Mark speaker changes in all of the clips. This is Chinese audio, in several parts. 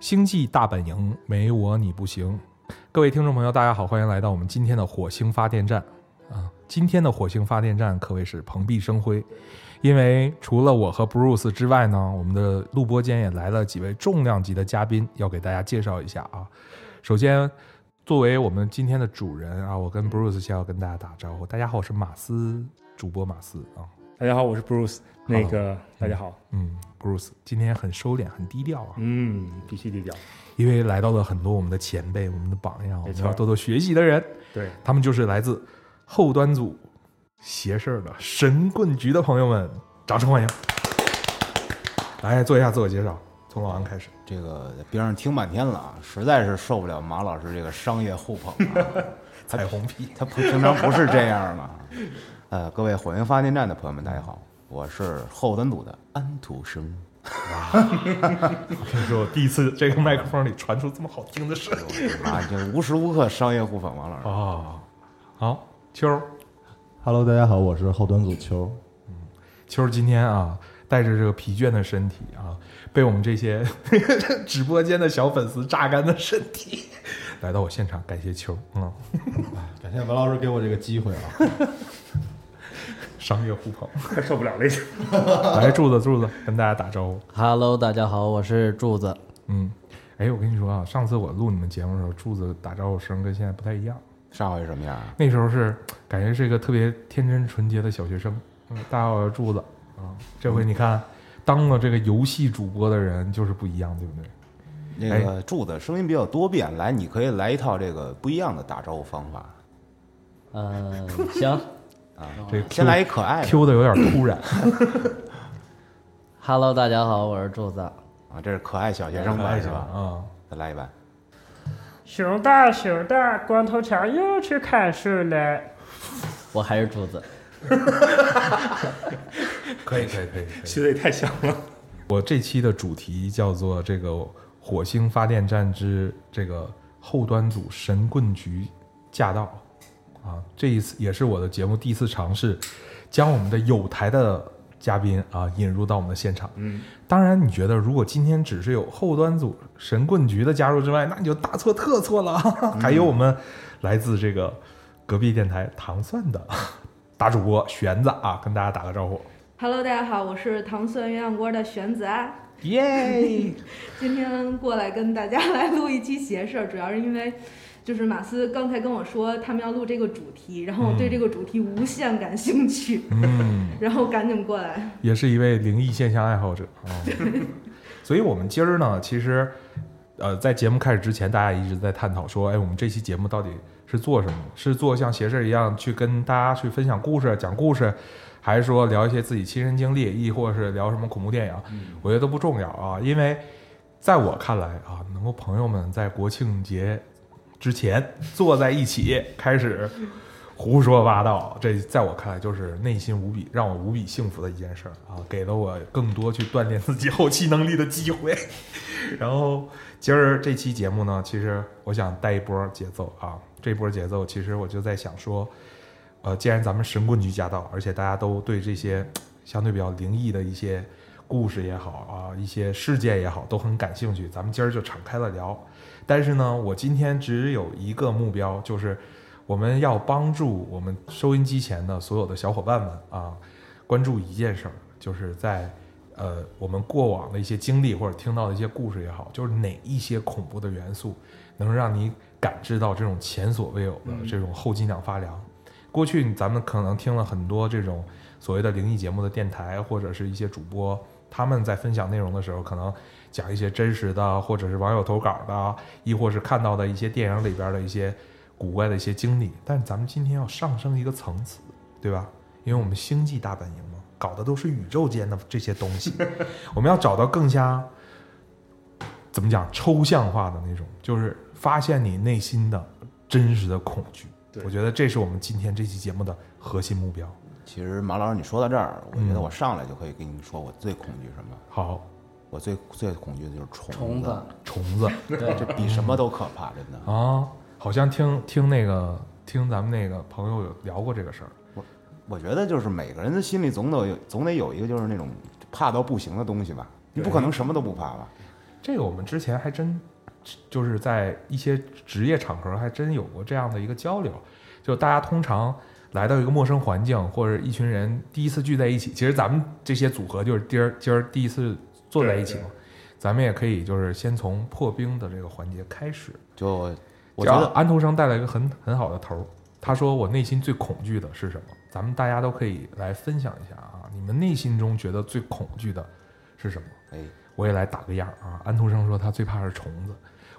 Speaker 1: 经济大本营，没我你不行。各位听众朋友，大家好，欢迎来到我们今天的火星发电站啊！今天的火星发电站可谓是蓬荜生辉，因为除了我和 Bruce 之外呢，我们的录播间也来了几位重量级的嘉宾，要给大家介绍一下啊。首先，作为我们今天的主人啊，我跟 Bruce 先要跟大家打招呼。大家好，我是马斯，主播马斯啊。
Speaker 2: 大家好，我是 Bruce。那个大家好，
Speaker 1: 嗯，Bruce 今天很收敛，很低调啊，
Speaker 2: 嗯，必须低调。
Speaker 1: 因为来到了很多我们的前辈、我们的榜样，我
Speaker 2: 没
Speaker 1: 们
Speaker 2: 错
Speaker 1: 要多多学习的人，
Speaker 2: 对，
Speaker 1: 他们就是来自后端组邪事儿的神棍局的朋友们，掌声欢迎！来做一下自我介绍，从老王开始。
Speaker 3: 这个在边上听半天了啊，实在是受不了马老师这个商业互捧啊，
Speaker 1: 彩虹屁，
Speaker 3: 他不平常不是这样的。呃，各位火星发电站的朋友们，大家好，我是后端组的安徒生。
Speaker 1: 我跟你说，我第一次这个麦克风里传出这么好听的声音
Speaker 3: 啊，这无时无刻商业互捧王老师。
Speaker 1: 哦，好，秋儿
Speaker 4: Hello，大家好，我是后端组秋。
Speaker 1: 秋儿今天啊，带着这个疲倦的身体啊，被我们这些 直播间的小粉丝榨干的身体，来到我现场，感谢秋儿，嗯，
Speaker 4: 感谢文老师给我这个机会啊！
Speaker 1: 商业互捧。
Speaker 2: 快受不了了已经。
Speaker 1: 来，柱子，柱子，跟大家打招呼。
Speaker 5: Hello，大家好，我是柱子。
Speaker 1: 嗯，哎，我跟你说啊，上次我录你们节目的时候，柱子打招呼声跟现在不太一样。
Speaker 3: 上回什么样啊？
Speaker 1: 那时候是感觉是一个特别天真纯洁的小学生。嗯，大家好，我是柱子啊。这回你看，当了这个游戏主播的人就是不一样，对不对？
Speaker 3: 那个柱子声音比较多变，来，你可以来一套这个不一样的打招呼方法。
Speaker 5: 呃，行
Speaker 1: 这个 Q,
Speaker 3: 先来一可爱的
Speaker 1: Q 的有点突然。
Speaker 5: ，Hello，大家好，我是柱子。
Speaker 3: 啊，这是可爱小学生
Speaker 1: 爱
Speaker 3: 版是吧？
Speaker 1: 啊，
Speaker 3: 再来一版。
Speaker 6: 熊大熊大，光头强又去砍树了。
Speaker 5: 我还是柱子。
Speaker 1: 可以，可以，可以。可以
Speaker 2: 学的也太像了。
Speaker 1: 我这期的主题叫做这个火星发电站之这个后端组神棍局驾到啊！这一次也是我的节目第一次尝试，将我们的有台的嘉宾啊引入到我们的现场。
Speaker 2: 嗯，
Speaker 1: 当然，你觉得如果今天只是有后端组神棍局的加入之外，那你就大错特错了。 还有我们来自这个隔壁电台糖蒜的 大主播玄子啊，跟大家打个招呼。
Speaker 7: Hello，大家好，我是糖蒜鸳鸯锅的玄子啊，
Speaker 1: 耶！
Speaker 7: 今天过来跟大家来录一期邪事儿，主要是因为就是马斯刚才跟我说他们要录这个主题，然后我对这个主题无限感兴趣，
Speaker 1: 嗯。
Speaker 7: 然后赶紧过来。
Speaker 1: 也是一位灵异现象爱好者啊。所以，我们今儿呢，其实，呃，在节目开始之前，大家一直在探讨说，哎，我们这期节目到底是做什么？是做像邪事儿一样去跟大家去分享故事、讲故事，还是说聊一些自己亲身经历，亦或是聊什么恐怖电影？我觉得都不重要啊，因为在我看来啊，能够朋友们在国庆节之前坐在一起开始胡说八道，这在我看来就是内心无比让我无比幸福的一件事儿啊，给了我更多去锻炼自己后期能力的机会。 然后今儿这期节目呢，其实我想带一波节奏啊，这波节奏其实我就在想说，呃，既然咱们神棍局驾到，而且大家都对这些相对比较灵异的一些故事也好啊，一些事件也好，都很感兴趣，咱们今儿就敞开了聊。但是呢，我今天只有一个目标，就是我们要帮助我们收音机前的所有的小伙伴们啊，关注一件事儿，就是在呃我们过往的一些经历或者听到的一些故事也好，就是哪一些恐怖的元素能让你感知到这种前所未有的这种后脊梁发凉。过去咱们可能听了很多这种所谓的灵异节目的电台或者是一些主播，他们在分享内容的时候，可能讲一些真实的，或者是网友投稿的，亦或是看到的一些电影里边的一些古怪的一些经历。但是咱们今天要上升一个层次，对吧？因为我们星际大本营嘛，搞的都是宇宙间的这些东西，我们要找到更加怎么讲抽象化的那种，就是发现你内心的真实的恐惧。
Speaker 2: 对
Speaker 1: 我觉得这是我们今天这期节目的核心目标。
Speaker 3: 其实马老师，你说到这儿，我觉得
Speaker 1: 嗯
Speaker 3: 我上来就可以跟你说，我最恐惧什么？
Speaker 1: 好，
Speaker 3: 我最最恐惧的就是虫
Speaker 5: 虫子，
Speaker 1: 虫子
Speaker 5: 对，
Speaker 3: 这比什么都可怕，真的。
Speaker 1: 啊，好像听听那个听咱们那个朋友有聊过这个事儿。
Speaker 3: 我觉得就是每个人的心里总得有总得有一个就是那种怕到不行的东西吧，你不可能什么都不怕吧？
Speaker 1: 这个我们之前还真就是在一些职业场合还真有过这样的一个交流，就大家通常来到一个陌生环境或者一群人第一次聚在一起，其实咱们这些组合就是今儿今儿第一次坐在一起嘛，咱们也可以就是先从破冰的这个环节开始。
Speaker 3: 就我觉
Speaker 1: 然
Speaker 3: 得
Speaker 1: 后安徒生带来一个很很好的头儿，他说我内心最恐惧的是什么？咱们大家都可以来分享一下啊，你们内心中觉得最恐惧的是什么？
Speaker 3: 哎，
Speaker 1: 我也来打个样儿啊。安徒生说他最怕是虫子，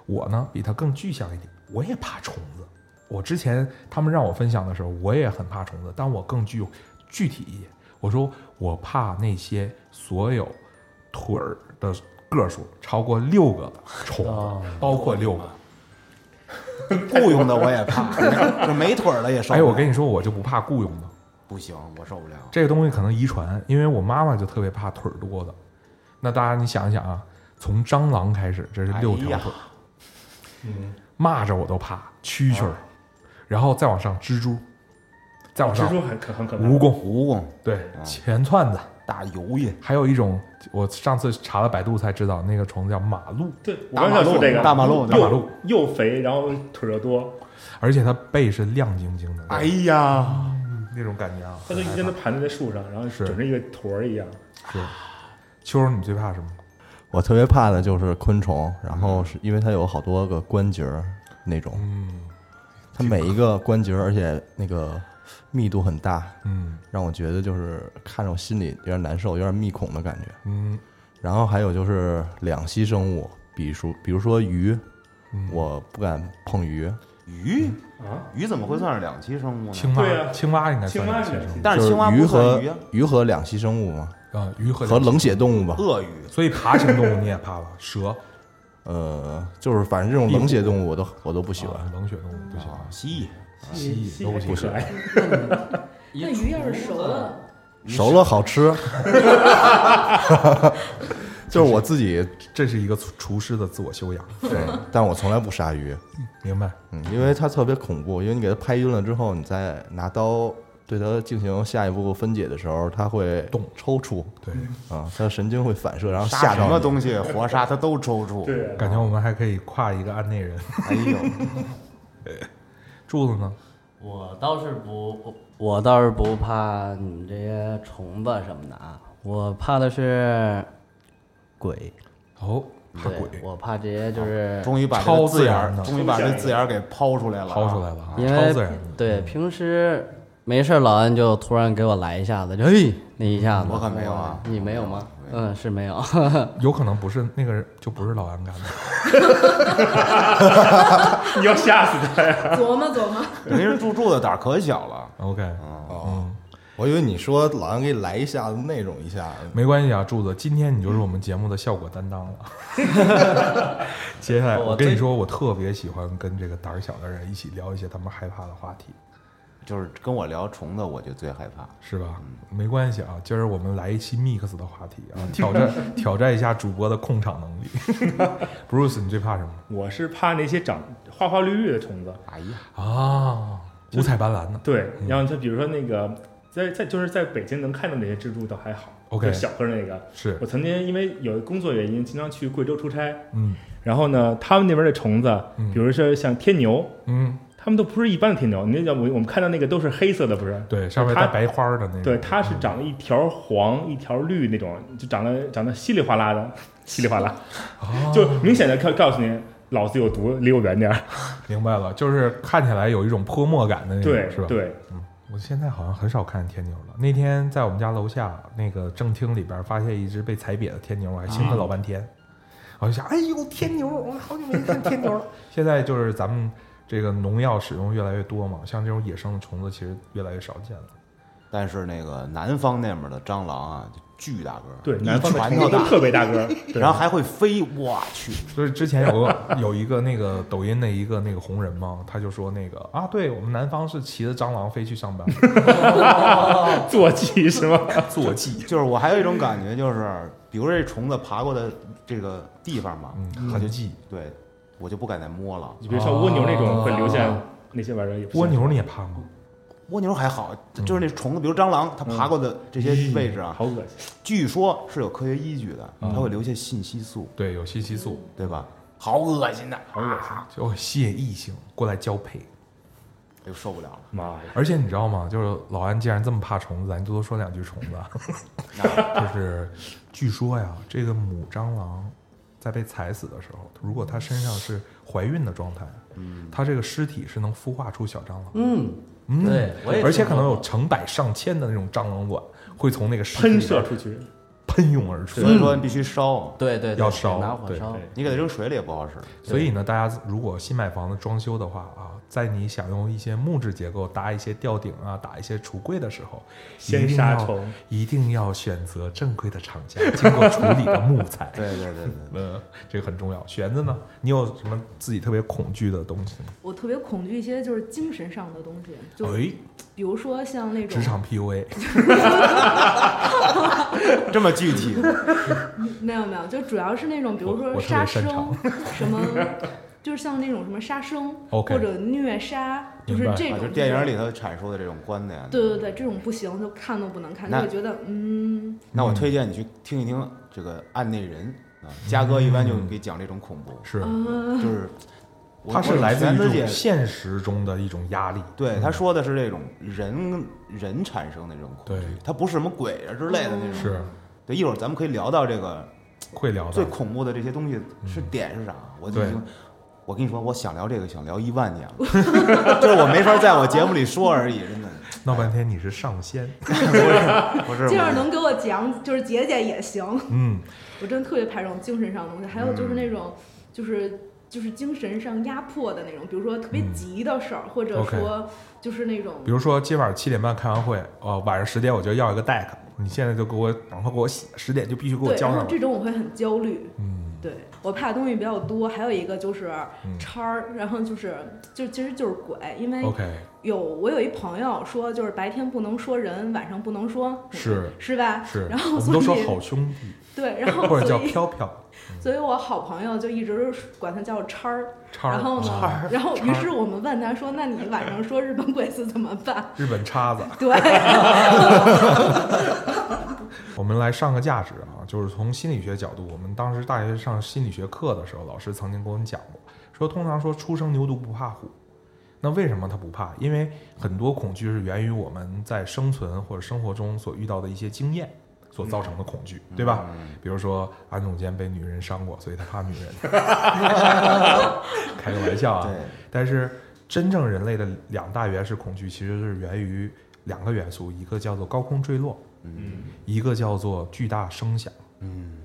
Speaker 1: 我呢比他更具象一点，我也怕虫子。我之前他们让我分享的时候，我也很怕虫子，但我更具具体一点。我说我怕那些所有腿儿的个数超过六个的虫
Speaker 5: 哦
Speaker 1: 子，包括六个。
Speaker 3: 雇佣的我也怕，这没腿儿的也受不
Speaker 1: 哎，
Speaker 3: 了。
Speaker 1: 我跟你说，我就不怕雇佣的，
Speaker 3: 不行，我受不了。
Speaker 1: 这个东西可能遗传，因为我妈妈就特别怕腿儿多的。那大家你想一想啊，从蟑螂开始，这是六
Speaker 3: 哎
Speaker 1: 条腿，蚂蚱我都怕，蛐蛐儿，
Speaker 3: 嗯
Speaker 1: 然后再往上蜘蛛，再往
Speaker 2: 蜘
Speaker 1: 上
Speaker 2: 蛛很可很可怕。
Speaker 1: 蜈蚣，
Speaker 3: 蜈蚣、
Speaker 1: 对，
Speaker 3: 啊
Speaker 1: 钱窜子，
Speaker 3: 大油印、
Speaker 1: 还有一种，我上次查了百度才知道，那个虫子叫马路，
Speaker 2: 对，我
Speaker 3: 大
Speaker 2: 刚
Speaker 3: 马
Speaker 2: 想说
Speaker 3: 路
Speaker 2: 这个，
Speaker 3: 大马路
Speaker 1: 大马路，
Speaker 2: 又又肥，然后腿儿又多，
Speaker 1: 而且它背是亮晶晶的，
Speaker 3: 哎呀，
Speaker 1: 那种感觉啊，
Speaker 2: 它就一
Speaker 1: 很害
Speaker 2: 根
Speaker 1: 怕
Speaker 2: 都盘在树上，然后
Speaker 1: 是
Speaker 2: 整成一个坨儿一样。
Speaker 1: 是。秋儿，你最怕什么？
Speaker 4: 我特别怕的就是昆虫，然后是因为它有好多个关节儿那种，
Speaker 1: 嗯
Speaker 4: 它每一个关节儿，而且那个密度很大，
Speaker 1: 嗯
Speaker 4: 让我觉得就是看着我心里有点难受，有点密恐的感觉。
Speaker 1: 嗯，
Speaker 4: 然后还有就是两栖生物，比如说比如说鱼，
Speaker 1: 嗯
Speaker 4: 我不敢碰鱼，
Speaker 3: 鱼
Speaker 2: 啊，
Speaker 3: 鱼怎么会算是两栖生物呢？
Speaker 1: 青蛙，
Speaker 2: 对啊
Speaker 1: 青蛙应该
Speaker 2: 青
Speaker 1: 算
Speaker 2: 蛙
Speaker 1: 是
Speaker 2: 是
Speaker 1: 寄生物
Speaker 3: 但
Speaker 4: 就是
Speaker 3: 青蛙
Speaker 4: 鱼
Speaker 3: 不
Speaker 4: 和
Speaker 3: 算鱼啊，
Speaker 4: 鱼和两栖生物嘛，
Speaker 1: 啊，鱼和
Speaker 4: 和冷血动物吧，
Speaker 3: 鳄鱼
Speaker 1: 所以爬行动物你也怕吧？蛇
Speaker 4: 呃，就是反正这种冷血动物我都我都不喜欢。
Speaker 1: 啊冷血动物不喜欢
Speaker 3: 啊，，蜥蜴
Speaker 1: 蜥蜴都不
Speaker 2: 还挺
Speaker 1: 喜
Speaker 2: 可
Speaker 1: 欢。
Speaker 2: 爱。
Speaker 7: 那鱼要是熟了，
Speaker 4: 熟了好吃， 就是我自己，
Speaker 1: 这是一个厨厨师的自我修养，
Speaker 4: 对，但我从来不杀鱼，
Speaker 1: 明白？
Speaker 4: 嗯，因为它特别恐怖，因为你给它拍晕了之后，你再拿刀对它进行下一步分解的时候，它会
Speaker 1: 动
Speaker 4: 抽搐
Speaker 1: 对，
Speaker 2: 嗯
Speaker 4: 啊，它的神经会反射，然后
Speaker 3: 杀
Speaker 4: 吓
Speaker 3: 什
Speaker 4: 到
Speaker 3: 么
Speaker 4: 你。
Speaker 3: 东西活杀它都抽搐。
Speaker 2: 对啊，
Speaker 1: 感觉我们还可以跨一个案内人。
Speaker 3: 哎呦，
Speaker 1: 柱子呢？
Speaker 5: 我倒是不，我倒是不怕你们这些虫子什么的啊，我怕的是鬼，
Speaker 1: 哦，怕
Speaker 5: 对
Speaker 1: 鬼，
Speaker 5: 我怕这些就是
Speaker 3: 终于把这
Speaker 1: 超自
Speaker 3: 个哎字眼
Speaker 1: 然
Speaker 3: 儿
Speaker 1: 的，
Speaker 3: 终于把这字眼儿给抛出来了啊，
Speaker 1: 掏出 来了啊，
Speaker 5: 因为
Speaker 1: 超自然的。
Speaker 5: 对
Speaker 4: 嗯
Speaker 5: 平时没事儿老安就突然给我来一下子，就嘿那一下子，
Speaker 3: 我可没有啊
Speaker 5: 你没有吗？嗯，是没有，
Speaker 1: 有可能不是那个人，就不是老安干的。
Speaker 2: 你要吓死它呀！
Speaker 7: 琢磨琢磨，
Speaker 3: 人家柱柱的胆儿可小了。
Speaker 1: OK，嗯
Speaker 4: 哦，我以为你说老杨给你来一下子那种一下子，
Speaker 1: 没关系啊，柱子，今天你就是我们节目的效果担当了。 接下来，
Speaker 5: 我
Speaker 1: 我跟你
Speaker 5: 最
Speaker 1: 说，我特别喜欢跟这个胆儿小的人一起聊一些他们害怕的话题。
Speaker 3: 就是跟我聊虫子，我就最害怕。
Speaker 1: 是吧？没关系啊，今儿我们来一期 mix 的话题 啊，挑战挑战一下主播的控场能力。Bruce，你最怕什么
Speaker 2: 我是怕那些长花花绿绿的虫子。
Speaker 3: 哎呀，
Speaker 1: 啊？五彩斑斓的，
Speaker 2: 对，然后就比如说那个，在在就是在北京能看到那些蜘蛛倒还好
Speaker 1: OK
Speaker 2: 就小个儿那个。
Speaker 1: 是，
Speaker 2: 我曾经因为有工作原因，经常去贵州出差，
Speaker 1: 嗯
Speaker 2: 然后呢，他们那边的虫子
Speaker 1: 嗯，
Speaker 2: 比如说像天牛，
Speaker 1: 嗯，
Speaker 2: 他们都不是一般的天牛，那叫我我们看到那个都是黑色的，不是？
Speaker 1: 对，上面带
Speaker 2: 它
Speaker 1: 白花儿的那种，
Speaker 2: 对，它是长了一条黄一条绿那种，就长得长得稀里哗啦的， 稀里哗啦，
Speaker 1: 啊
Speaker 2: 就明显的告告诉你，老子有毒，离我远
Speaker 1: 哎
Speaker 2: 点儿。
Speaker 1: 明白了，就是看起来有一种泼墨感的那种，
Speaker 2: 对
Speaker 1: 是吧？
Speaker 2: 对，
Speaker 1: 我现在好像很少看天牛了。那天在我们家楼下那个正厅里边发现一只被踩瘪的天牛，我还兴奋老半天。我就想，哎呦，天牛！我好久没看天牛了。现在就是咱们这个农药使用越来越多嘛，像这种野生的虫子其实越来越少见了。
Speaker 3: 但是那个南方那边的蟑螂啊，就巨大个儿，
Speaker 2: 对，
Speaker 1: 嗯
Speaker 3: 一
Speaker 2: 南方的
Speaker 3: 拳
Speaker 2: 虫
Speaker 3: 头
Speaker 2: 子都
Speaker 3: 大，
Speaker 2: 特别大个 儿，对
Speaker 3: 然后还会飞，我去，
Speaker 1: 就是之前有个有一个那个抖音的一个那个红人嘛，他就说那个啊，对我们南方是骑着蟑螂飞去上班，
Speaker 2: 坐骑是吗？
Speaker 1: 坐骑。
Speaker 3: 就是我还有一种感觉，就是比如这虫子爬过的这个地方嘛，
Speaker 1: 嗯，痕迹。
Speaker 3: 对我就不敢再摸了。
Speaker 2: 你比如像蜗牛那种会留下
Speaker 5: 哦
Speaker 2: 那些玩意儿也不行，
Speaker 1: 蜗牛你也怕吗？
Speaker 3: 蜗牛还好，就是那虫子，比如蟑螂，它爬过的这些位置啊，
Speaker 2: 好恶心。
Speaker 3: 据说是有科学依据的，它会留下信息素，
Speaker 1: 对，有信息素，
Speaker 3: 对吧？好恶心呐，
Speaker 2: 好恶心，
Speaker 1: 就会吸引异性过来交配。
Speaker 3: 哎呦受不了了。
Speaker 2: 妈呀！
Speaker 1: 而且你知道吗？就是老安既然这么怕虫子，咱就多说两句虫子啊。 就是据说呀，这个母蟑螂在被踩死的时候，如果它身上是怀孕的状态，嗯，它这个尸体是能孵化出小蟑螂。
Speaker 5: 嗯，
Speaker 1: 嗯
Speaker 5: 对我也
Speaker 1: 而且
Speaker 5: 听
Speaker 1: 可能
Speaker 5: 说
Speaker 1: 有成百上千的那种蟑螂卵会从那个尸体
Speaker 2: 喷
Speaker 1: 里
Speaker 2: 射出去，
Speaker 1: 喷涌而出
Speaker 3: 所。以说你必须烧，
Speaker 5: 对对，对
Speaker 1: 要烧
Speaker 5: 拿火
Speaker 1: 对
Speaker 5: 烧
Speaker 2: 对，
Speaker 3: 你给它扔水里也不好使。
Speaker 1: 所以呢，大家如果新买房子装修的话啊，在你想用一些木质结构搭一些吊顶啊、打一些橱柜的时候，
Speaker 2: 先杀虫
Speaker 1: 一定要一定要选择正规的厂家，经过处理的木材
Speaker 3: 。对对对对，
Speaker 1: 呃，这个很重要。玄子呢，你有什么自己特别恐惧的东西吗？
Speaker 7: 我特别恐惧一些就是精神上的东西，就
Speaker 1: 哎，
Speaker 7: 比如说像那种
Speaker 1: 职场 PUA，
Speaker 3: 这么具 体，啊
Speaker 7: 没有没有，就主要是那种比如
Speaker 1: 我
Speaker 7: 说
Speaker 1: 我特别
Speaker 7: 杀
Speaker 1: 擅
Speaker 7: 生
Speaker 1: 长
Speaker 7: 什么，就是像那种什么杀生
Speaker 1: OK
Speaker 7: 或者虐杀，就
Speaker 1: 明
Speaker 7: 是
Speaker 1: 白
Speaker 7: 这
Speaker 3: 啊
Speaker 7: 种、
Speaker 3: 就是电影里头阐述的这种观点。
Speaker 7: 对对对，这种不行，就看都不能看，就
Speaker 3: 那
Speaker 7: 会觉得嗯，
Speaker 3: 那我推荐你去听一听这个《案内人》啊，嘉哥一般就给讲这种恐怖，
Speaker 1: 是，
Speaker 7: 呃
Speaker 3: 就是嗯我
Speaker 1: 它是来自
Speaker 3: 我
Speaker 1: 一
Speaker 3: 玄子姐
Speaker 1: 种现实中的一种压力。
Speaker 3: 对，他说的是这种人人产生的这种恐惧
Speaker 1: 对，
Speaker 3: 它不是什么鬼啊之类的那种。
Speaker 1: 是，
Speaker 3: 对，一会儿咱们可以聊到这个
Speaker 1: 会聊
Speaker 3: 最
Speaker 1: 的。嗯
Speaker 3: 恐怖的这些东西是点是啥。我已
Speaker 1: 对
Speaker 3: 经，我跟你说，我想聊这个，想聊一万年了， 就是我没法在我节目里说而已，真的。
Speaker 1: 闹半天你是上仙，
Speaker 3: 不是，
Speaker 7: 这样
Speaker 3: 我
Speaker 7: 能给我讲，就是解解也行。
Speaker 1: 嗯，
Speaker 7: 我真的特别怕这种精神上的东西，还有就是那种，就是就是精神上压迫的那种，比如说特别急的事儿，或者
Speaker 1: 嗯 OK
Speaker 7: 说就是那种
Speaker 1: 比如说今晚七点半开完会，呃，晚上十点我就要一个 deck，你现在就给我赶快给我写，十点就必须给我
Speaker 7: 对，
Speaker 1: 交
Speaker 7: 然后
Speaker 1: 上来
Speaker 7: 这。种我会很焦虑。
Speaker 1: 嗯，
Speaker 7: 对我怕的东西比较多，还有一个就是叉儿，然后就是就其实就是鬼，因为
Speaker 1: OK，
Speaker 7: 有我有一朋友说，就是白天不能说人，晚上不能说，
Speaker 1: 是
Speaker 7: 是吧？
Speaker 1: 是，
Speaker 7: 然
Speaker 1: 我
Speaker 7: 后
Speaker 1: 们
Speaker 7: 所
Speaker 1: 都说
Speaker 7: 以
Speaker 1: 好兄弟，
Speaker 7: 对，然后
Speaker 1: 或者叫
Speaker 7: 所以
Speaker 1: 飘飘
Speaker 7: 所以我好朋友就一直管他叫叉儿，
Speaker 1: 叉
Speaker 7: 然后
Speaker 1: 儿，啊
Speaker 7: 呢，然后于是我们问他说：“那你晚上说日本鬼子怎么 办
Speaker 1: 日本叉子。？”
Speaker 7: 对，
Speaker 1: 我们来上个价值啊，就是从心理学角度，我们当时大学上心理学课的时候，老师曾经跟我们讲过，说通常说初生牛犊不怕虎，那为什么他不怕？因为很多恐惧是源于我们在生存或者生活中所遇到的一些经验所造成的恐惧，对吧？
Speaker 3: 嗯
Speaker 1: 比如说安总监被女人伤过，所以他怕女人，开个玩笑啊。
Speaker 3: 对。
Speaker 1: 但是真正人类的两大原始恐惧其实是源于两个元素，一个叫做高空坠落，
Speaker 2: 嗯，
Speaker 1: 一个叫做巨大声响，嗯，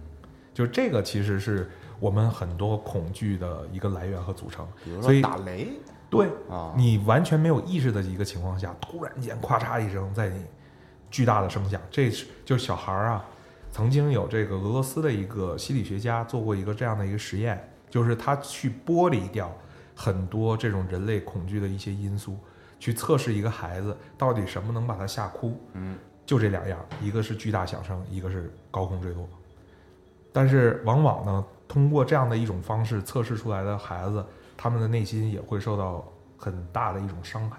Speaker 1: 就这个其实是我们很多恐惧的一个来源和组成
Speaker 3: 比如，
Speaker 1: 所
Speaker 3: 说
Speaker 1: 以
Speaker 3: 打雷
Speaker 1: 对
Speaker 3: 啊，
Speaker 1: 你完全没有意识的一个情况下，突然间咔嚓一声，在你巨大的声响，这是就是小孩儿啊，曾经有这个俄罗斯的一个心理学家做过一个这样的一个实验，就是他去剥离掉很多这种人类恐惧的一些因素，去测试一个孩子到底什么能把他吓哭，嗯，就这两样，一个是巨大响声，一个是高空坠落，但是往往呢，通过这样的一种方式测试出来的孩子，他们的内心也会受到很大的一种伤害，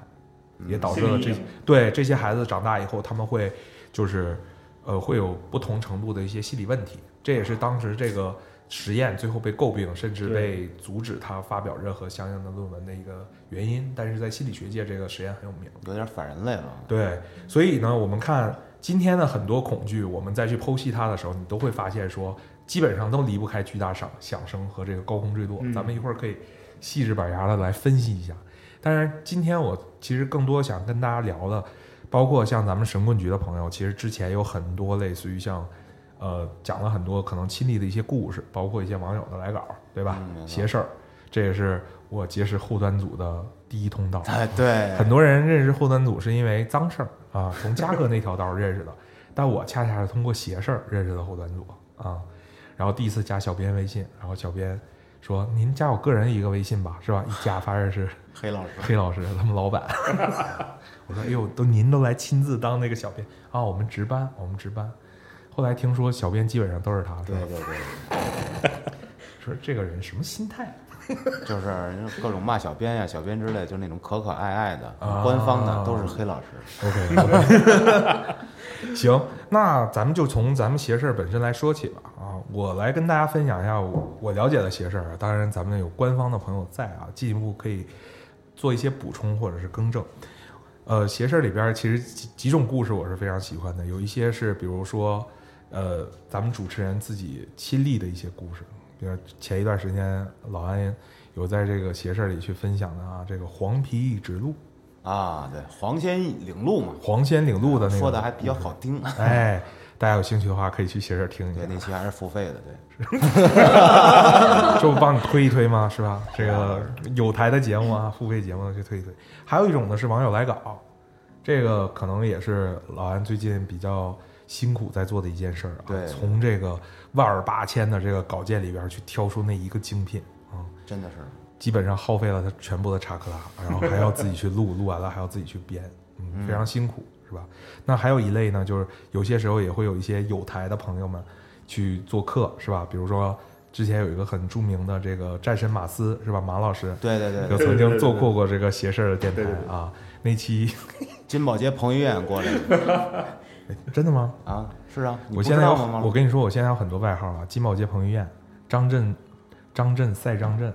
Speaker 1: 也
Speaker 3: 嗯
Speaker 1: 导致了
Speaker 2: 心理
Speaker 1: 这
Speaker 2: 阴影
Speaker 1: 对这些孩子长大以后，他们会就是呃会有不同程度的一些心理问题。这也是当时这个实验最后被诟病，甚至被阻止他发表任何相应的论文的一个原因。但是在心理学界，这个实验很有名。
Speaker 3: 有点反人类了。
Speaker 1: 对，所以呢，我们看今天的很多恐惧，我们再去剖析它的时候，你都会发现说，基本上都离不开巨大响响声和这个高空坠落。
Speaker 2: 嗯
Speaker 1: 咱们一会儿可以细致板牙的来分析一下。当然，今天我其实更多想跟大家聊的，包括像咱们神棍局的朋友，其实之前有很多类似于像，呃，讲了很多可能亲历的一些故事，包括一些网友的来稿，对吧？
Speaker 3: 嗯没错
Speaker 1: 邪事儿，这也是我结识后端组的第一通道。
Speaker 3: 哎，对，
Speaker 1: 很多人认识后端组是因为脏事儿啊，从嘉哥那条道儿认识的， 但我恰恰是通过邪事儿认识的后端组啊。然后第一次加小编微信，然后小编说：“您加我个人一个微信吧，是吧？”一加发现是
Speaker 3: 黑老师，
Speaker 1: 黑老师他们老板。 我说：“哎呦，都您都来亲自当那个小编啊？我们值班，我们值班。”后来听说小编基本上都是他，是
Speaker 3: 对
Speaker 1: 吧？
Speaker 3: 对对，
Speaker 1: 说这个人什么心态？啊
Speaker 3: 就是各种骂小编呀、小编之类，就那种可可爱爱的
Speaker 1: 啊、
Speaker 3: 官方的，都是黑老师。
Speaker 1: 行，那咱们就从咱们邪事儿本身来说起吧。啊，我来跟大家分享一下我我了解的啊邪事儿。当然，咱们有官方的朋友在啊，进一步可以做一些补充或者是更正。呃，邪事儿里边儿其实几几种故事我是非常喜欢的，有一些是比如说，呃，咱们主持人自己亲历的一些故事，比如前一段时间老安有在这个邪事儿里去分享的啊，这个黄皮一指路，
Speaker 3: 啊，对，黄仙领路嘛，
Speaker 1: 黄仙领路的那个，嗯
Speaker 3: 说的还比较好听。
Speaker 1: 哎，大家有兴趣的话可以去写这听一下
Speaker 3: 对，，那期还是付费的，对。
Speaker 1: 这不帮你推一推吗？ 是吧？这个有台的节目啊，付费节目去推一推。还有一种呢是网友来稿，这个可能也是老安最近比较辛苦在做的一件事儿啊。
Speaker 3: 对
Speaker 1: 从这个万儿八千的这个稿件里边去挑出那一个精品啊、
Speaker 3: 真的是，
Speaker 1: 基本上耗费了他全部的查克拉， 然后还要自己去录， 录完了还要自己去编，嗯，非常辛苦，是吧？那还有一类呢，就是有些时候也会有一些有台的朋友们去做客，是吧？比如说之前有一个很著名的这个战神马斯，是吧？马老师
Speaker 3: 对对对
Speaker 1: 就
Speaker 3: 对，
Speaker 1: 曾经做过过这个邪事儿的电台
Speaker 2: 对对对
Speaker 1: 啊，那期
Speaker 3: 金宝街彭于晏过来的
Speaker 1: 真的吗？
Speaker 3: 啊，是啊，你
Speaker 1: 我
Speaker 3: 不
Speaker 1: 现
Speaker 3: 知
Speaker 1: 在有
Speaker 3: 道吗？
Speaker 1: 我跟你说，我现在有很多外号啊，金宝街彭于晏、张震、张震赛张震。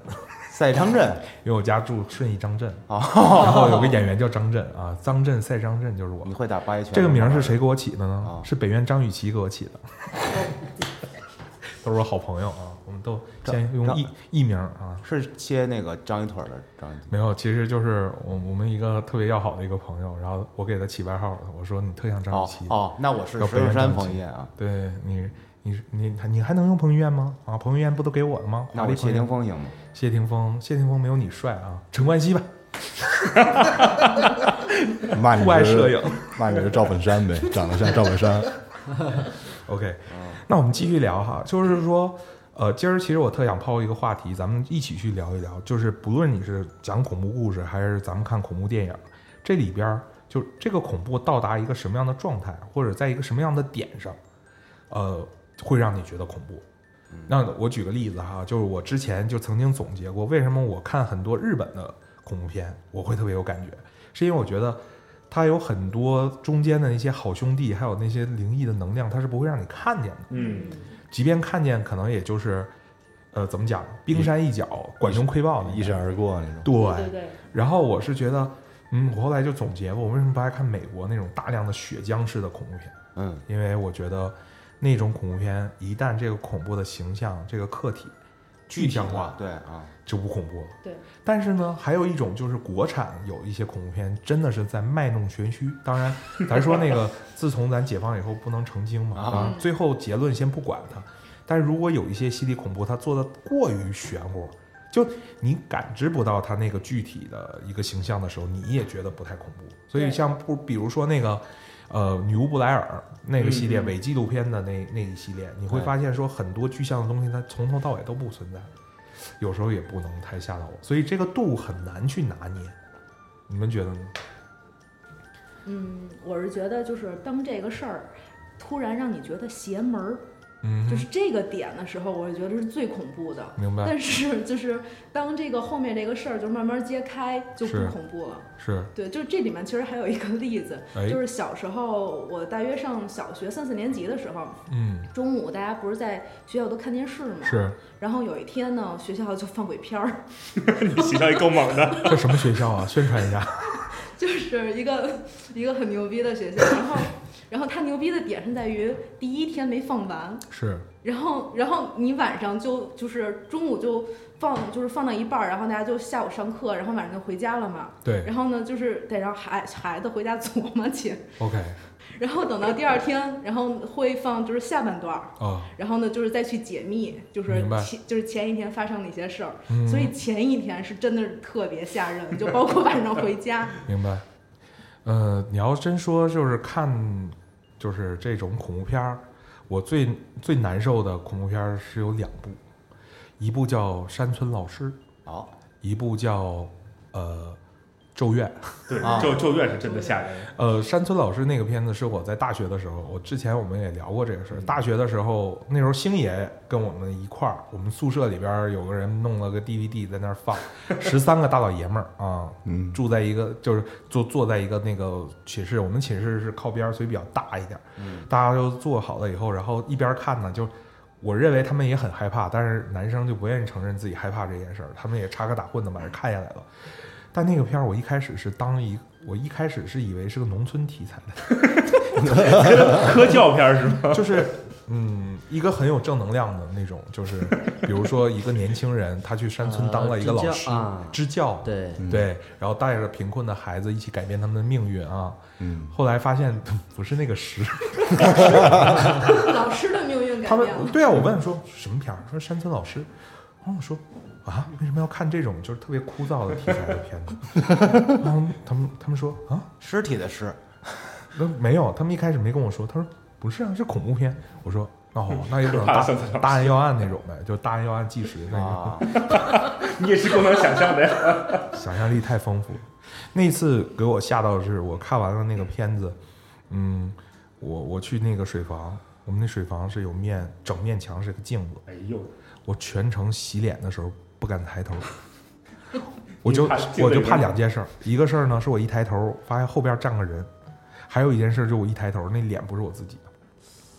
Speaker 3: 赛张震
Speaker 1: 因为我家住顺义张震，
Speaker 3: 哦
Speaker 1: 然后有个演员叫张震啊，张震赛张震就是我
Speaker 3: 你。会打八一拳？
Speaker 1: 这个名儿是谁？给我起的呢
Speaker 3: 啊？
Speaker 1: 是北院张雨绮给我起的， 都是我好朋友啊，我们都先用
Speaker 3: 张
Speaker 1: 艺艺名啊。
Speaker 3: 是切那个章鱼腿儿的章鱼腿。
Speaker 1: 没有，其实就是我我们一个特别要好的一个朋友，然后我给他起外号，我说你特像张雨
Speaker 3: 哦
Speaker 1: 绮，
Speaker 3: 哦，那我是
Speaker 1: 叫
Speaker 3: 石
Speaker 1: 北原
Speaker 3: 景山
Speaker 1: 张
Speaker 3: 彭
Speaker 1: 琪
Speaker 3: 于晏啊，
Speaker 1: 对你你你你还能用彭于晏吗？啊，彭于晏不都给我了吗？
Speaker 3: 那
Speaker 1: 华丽
Speaker 3: 我
Speaker 1: 彭于
Speaker 3: 谢
Speaker 1: 晏
Speaker 3: 霆锋行吗？
Speaker 1: 谢霆锋，谢霆锋没有你帅啊，陈冠希吧，
Speaker 4: 骂你
Speaker 1: 酷爱
Speaker 3: 呃
Speaker 4: 是
Speaker 1: 摄影。
Speaker 4: 骂你是赵本山呗，长得像赵本山。
Speaker 1: OK，那我们继续聊哈，就是说，呃，今儿其实我特想抛一个话题，咱们一起去聊一聊，就是不论你是讲恐怖故事，还是咱们看恐怖电影，这里边儿就这个恐怖到达一个什么样的状态，或者在一个什么样的点上，呃，会让你觉得恐怖。那我举个例子哈，就是我之前就曾经总结过，为什么我看很多日本的恐怖片，我会特别有感觉，是因为我觉得它有很多中间的那些好兄弟，还有那些灵异的能量，它是不会让你看见的，
Speaker 2: 嗯，
Speaker 1: 即便看见，可能也就是，呃，怎么讲，冰山一角，管中窥豹那种
Speaker 4: 一闪而过那种。
Speaker 7: 对
Speaker 1: 对。
Speaker 7: 对，
Speaker 1: 然后我是觉得，嗯，我后来就总结过，我为什么不爱看美国那种大量的血浆式的恐怖片。
Speaker 3: 嗯，
Speaker 1: 因为我觉得那种恐怖片一旦这个恐怖的形象、这个客体具象
Speaker 3: 体
Speaker 1: 化
Speaker 3: 化，，对啊，
Speaker 1: 就不恐怖了。
Speaker 7: 对。
Speaker 1: 但是呢，还有一种就是国产有一些恐怖片真的是在卖弄玄虚。当然，咱说那个自从咱解放以后不能成精嘛，
Speaker 3: 啊
Speaker 1: 当然最后结论先不管它。但是如果有一些心理恐怖，它做的过于玄乎。就你感知不到它那个具体的一个形象的时候，你也觉得不太恐怖。所以
Speaker 7: 对
Speaker 1: 像不，比如说那个，呃，女巫布莱尔那个系列
Speaker 2: 嗯嗯
Speaker 1: 伪纪录片的那那一系列，你会
Speaker 3: 对
Speaker 1: 发现说很多具象的东西它从头到尾都不存在，有时候也不能太吓到我，所以这个度很难去拿捏。你们觉得呢？
Speaker 7: 嗯，我是觉得就是当这个事儿突然让你觉得邪门儿，
Speaker 1: 嗯
Speaker 7: 就是这个点的时候，我是觉得是最恐怖的。
Speaker 1: 明白
Speaker 7: 但是就是当这个后面这个事儿就慢慢揭开，就不
Speaker 1: 是
Speaker 7: 恐怖了。
Speaker 1: 是
Speaker 7: 对，就是这里面其实还有一个例子，
Speaker 1: 哎
Speaker 7: 就是小时候我大约上小学三四年级的时候，
Speaker 1: 嗯
Speaker 7: 中午大家不是在学校都看电视嘛，
Speaker 1: 是
Speaker 7: 然后有一天呢，学校就放鬼片儿，
Speaker 2: 你形象也够猛的，
Speaker 1: 这什么学校啊？宣传一 下。
Speaker 7: 就是一个一个很牛逼 的学校，然后然后它牛逼的点是在于第一天没放完，
Speaker 1: 是
Speaker 7: 然后然后你晚上就就是中午就放就是放到一半儿，然后大家就下午上课，然后晚上就回家了嘛，
Speaker 1: 对
Speaker 7: 然后呢就是得让孩孩子回家琢磨去，
Speaker 1: ，OK
Speaker 7: 然后等到第二天，然后会放就是下半段儿。
Speaker 1: 哦，
Speaker 7: 然后呢，就是再去解密，就是
Speaker 1: 明白
Speaker 7: 前就是前一天发生的一些事儿，
Speaker 1: 嗯
Speaker 7: 所以前一天是真的是特别吓人，就包括晚上 回家，
Speaker 1: 明白。呃，你要真说就是看就是这种恐怖片儿，我最最难受的恐怖片儿是有两部，一部叫《山村老师》，
Speaker 3: 好，
Speaker 1: 一部叫呃咒怨。
Speaker 2: 对
Speaker 3: 啊，
Speaker 2: 咒咒怨是真的吓人。
Speaker 1: 呃，山村老师那个片子是我在大学的时候，我之前我们也聊过这个事儿。大学的时候，那时候星爷跟我们一块儿，我们宿舍里边儿有个人弄了个 DVD 在那儿放，十三个大老爷们儿啊，
Speaker 4: 嗯，
Speaker 1: 住在一个就是坐坐在一个那个寝室，我们寝室是靠边儿，所以比较大一点儿。大家都坐好了以后，然后一边看呢，就我认为他们也很害怕，但是男生就不愿意承认自己害怕这件事儿，他们也插科打诨的把这看下来了。但那个片儿，我一开始是当一，我一开始是以为是个农村题材的，
Speaker 2: 科教片儿是吗？
Speaker 1: 就是嗯，一个很有正能量的那种，就是比如说一个年轻人，他去山村当了一个老师
Speaker 5: 呃支教啊
Speaker 1: 支教，
Speaker 5: 对，
Speaker 1: 对，然后带着贫困的孩子一起改变他们的命运啊。
Speaker 4: 嗯，
Speaker 1: 后来发现不是那个诗，
Speaker 7: 老师的命运改
Speaker 1: 他们
Speaker 7: 变了。
Speaker 1: 对啊，我问说什么片儿，说山村老师，然后我说啊，为什么要看这种就是特别枯燥的题材的片子？ 然后他们他们说啊，
Speaker 3: 尸体的尸，
Speaker 1: 那没有，他们一开始没跟我说，他说不是啊，是恐怖片。我说哦，那有可能
Speaker 2: 怕
Speaker 1: 大
Speaker 2: 山村老师
Speaker 1: 大案要案那种的，就是大案要案纪实那种。
Speaker 3: 啊，
Speaker 2: 你也是够能想象的呀。
Speaker 1: 想象力太丰富了。那次给我吓到的是，我看完了那个片子，嗯，我我去那个水房，我们那水房是有面整面墙是个镜子，
Speaker 2: 哎呦，
Speaker 1: 我全程洗脸的时候不敢抬头， 我就
Speaker 2: 你怕镜子
Speaker 1: 我就
Speaker 2: 有
Speaker 1: 怕
Speaker 2: 人
Speaker 1: 两件事儿，一个事儿呢是我一抬头发现后边站个人，还有一件事就是我一抬头那脸不是我自己的，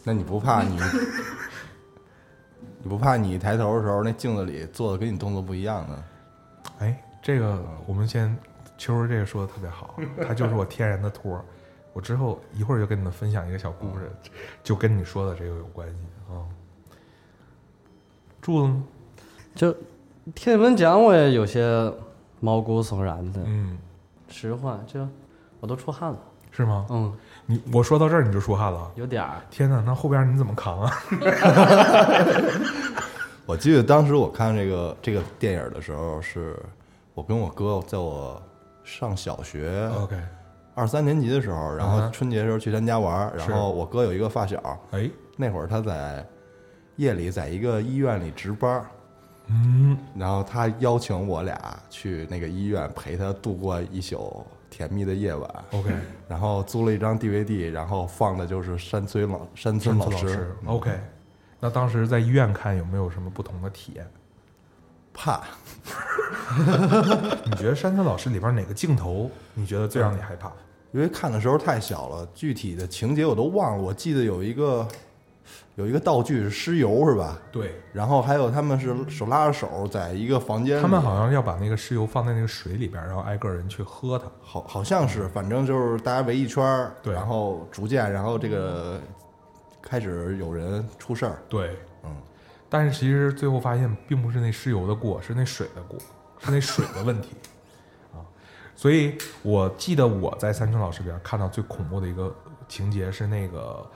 Speaker 4: 那你不怕你，你不怕你抬头的时候那镜子里做的跟你动作不一样呢？
Speaker 1: 哎，这个我们先秋儿这个说的特别好，他就是我天然的托儿。我之后一会儿就跟你们分享一个小故事，
Speaker 4: 嗯
Speaker 1: 就跟你说的这个有关系啊、住了吗？
Speaker 5: 就听你们讲，我也有些毛骨悚然的。
Speaker 1: 嗯，
Speaker 5: 实话，就我都出汗了，
Speaker 1: 是吗？
Speaker 5: 嗯，
Speaker 1: 你我说到这儿你就出汗了，
Speaker 5: 有点儿。
Speaker 1: 天哪！那后边你怎么扛啊？
Speaker 4: 我记得当时我看这个这个电影的时候，是我跟我哥在我上小
Speaker 3: 哦
Speaker 4: 学
Speaker 1: OK，
Speaker 4: 二三年级的时候，然后
Speaker 1: 嗯哼
Speaker 4: 春节的时候去他们家玩儿，然
Speaker 1: 是
Speaker 4: 后我哥有一个发小，
Speaker 1: 哎，
Speaker 4: 那会儿他在夜里在一个医院里值班儿，
Speaker 1: 嗯，
Speaker 4: 然后他邀请我俩去那个医院陪他度过一宿甜蜜的夜晚。
Speaker 1: OK，
Speaker 4: 然后租了一张 DVD，然后放的就是山村老山村
Speaker 1: 孙
Speaker 4: 老
Speaker 1: 老
Speaker 4: 师
Speaker 1: 师
Speaker 4: 嗯
Speaker 1: ，OK。那当时在医院看有没有什么不同的体验？
Speaker 4: 怕
Speaker 1: 你觉得山村老师里边哪个镜头你觉得最让你害怕？
Speaker 4: 因为看的时候太小了，具体的情节我都忘了。我记得有一个有一个道具是尸油是吧？
Speaker 1: 对
Speaker 4: 然后还有他们是手拉着手在一个房间里，
Speaker 1: 嗯他们好像要把那个尸油放在那个水里边，然后挨个人去喝它。
Speaker 4: 好好像是，反正就是大家围一圈儿，
Speaker 1: 对嗯
Speaker 4: 然后逐渐，然后这个开始有人出事儿，
Speaker 1: 对，
Speaker 4: 嗯，
Speaker 1: 但是其实最后发现并不是那尸油的锅，是那水的锅，是那水的问题 啊。所以我记得我在三春老师里边看到最恐怖的一个情节是那个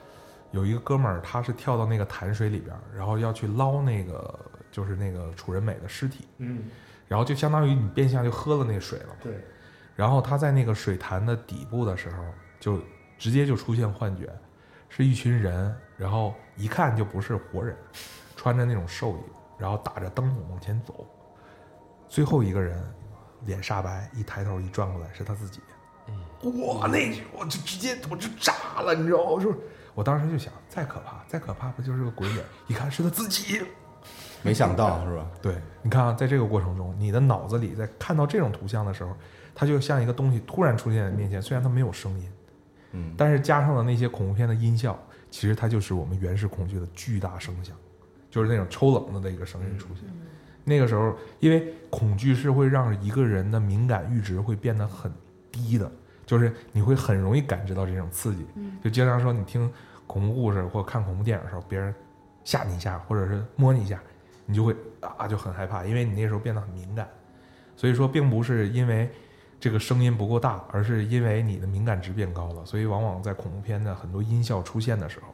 Speaker 1: 有一个哥们儿，他是跳到那个潭水里边，然后要去捞那个就是那个楚人美的尸体，
Speaker 2: 嗯，
Speaker 1: 然后就相当于你变相就喝了那水了嘛。
Speaker 2: 对，
Speaker 1: 然后他在那个水潭的底部的时候，就直接就出现幻觉，是一群人，然后一看就不是活人，穿着那种寿衣，然后打着灯笼往前走。最后一个人脸煞白，一抬头一转过来是他自己。哇，那我就直接我就炸了，你知道吗？我说，我当时就想，再可怕，再可怕不就是个鬼脸？一看是他自己。
Speaker 4: 没想到是吧？
Speaker 1: 对，你看啊，在这个过程中，你的脑子里在看到这种图像的时候，它就像一个东西突然出现在你面前，虽然它没有声音，
Speaker 4: 嗯，
Speaker 1: 但是加上了那些恐怖片的音效，其实它就是我们原始恐惧的巨大声响，就是那种抽冷子的一个声音出现。那个时候，因为恐惧是会让一个人的敏感阈值会变得很低的，就是你会很容易感知到这种刺激。就经常说，你听恐怖故事或看恐怖电影的时候，别人吓你一下，或者是摸你一下，你就会啊就很害怕，因为你那时候变得很敏感。所以说，并不是因为这个声音不够大，而是因为你的敏感值变高了。所以往往在恐怖片的很多音效出现的时候，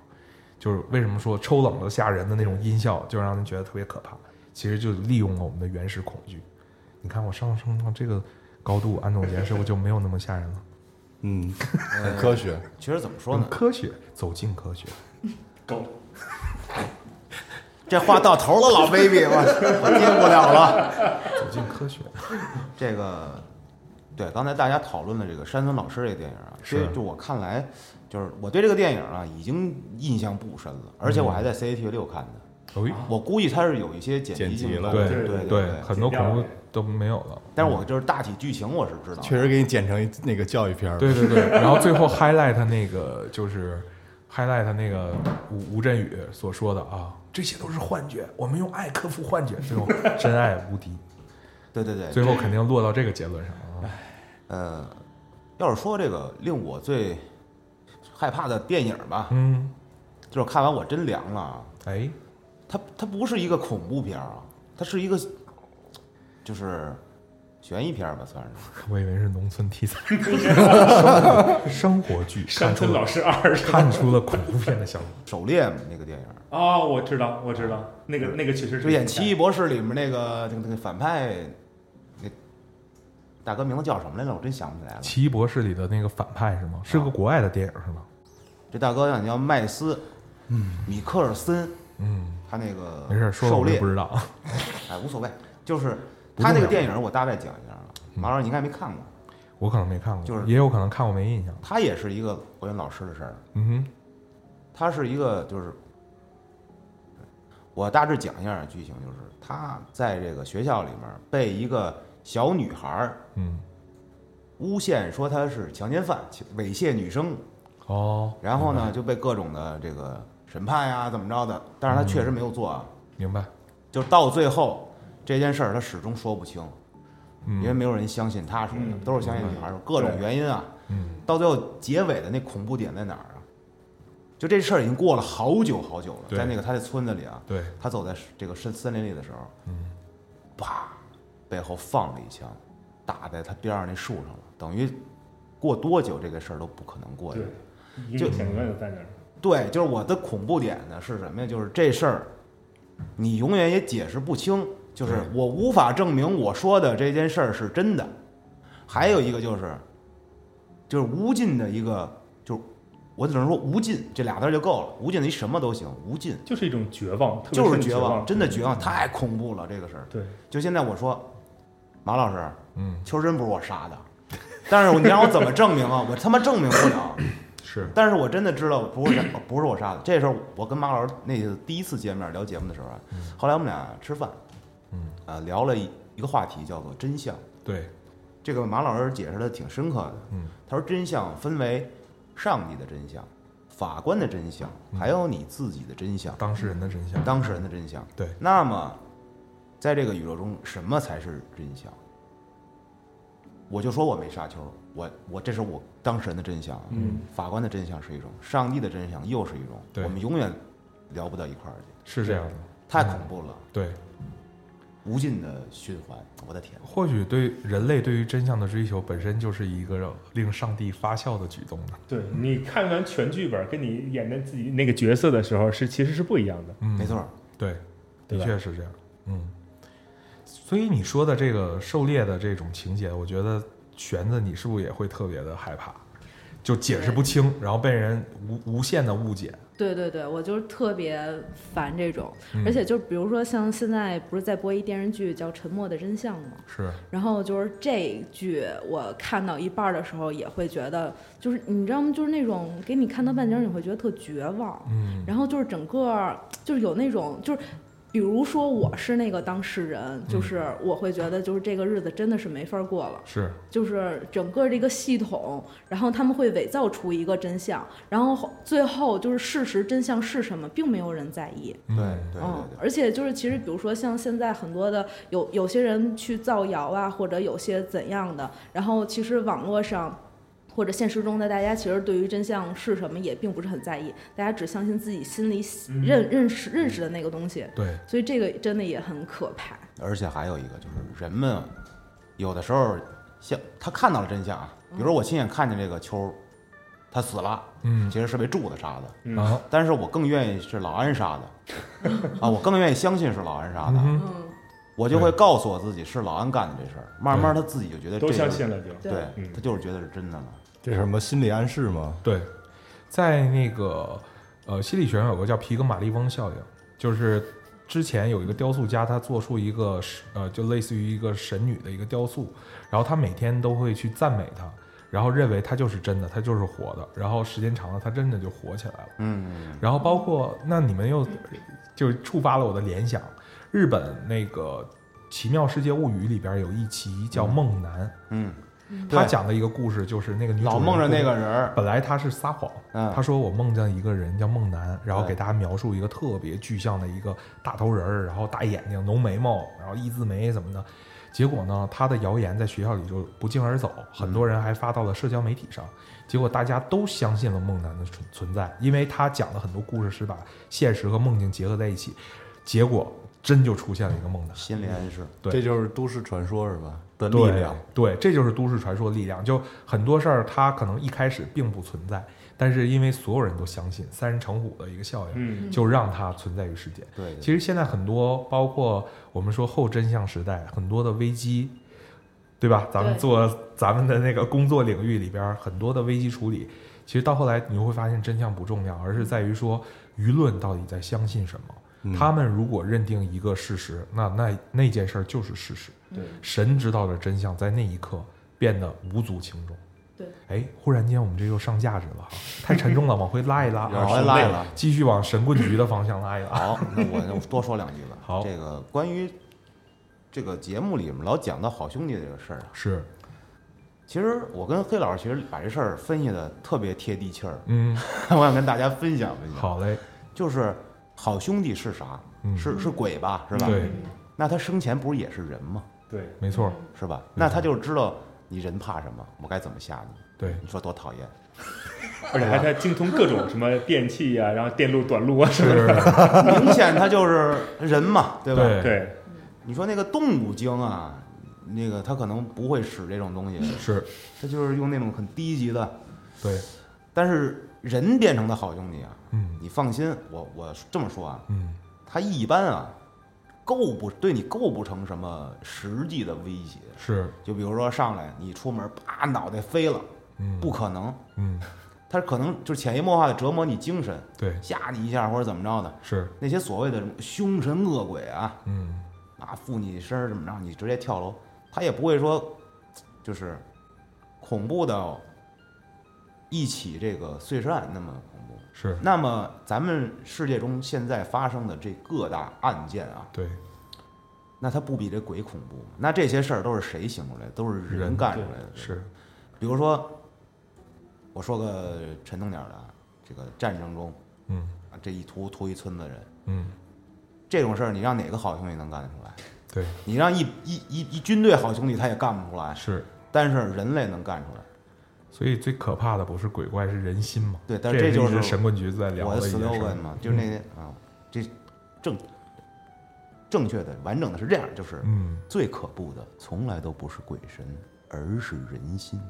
Speaker 1: 就是为什么说抽冷子吓人的那种音效，就让人觉得特别可怕。其实就利用了我们的原始恐惧。你看我上升到这个高度，安总监是不是就没有那么吓 人了？
Speaker 4: 嗯， 很科学，
Speaker 3: 其实怎么说呢
Speaker 1: 用，科学走进科学。
Speaker 2: 够。
Speaker 3: 这话到头了，老 baby，我我接不了了。
Speaker 1: 走进科学。
Speaker 3: 这个对，刚才大家讨论的这个山村老师这电影啊，
Speaker 1: 是
Speaker 3: 其实就我看来，就是我对这个电影啊已经印象不深了，而且我还在 CCTV 六看的，
Speaker 2: 哎
Speaker 1: 哦，
Speaker 3: 我估计它是有一些剪
Speaker 4: 剪
Speaker 3: 辑
Speaker 4: 辑
Speaker 3: 镜头
Speaker 4: 了
Speaker 3: 的
Speaker 1: 对
Speaker 3: 对对
Speaker 1: 哎对，很多恐
Speaker 2: 剪掉
Speaker 1: 怖
Speaker 2: 了
Speaker 1: 都没有了。
Speaker 3: 但是我就是大体剧情我是知道的，
Speaker 4: 确实给你剪成一那个教育片儿。
Speaker 1: 对对对，然后最后 highlight 那个就是 highlight 那个吴吴镇宇所说的啊，这些都是幻觉，我们用爱克服幻觉，这种真爱无敌，
Speaker 3: 对对对，
Speaker 1: 最后肯定落到这个结论上啊。
Speaker 3: 呃，要是说这个令我最害怕的电影吧，
Speaker 1: 嗯，
Speaker 3: 就是看完我真凉了啊。
Speaker 1: 哎，
Speaker 3: 它它不是一个恐怖片儿啊，它是一个就是悬疑片儿吧，算是。
Speaker 1: 我以为是农村题材，生活剧，
Speaker 2: 山
Speaker 1: 看出
Speaker 2: 村
Speaker 1: 了
Speaker 2: 老师二是吧？
Speaker 1: 看出了恐怖片的效果。
Speaker 3: 狩猎那个电影儿，
Speaker 2: 哦，我知道，我知道，那个那个确实
Speaker 3: 就是演《奇异博士》里面那个那个那个反派，那大哥名字叫什么来着？我真想不起来了。
Speaker 1: 《奇异博士》里的那个反派是吗？是个国外的电影是吗？
Speaker 3: 这大哥叫叫麦斯，嗯，米克尔森，
Speaker 1: 嗯，
Speaker 3: 他那个
Speaker 1: 没事，说了
Speaker 3: 狩
Speaker 1: 我也
Speaker 3: 猎
Speaker 1: 不，知道。
Speaker 3: 哎，无所谓。就是
Speaker 1: 不
Speaker 3: 他那
Speaker 1: 重
Speaker 3: 个
Speaker 1: 要嗯
Speaker 3: 电影儿，我大概讲一下啊。马老师，你应该没看过。
Speaker 1: 我可能没看过，
Speaker 3: 就是
Speaker 1: 也有可能看过没印象。
Speaker 3: 他也是一个国云老师的事儿。
Speaker 1: 嗯
Speaker 3: 他是一个就是，我大致讲一下剧情，就是他在这个学校里面被一个小女孩儿
Speaker 1: 哼，嗯，
Speaker 3: 诬陷，说他是强奸犯，猥亵女生，
Speaker 1: 哦，
Speaker 3: 然后呢就被各种的这个审判呀、怎么着的，
Speaker 1: 嗯
Speaker 3: 但是他确实没有做啊，
Speaker 1: 明白？
Speaker 3: 就到最后这件事儿他始终说不清，
Speaker 1: 嗯，
Speaker 3: 因为没有人相信他说的，
Speaker 2: 嗯
Speaker 3: 都是相信女孩儿说各种
Speaker 2: 对
Speaker 3: 原因啊，
Speaker 1: 嗯
Speaker 3: 到最后结尾的那恐怖点在哪儿啊？就这事儿已经过了好久好久了，
Speaker 1: 对
Speaker 3: 在那个他的村子里啊，
Speaker 1: 对，
Speaker 3: 他走在这个森森林里的时候，
Speaker 1: 嗯，
Speaker 3: 啪，背后放了一枪，打在他边上那树上了。等于过多久这个事儿都不可能过去
Speaker 2: 对。，影
Speaker 3: 就
Speaker 2: 响永远都在那儿。
Speaker 3: 对，就是我的恐怖点呢是什么呀？就是这事儿，你永远也解释不清。就是
Speaker 1: 对
Speaker 3: 我无法证明我说的这件事儿是真的。还有一个就是，就是无尽的一个，就是我只能说无尽这俩字儿就够了。无尽的你什么都行，无尽
Speaker 2: 就是一种绝望，特别
Speaker 3: 就是
Speaker 2: 是
Speaker 3: 绝
Speaker 2: 望，
Speaker 3: 真的绝望，太恐怖了这个事儿。
Speaker 2: 对，
Speaker 3: 就现在我说，马老师，
Speaker 1: 嗯，
Speaker 3: 秋儿真不是我杀的，但是你让我怎么证明啊？我他妈证明不了。
Speaker 1: 是，
Speaker 3: 但是我真的知道不是不是我杀的。 这时候我跟马老师那次第一次见面聊节目的时候啊，后来我们俩吃饭，
Speaker 1: 嗯，
Speaker 3: 啊聊了一一个话题叫做真相。
Speaker 1: 对，
Speaker 3: 这个马老师解释的挺深刻的，
Speaker 1: 嗯，
Speaker 3: 他说真相分为上帝的真相、法官的真相，
Speaker 1: 嗯
Speaker 3: 还有你自己的真相。
Speaker 1: 当事人的真相。
Speaker 3: 当事人的真相。
Speaker 1: 对
Speaker 3: 那么，在这个宇宙中，什么才是真相？我就说我没杀秋，我我这是我当事人的真相。
Speaker 2: 嗯，
Speaker 3: 法官的真相是一种，上帝的真相又是一种，
Speaker 1: 对
Speaker 3: 我们永远聊不到一块儿去，
Speaker 1: 是这样的，
Speaker 3: 太恐怖了，
Speaker 1: 对，
Speaker 3: 无尽的循环。我的天，
Speaker 1: 或许对人类对于真相的追求本身就是一个令上帝发笑的举动呢。
Speaker 2: 对你看完全剧本，跟你演的自己那个角色的时候是其实是不一样的。
Speaker 1: 嗯，
Speaker 3: 没错儿，
Speaker 1: 对，
Speaker 2: 对
Speaker 1: 的
Speaker 2: 吧
Speaker 1: 确是这样。嗯，所以你说的这个狩猎的这种情节，我觉得玄子你是不是也会特别的害怕，就解释不清，然后被人无无限的误解。
Speaker 7: 对对对，我就是特别烦这种，
Speaker 1: 嗯
Speaker 7: 而且就比如说像现在不是在播一电视剧叫《沉默的真相》吗？
Speaker 1: 是，
Speaker 7: 然后就是这剧，我看到一半儿的时候也会觉得，就是你知道吗？就是那种给你看到半截儿，你会觉得特绝望。
Speaker 1: 嗯，
Speaker 7: 然后就是整个儿就是有那种就是。比如说我是那个当事人，
Speaker 1: 嗯
Speaker 7: 就是我会觉得就是这个日子真的是没法儿过了，
Speaker 1: 是，
Speaker 7: 就是整个这个系统，然后他们会伪造出一个真相，然后后最后就是事实真相是什么，并没有人在意。
Speaker 1: 嗯
Speaker 3: 对对对
Speaker 7: 嗯
Speaker 3: 对，，
Speaker 7: 而且就是其实，比如说像现在很多的有有些人去造谣啊，或者有些怎样的，然后其实网络上或者现实中的大家，其实对于真相是什么也并不是很在意，大家只相信自己心里认认识认识的那个东西，
Speaker 1: 对，
Speaker 7: 所以这个真的也很可怕。
Speaker 3: 而且还有一个就是人们有的时候像他看到了真相啊，
Speaker 2: 嗯
Speaker 3: 比如说我亲眼看见这个秋儿，他死了，
Speaker 1: 嗯，
Speaker 3: 其实是被柱子杀的。
Speaker 2: 嗯
Speaker 1: 啊，
Speaker 3: 但是我更愿意是老安杀的， 啊，我更愿意相信是老安杀
Speaker 1: 嗯
Speaker 3: 的，
Speaker 1: 哼。
Speaker 7: 嗯，
Speaker 3: 我就会告诉我自己是老安干的这事儿。慢慢他自己就觉得
Speaker 2: 都
Speaker 3: 这
Speaker 2: 相
Speaker 3: 个
Speaker 2: 信了就。
Speaker 7: 对
Speaker 3: 对
Speaker 2: 嗯
Speaker 3: 他就是觉得是真的了。
Speaker 4: 这是什么心理暗示吗？
Speaker 1: 对，在那个呃心理学上有个叫皮格马利翁效应，就是之前有一个雕塑家，他做出一个是呃，就类似于一个神女的一个雕塑，然后他每天都会去赞美她，然后认为她就是真的，她就是活的，然后时间长了，她真的就火起来了。
Speaker 3: 嗯，
Speaker 1: 然后包括那你们又就触发了我的联想，日本那个《奇妙世界物语》里边有一期叫《梦男》，
Speaker 3: 嗯，
Speaker 1: 他
Speaker 3: 对
Speaker 1: 讲的一个故事就是那个女主
Speaker 3: 老
Speaker 1: 人
Speaker 3: 梦着那
Speaker 1: 会
Speaker 3: 个人儿，
Speaker 1: 本来他是撒谎，
Speaker 3: 嗯
Speaker 1: 他说我梦见一个人叫梦男，然后
Speaker 3: 对
Speaker 1: 给大家描述一个特别具象的一个大头人儿，然后大眼睛、浓眉毛，然后一字眉怎么的。结果呢，他的谣言在学校里就不胫而走，很多人还发到了社交媒体上。结果大家都相信了梦男的存存在，因为他讲的很多故事是把现实和梦境结合在一起。结果真就出现了一个梦男，
Speaker 3: 心理暗示，
Speaker 1: 对
Speaker 4: 这就是都市传说是吧？的力
Speaker 1: 对
Speaker 4: 量，
Speaker 1: 对，这就是都市传说的力量。就很多事儿，它可能一开始并不存在，但是因为所有人都相信三人成虎的一个效应，
Speaker 2: 嗯，
Speaker 1: 就让它存在于世界。
Speaker 3: 对，对
Speaker 1: 其实现在很多，包括我们说后真相时代，很多的危机，对吧？咱们
Speaker 7: 对
Speaker 1: 做咱们的那个工作领域里边儿，很多的危机处理，其实到后来你会发现真相不重要，而是在于说舆论到底在相信什么。
Speaker 4: 嗯
Speaker 1: 他们如果认定一个事实，那那那件事儿就是事实。
Speaker 2: 对，
Speaker 1: 神知道的真相在那一刻变得无足轻重。
Speaker 7: 对，
Speaker 1: 哎，忽然间我们这又上价值了哈，太沉重了，往回拉一拉，
Speaker 3: 往
Speaker 1: 啊
Speaker 3: 回拉一拉，
Speaker 1: 继续往神棍局的方向拉一拉。
Speaker 3: 好，那我我多说两句吧。
Speaker 1: 好
Speaker 3: 这个关于这个节目里面老讲到好兄弟这个事儿啊，
Speaker 1: 是，
Speaker 3: 其实我跟黑老师其实把这事儿分析的特别贴地气儿，
Speaker 1: 嗯，
Speaker 3: 我想跟大家分享分享。，
Speaker 1: 好嘞，
Speaker 3: 就是好兄弟是啥？
Speaker 1: 嗯
Speaker 3: 是是鬼吧？是吧？
Speaker 1: 对，
Speaker 3: 那他生前不是也是人吗？
Speaker 2: 对，
Speaker 1: 没错，
Speaker 3: 是
Speaker 1: 嗯
Speaker 3: 吧？那他就知道你人怕什么，我该怎么吓你。
Speaker 1: 对，
Speaker 3: 你说多讨厌？
Speaker 2: 而且还他精通各种什么电器呀、然后电路短路啊什么
Speaker 1: 是，
Speaker 3: 明显他就是人嘛，对吧？
Speaker 1: 对，
Speaker 2: 的。对，
Speaker 3: 你说那个动物精啊，那个他可能不会使这种东西，
Speaker 1: 是，
Speaker 3: 他就是用那种很低级的。
Speaker 1: 对，
Speaker 3: 但是人变成的好兄弟啊，
Speaker 1: 嗯
Speaker 3: 你放心，我我这么说啊，
Speaker 1: 嗯，
Speaker 3: 他一般啊，构不对你构不成什么实际的威胁。
Speaker 1: 是，
Speaker 3: 就比如说上来你出门，啪脑袋飞了，
Speaker 1: 嗯，
Speaker 3: 不，可能，
Speaker 1: 嗯，
Speaker 3: 他可能就是潜移默化的折磨你精神，
Speaker 1: 对，
Speaker 3: 吓你一下或者怎么着的。
Speaker 1: 是，
Speaker 3: 那些所谓的什么凶神恶鬼啊，
Speaker 1: 嗯，
Speaker 3: 啊附你身儿怎么着，你直接跳楼，他也不会说，就是恐怖到一起这个碎尸案那么恐怖。
Speaker 1: 是，
Speaker 3: 那么咱们世界中现在发生的这各大案件啊，
Speaker 1: 对，
Speaker 3: 那它不比这鬼恐怖吗？那这些事儿都是谁醒出来的？都是人
Speaker 1: 人
Speaker 3: 干出来的。
Speaker 1: 嗯是，
Speaker 3: 比如说，我说个沉重点儿的啊，这个战争中
Speaker 1: 嗯
Speaker 3: 啊，这一屠屠一村子人，
Speaker 1: 嗯，
Speaker 3: 这种事儿你让哪个好兄弟能干得出来？
Speaker 1: 对，
Speaker 3: 你让一一一一军队好兄弟他也干不出来，
Speaker 1: 是。
Speaker 3: 但是人类能干出来。
Speaker 1: 所以最可怕的不是鬼怪，是人心嘛。
Speaker 3: 对但是
Speaker 1: 这也
Speaker 3: 这就是
Speaker 1: 一直神棍局在聊
Speaker 3: 我的
Speaker 1: 一件
Speaker 3: slogan
Speaker 1: 事。
Speaker 3: 嘛，就是那些啊，这正正确的、完整的是这样，就是
Speaker 1: 嗯，
Speaker 3: 最可怖的从来都不是鬼神，而是人心。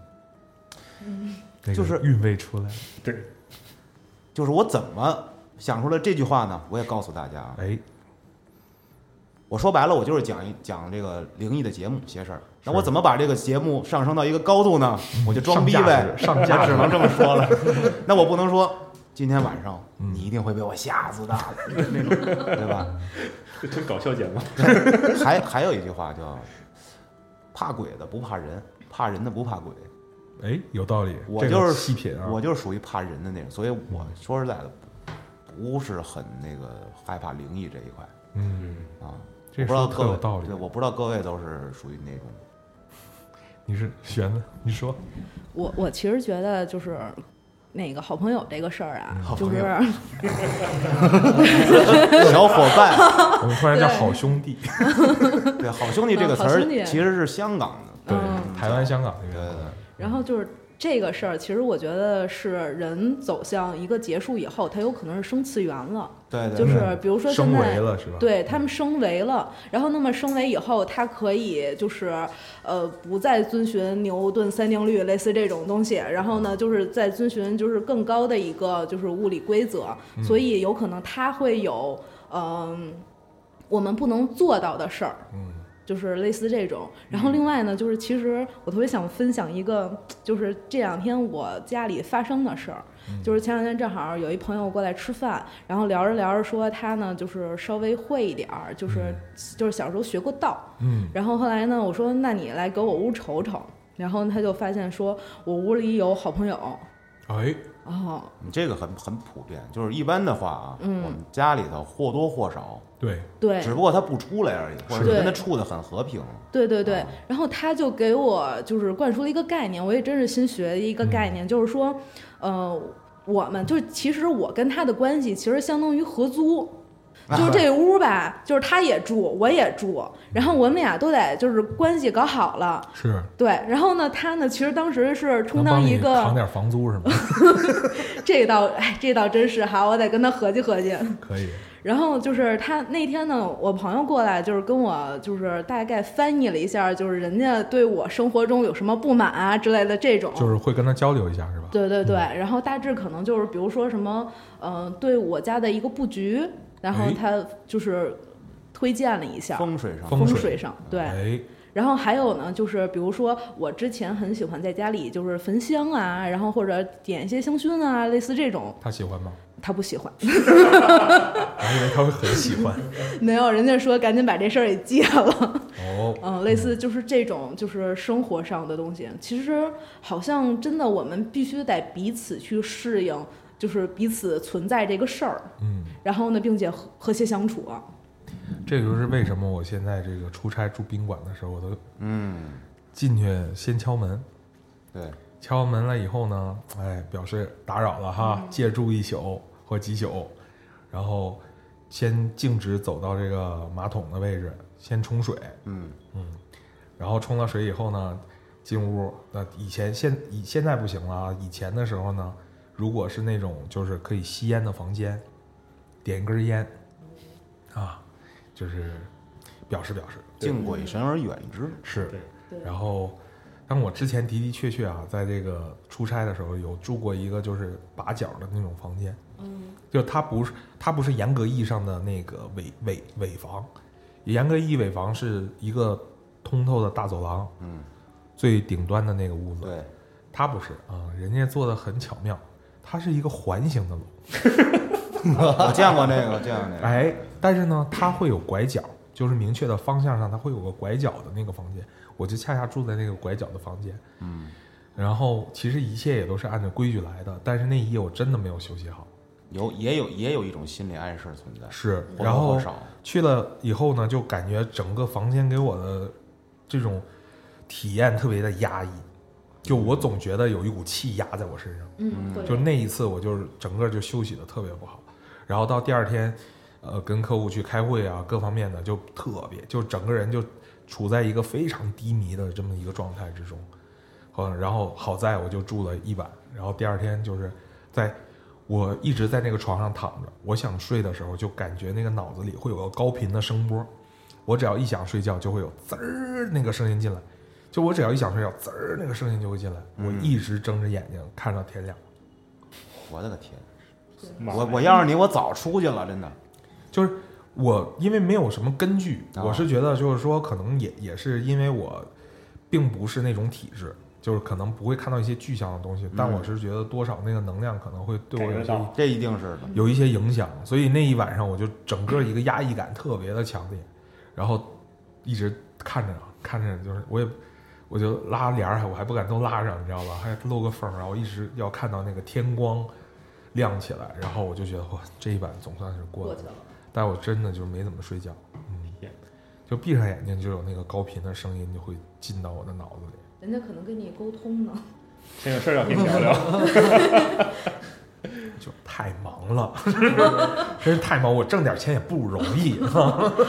Speaker 1: 那个
Speaker 3: 就是
Speaker 1: 韵味出来了。
Speaker 3: 就是我怎么想出来这句话呢？我也告诉大家啊，
Speaker 1: 哎，
Speaker 3: 我说白了，我就是讲一讲这个灵异的节目邪事儿。那我怎么把这个节目上升到一个高度呢？我就装逼呗，
Speaker 1: 上价值上价值
Speaker 3: 我只能这么 说了。那我不能说今天晚上
Speaker 1: 嗯
Speaker 3: 你一定会被我吓死 的，那种对吧？
Speaker 2: 这纯搞笑节目。
Speaker 3: 还还有一句话叫“怕鬼的不怕人，怕人的不怕鬼
Speaker 1: 哎，有道理。”。
Speaker 3: 我
Speaker 1: 这个
Speaker 3: 就是
Speaker 1: 细品啊。
Speaker 3: 我就是属于怕人的那种，所以我说实在的，不是很那个害怕灵异这一块
Speaker 1: 嗯，
Speaker 3: 啊。
Speaker 1: 这
Speaker 3: 我不知道
Speaker 1: 说得特
Speaker 3: 各
Speaker 1: 有
Speaker 3: 位
Speaker 1: 道理
Speaker 3: 对，。我不知道各位都是属于 哪种。
Speaker 1: 你是玄子，你说
Speaker 7: 我我其实觉得就是那个好朋友这个事儿啊，就
Speaker 3: 朋
Speaker 7: 是
Speaker 3: 友小伙伴，
Speaker 1: 我们突然叫
Speaker 7: 对
Speaker 1: 好兄弟。
Speaker 3: 对，好兄弟这个词
Speaker 7: 嗯好兄弟
Speaker 3: 儿其实是香港的，
Speaker 1: 对
Speaker 7: 嗯，
Speaker 1: 台湾、香港那
Speaker 3: 对
Speaker 1: 边
Speaker 3: 对对
Speaker 1: 的。，
Speaker 7: 然后就是这个事儿，其实我觉得是人走向一个结束以后，它有可能是生次元了，
Speaker 3: 对对，
Speaker 7: 就是比如说现
Speaker 1: 升维
Speaker 7: 在。
Speaker 1: 了是吧？
Speaker 7: 对他们升维了，然后那么升维以后，他可以就是，呃，不再遵循牛顿三定律，类似这种东西，然后呢，就是在遵循就是更高的一个就是物理规则，所以有可能他会有嗯、我们不能做到的事儿，
Speaker 1: 嗯，
Speaker 7: 就是类似这种。然后另外呢，就是其实我特别想分享一个，就是这两天我家里发生的事儿。就是前两天正好有一朋友过来吃饭，然后聊着聊着说他呢就是稍微会一点儿，就是就是小时候学过道，
Speaker 1: 嗯，
Speaker 7: 然后后来呢，我说那你来给我屋瞅瞅，然后他就发现说我屋里有好朋友，
Speaker 1: 哎，
Speaker 7: 哦，
Speaker 3: 你这个很很普遍，就是一般的话啊，
Speaker 7: 嗯
Speaker 3: 我们家里头或多或少，
Speaker 1: 对，
Speaker 7: 对
Speaker 3: 只不过他不出来而已，或者
Speaker 7: 对
Speaker 3: 跟他处的很和平。
Speaker 7: 对对对
Speaker 3: 啊，
Speaker 7: 然后他就给我就是灌输了一个概念，我也真是新学的一个概
Speaker 1: 嗯
Speaker 7: 念，就是说，呃，我们就其实我跟他的关系其实相当于合租。
Speaker 1: 啊
Speaker 7: 就是这屋吧，就是他也住，我也住，然后我们俩都得就是关系搞好了，
Speaker 1: 是
Speaker 7: 对。然后呢，他呢其实当时是
Speaker 1: 能
Speaker 7: 充当
Speaker 1: 帮
Speaker 7: 一
Speaker 1: 你
Speaker 7: 个
Speaker 1: 扛点房租是 吗？
Speaker 7: 这倒哎，这倒真是哈，我得跟他合计合计。
Speaker 1: 可以，
Speaker 7: 然后就是他那天呢，我朋友过来就是跟我就是大概翻译了一下，就是人家对我生活中有什么不满啊之类的这种。
Speaker 1: 就是嗯会跟他交流一下是吧？
Speaker 7: 对对对，然后大致可能就是比如说什么，呃，对我家的一个布局，然后
Speaker 1: 哎
Speaker 7: 他就是推荐了一下
Speaker 3: 风水上，
Speaker 1: 风
Speaker 7: 风
Speaker 1: 水
Speaker 7: 水上，对。
Speaker 1: 哎，
Speaker 7: 然后还有呢，就是比如说我之前很喜欢在家里就是焚香啊，然后或者点一些香薰啊，类似这种，
Speaker 1: 他喜欢吗？
Speaker 7: 他不喜欢。
Speaker 1: 我还以为他会很喜 欢
Speaker 7: 没有，人家说赶紧把这事儿给戒了。
Speaker 1: 哦。
Speaker 7: 嗯，类似就是这种，就是生活上的东西。其实好像真的，我们必须得彼此去适应，就是彼此存在这个事儿。
Speaker 1: 嗯，
Speaker 7: 然后呢，并且和和谐相处。
Speaker 1: 这就是为什么我现在这个出差住宾馆的时候，我都
Speaker 3: 嗯，
Speaker 1: 进去先敲门，
Speaker 3: 对，
Speaker 1: 敲完门了以后呢，哎，表示打扰了哈，
Speaker 7: 嗯
Speaker 1: 借住一宿或几宿，然后先径直走到这个马桶的位置，先冲水，
Speaker 3: 嗯，
Speaker 1: 然后冲了水以后呢，进屋。那以前现以现在不行了啊，以前的时候呢，如果是那种就是可以吸烟的房间，点一根烟，啊，就是表示表示
Speaker 3: 敬鬼神而远之。
Speaker 1: 是
Speaker 2: 对
Speaker 7: 对
Speaker 1: 然后，但我之前的的确确啊，在这个出差的时候有住过一个就是把角的那种房间，
Speaker 7: 嗯，
Speaker 1: 就它不是它不是严格意义上的那个尾尾尾房，严格意义尾房是一个通透的大走廊，
Speaker 3: 嗯，
Speaker 1: 最顶端的那个屋子，
Speaker 3: 对，
Speaker 1: 它不是啊，人家做的很巧妙，它是一个环形的楼，
Speaker 3: 我见过那个，我见过那个。
Speaker 1: 哎，但是呢，它会有拐角，就是明确的方向上，它会有个拐角的那个房间，我就恰恰住在那个拐角的房间。
Speaker 3: 嗯，
Speaker 1: 然后其实一切也都是按照规矩来的，但是那一夜我真的没有休息好。
Speaker 3: 有也有也有一种心理暗示存在，
Speaker 1: 是，
Speaker 3: 或
Speaker 1: 然
Speaker 3: 多
Speaker 1: 后
Speaker 3: 或少。
Speaker 1: 去了以后呢，就感觉整个房间给我的这种体验特别的压抑，就我总觉得有一股气压在我身上。
Speaker 7: 嗯，对。
Speaker 1: 就那一次，我就是整个就休息的特别不好，然后到第二天，呃，跟客户去开会啊，各方面的就特别，就整个人就处在一个非常低迷的这么一个状态之中。嗯，然后好在我就住了一晚，然后第二天就是在我一直在那个床上躺着，我想睡的时候就感觉那个脑子里会有个高频的声波，我只要一想睡觉就会有滋儿那个声音进来，就我只要一想睡觉滋儿那个声音就会进来，我
Speaker 3: 嗯
Speaker 1: 一直睁着眼睛看到天亮。
Speaker 3: 我的个天！
Speaker 2: 妈呀
Speaker 3: 我我要是你，我早出去了，真的。
Speaker 1: 就是我因为没有什么根据，
Speaker 3: 啊
Speaker 1: 我是觉得就是说，可能也也是因为我并不是那种体质，就是可能不会看到一些具象的东西，但我是觉得多少那个能量可能会对我有
Speaker 2: 嗯感
Speaker 1: 一
Speaker 2: 觉
Speaker 1: 些
Speaker 2: 到
Speaker 3: 这一定是的。
Speaker 1: 有一些影响，所以那一晚上我就整个一个压抑感特别的强烈，然后一直看着看着，就是我也我就拉帘儿，我还不敢都拉上，你知道吧？还漏个缝儿，然后一直要看到那个天光亮起来，然后我就觉得哇，这一晚总算是过
Speaker 7: 过
Speaker 1: 了
Speaker 7: 去。了。
Speaker 1: 但我真的就是没怎么睡觉，嗯
Speaker 2: 天，
Speaker 1: 就闭上眼睛就有那个高频的声音就会进到我的脑子里。
Speaker 7: 人家可能跟你沟通呢。
Speaker 2: 真有事儿要跟你聊聊。
Speaker 1: 就太忙了， 真是太忙，我挣点钱也不容易。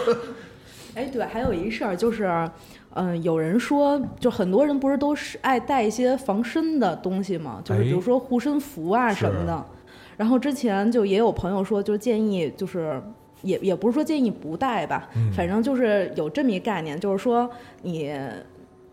Speaker 7: 哎，对，还有一事儿就是，嗯、有人说，就很多人不是都是爱带一些防身的东西嘛，就是比
Speaker 1: 哎
Speaker 7: 如说护身符啊
Speaker 1: 是
Speaker 7: 什么的。然后之前就也有朋友说，就是建议，就是也也不是说建议不带吧，
Speaker 1: 嗯
Speaker 7: 反正就是有这么一概念，就是说你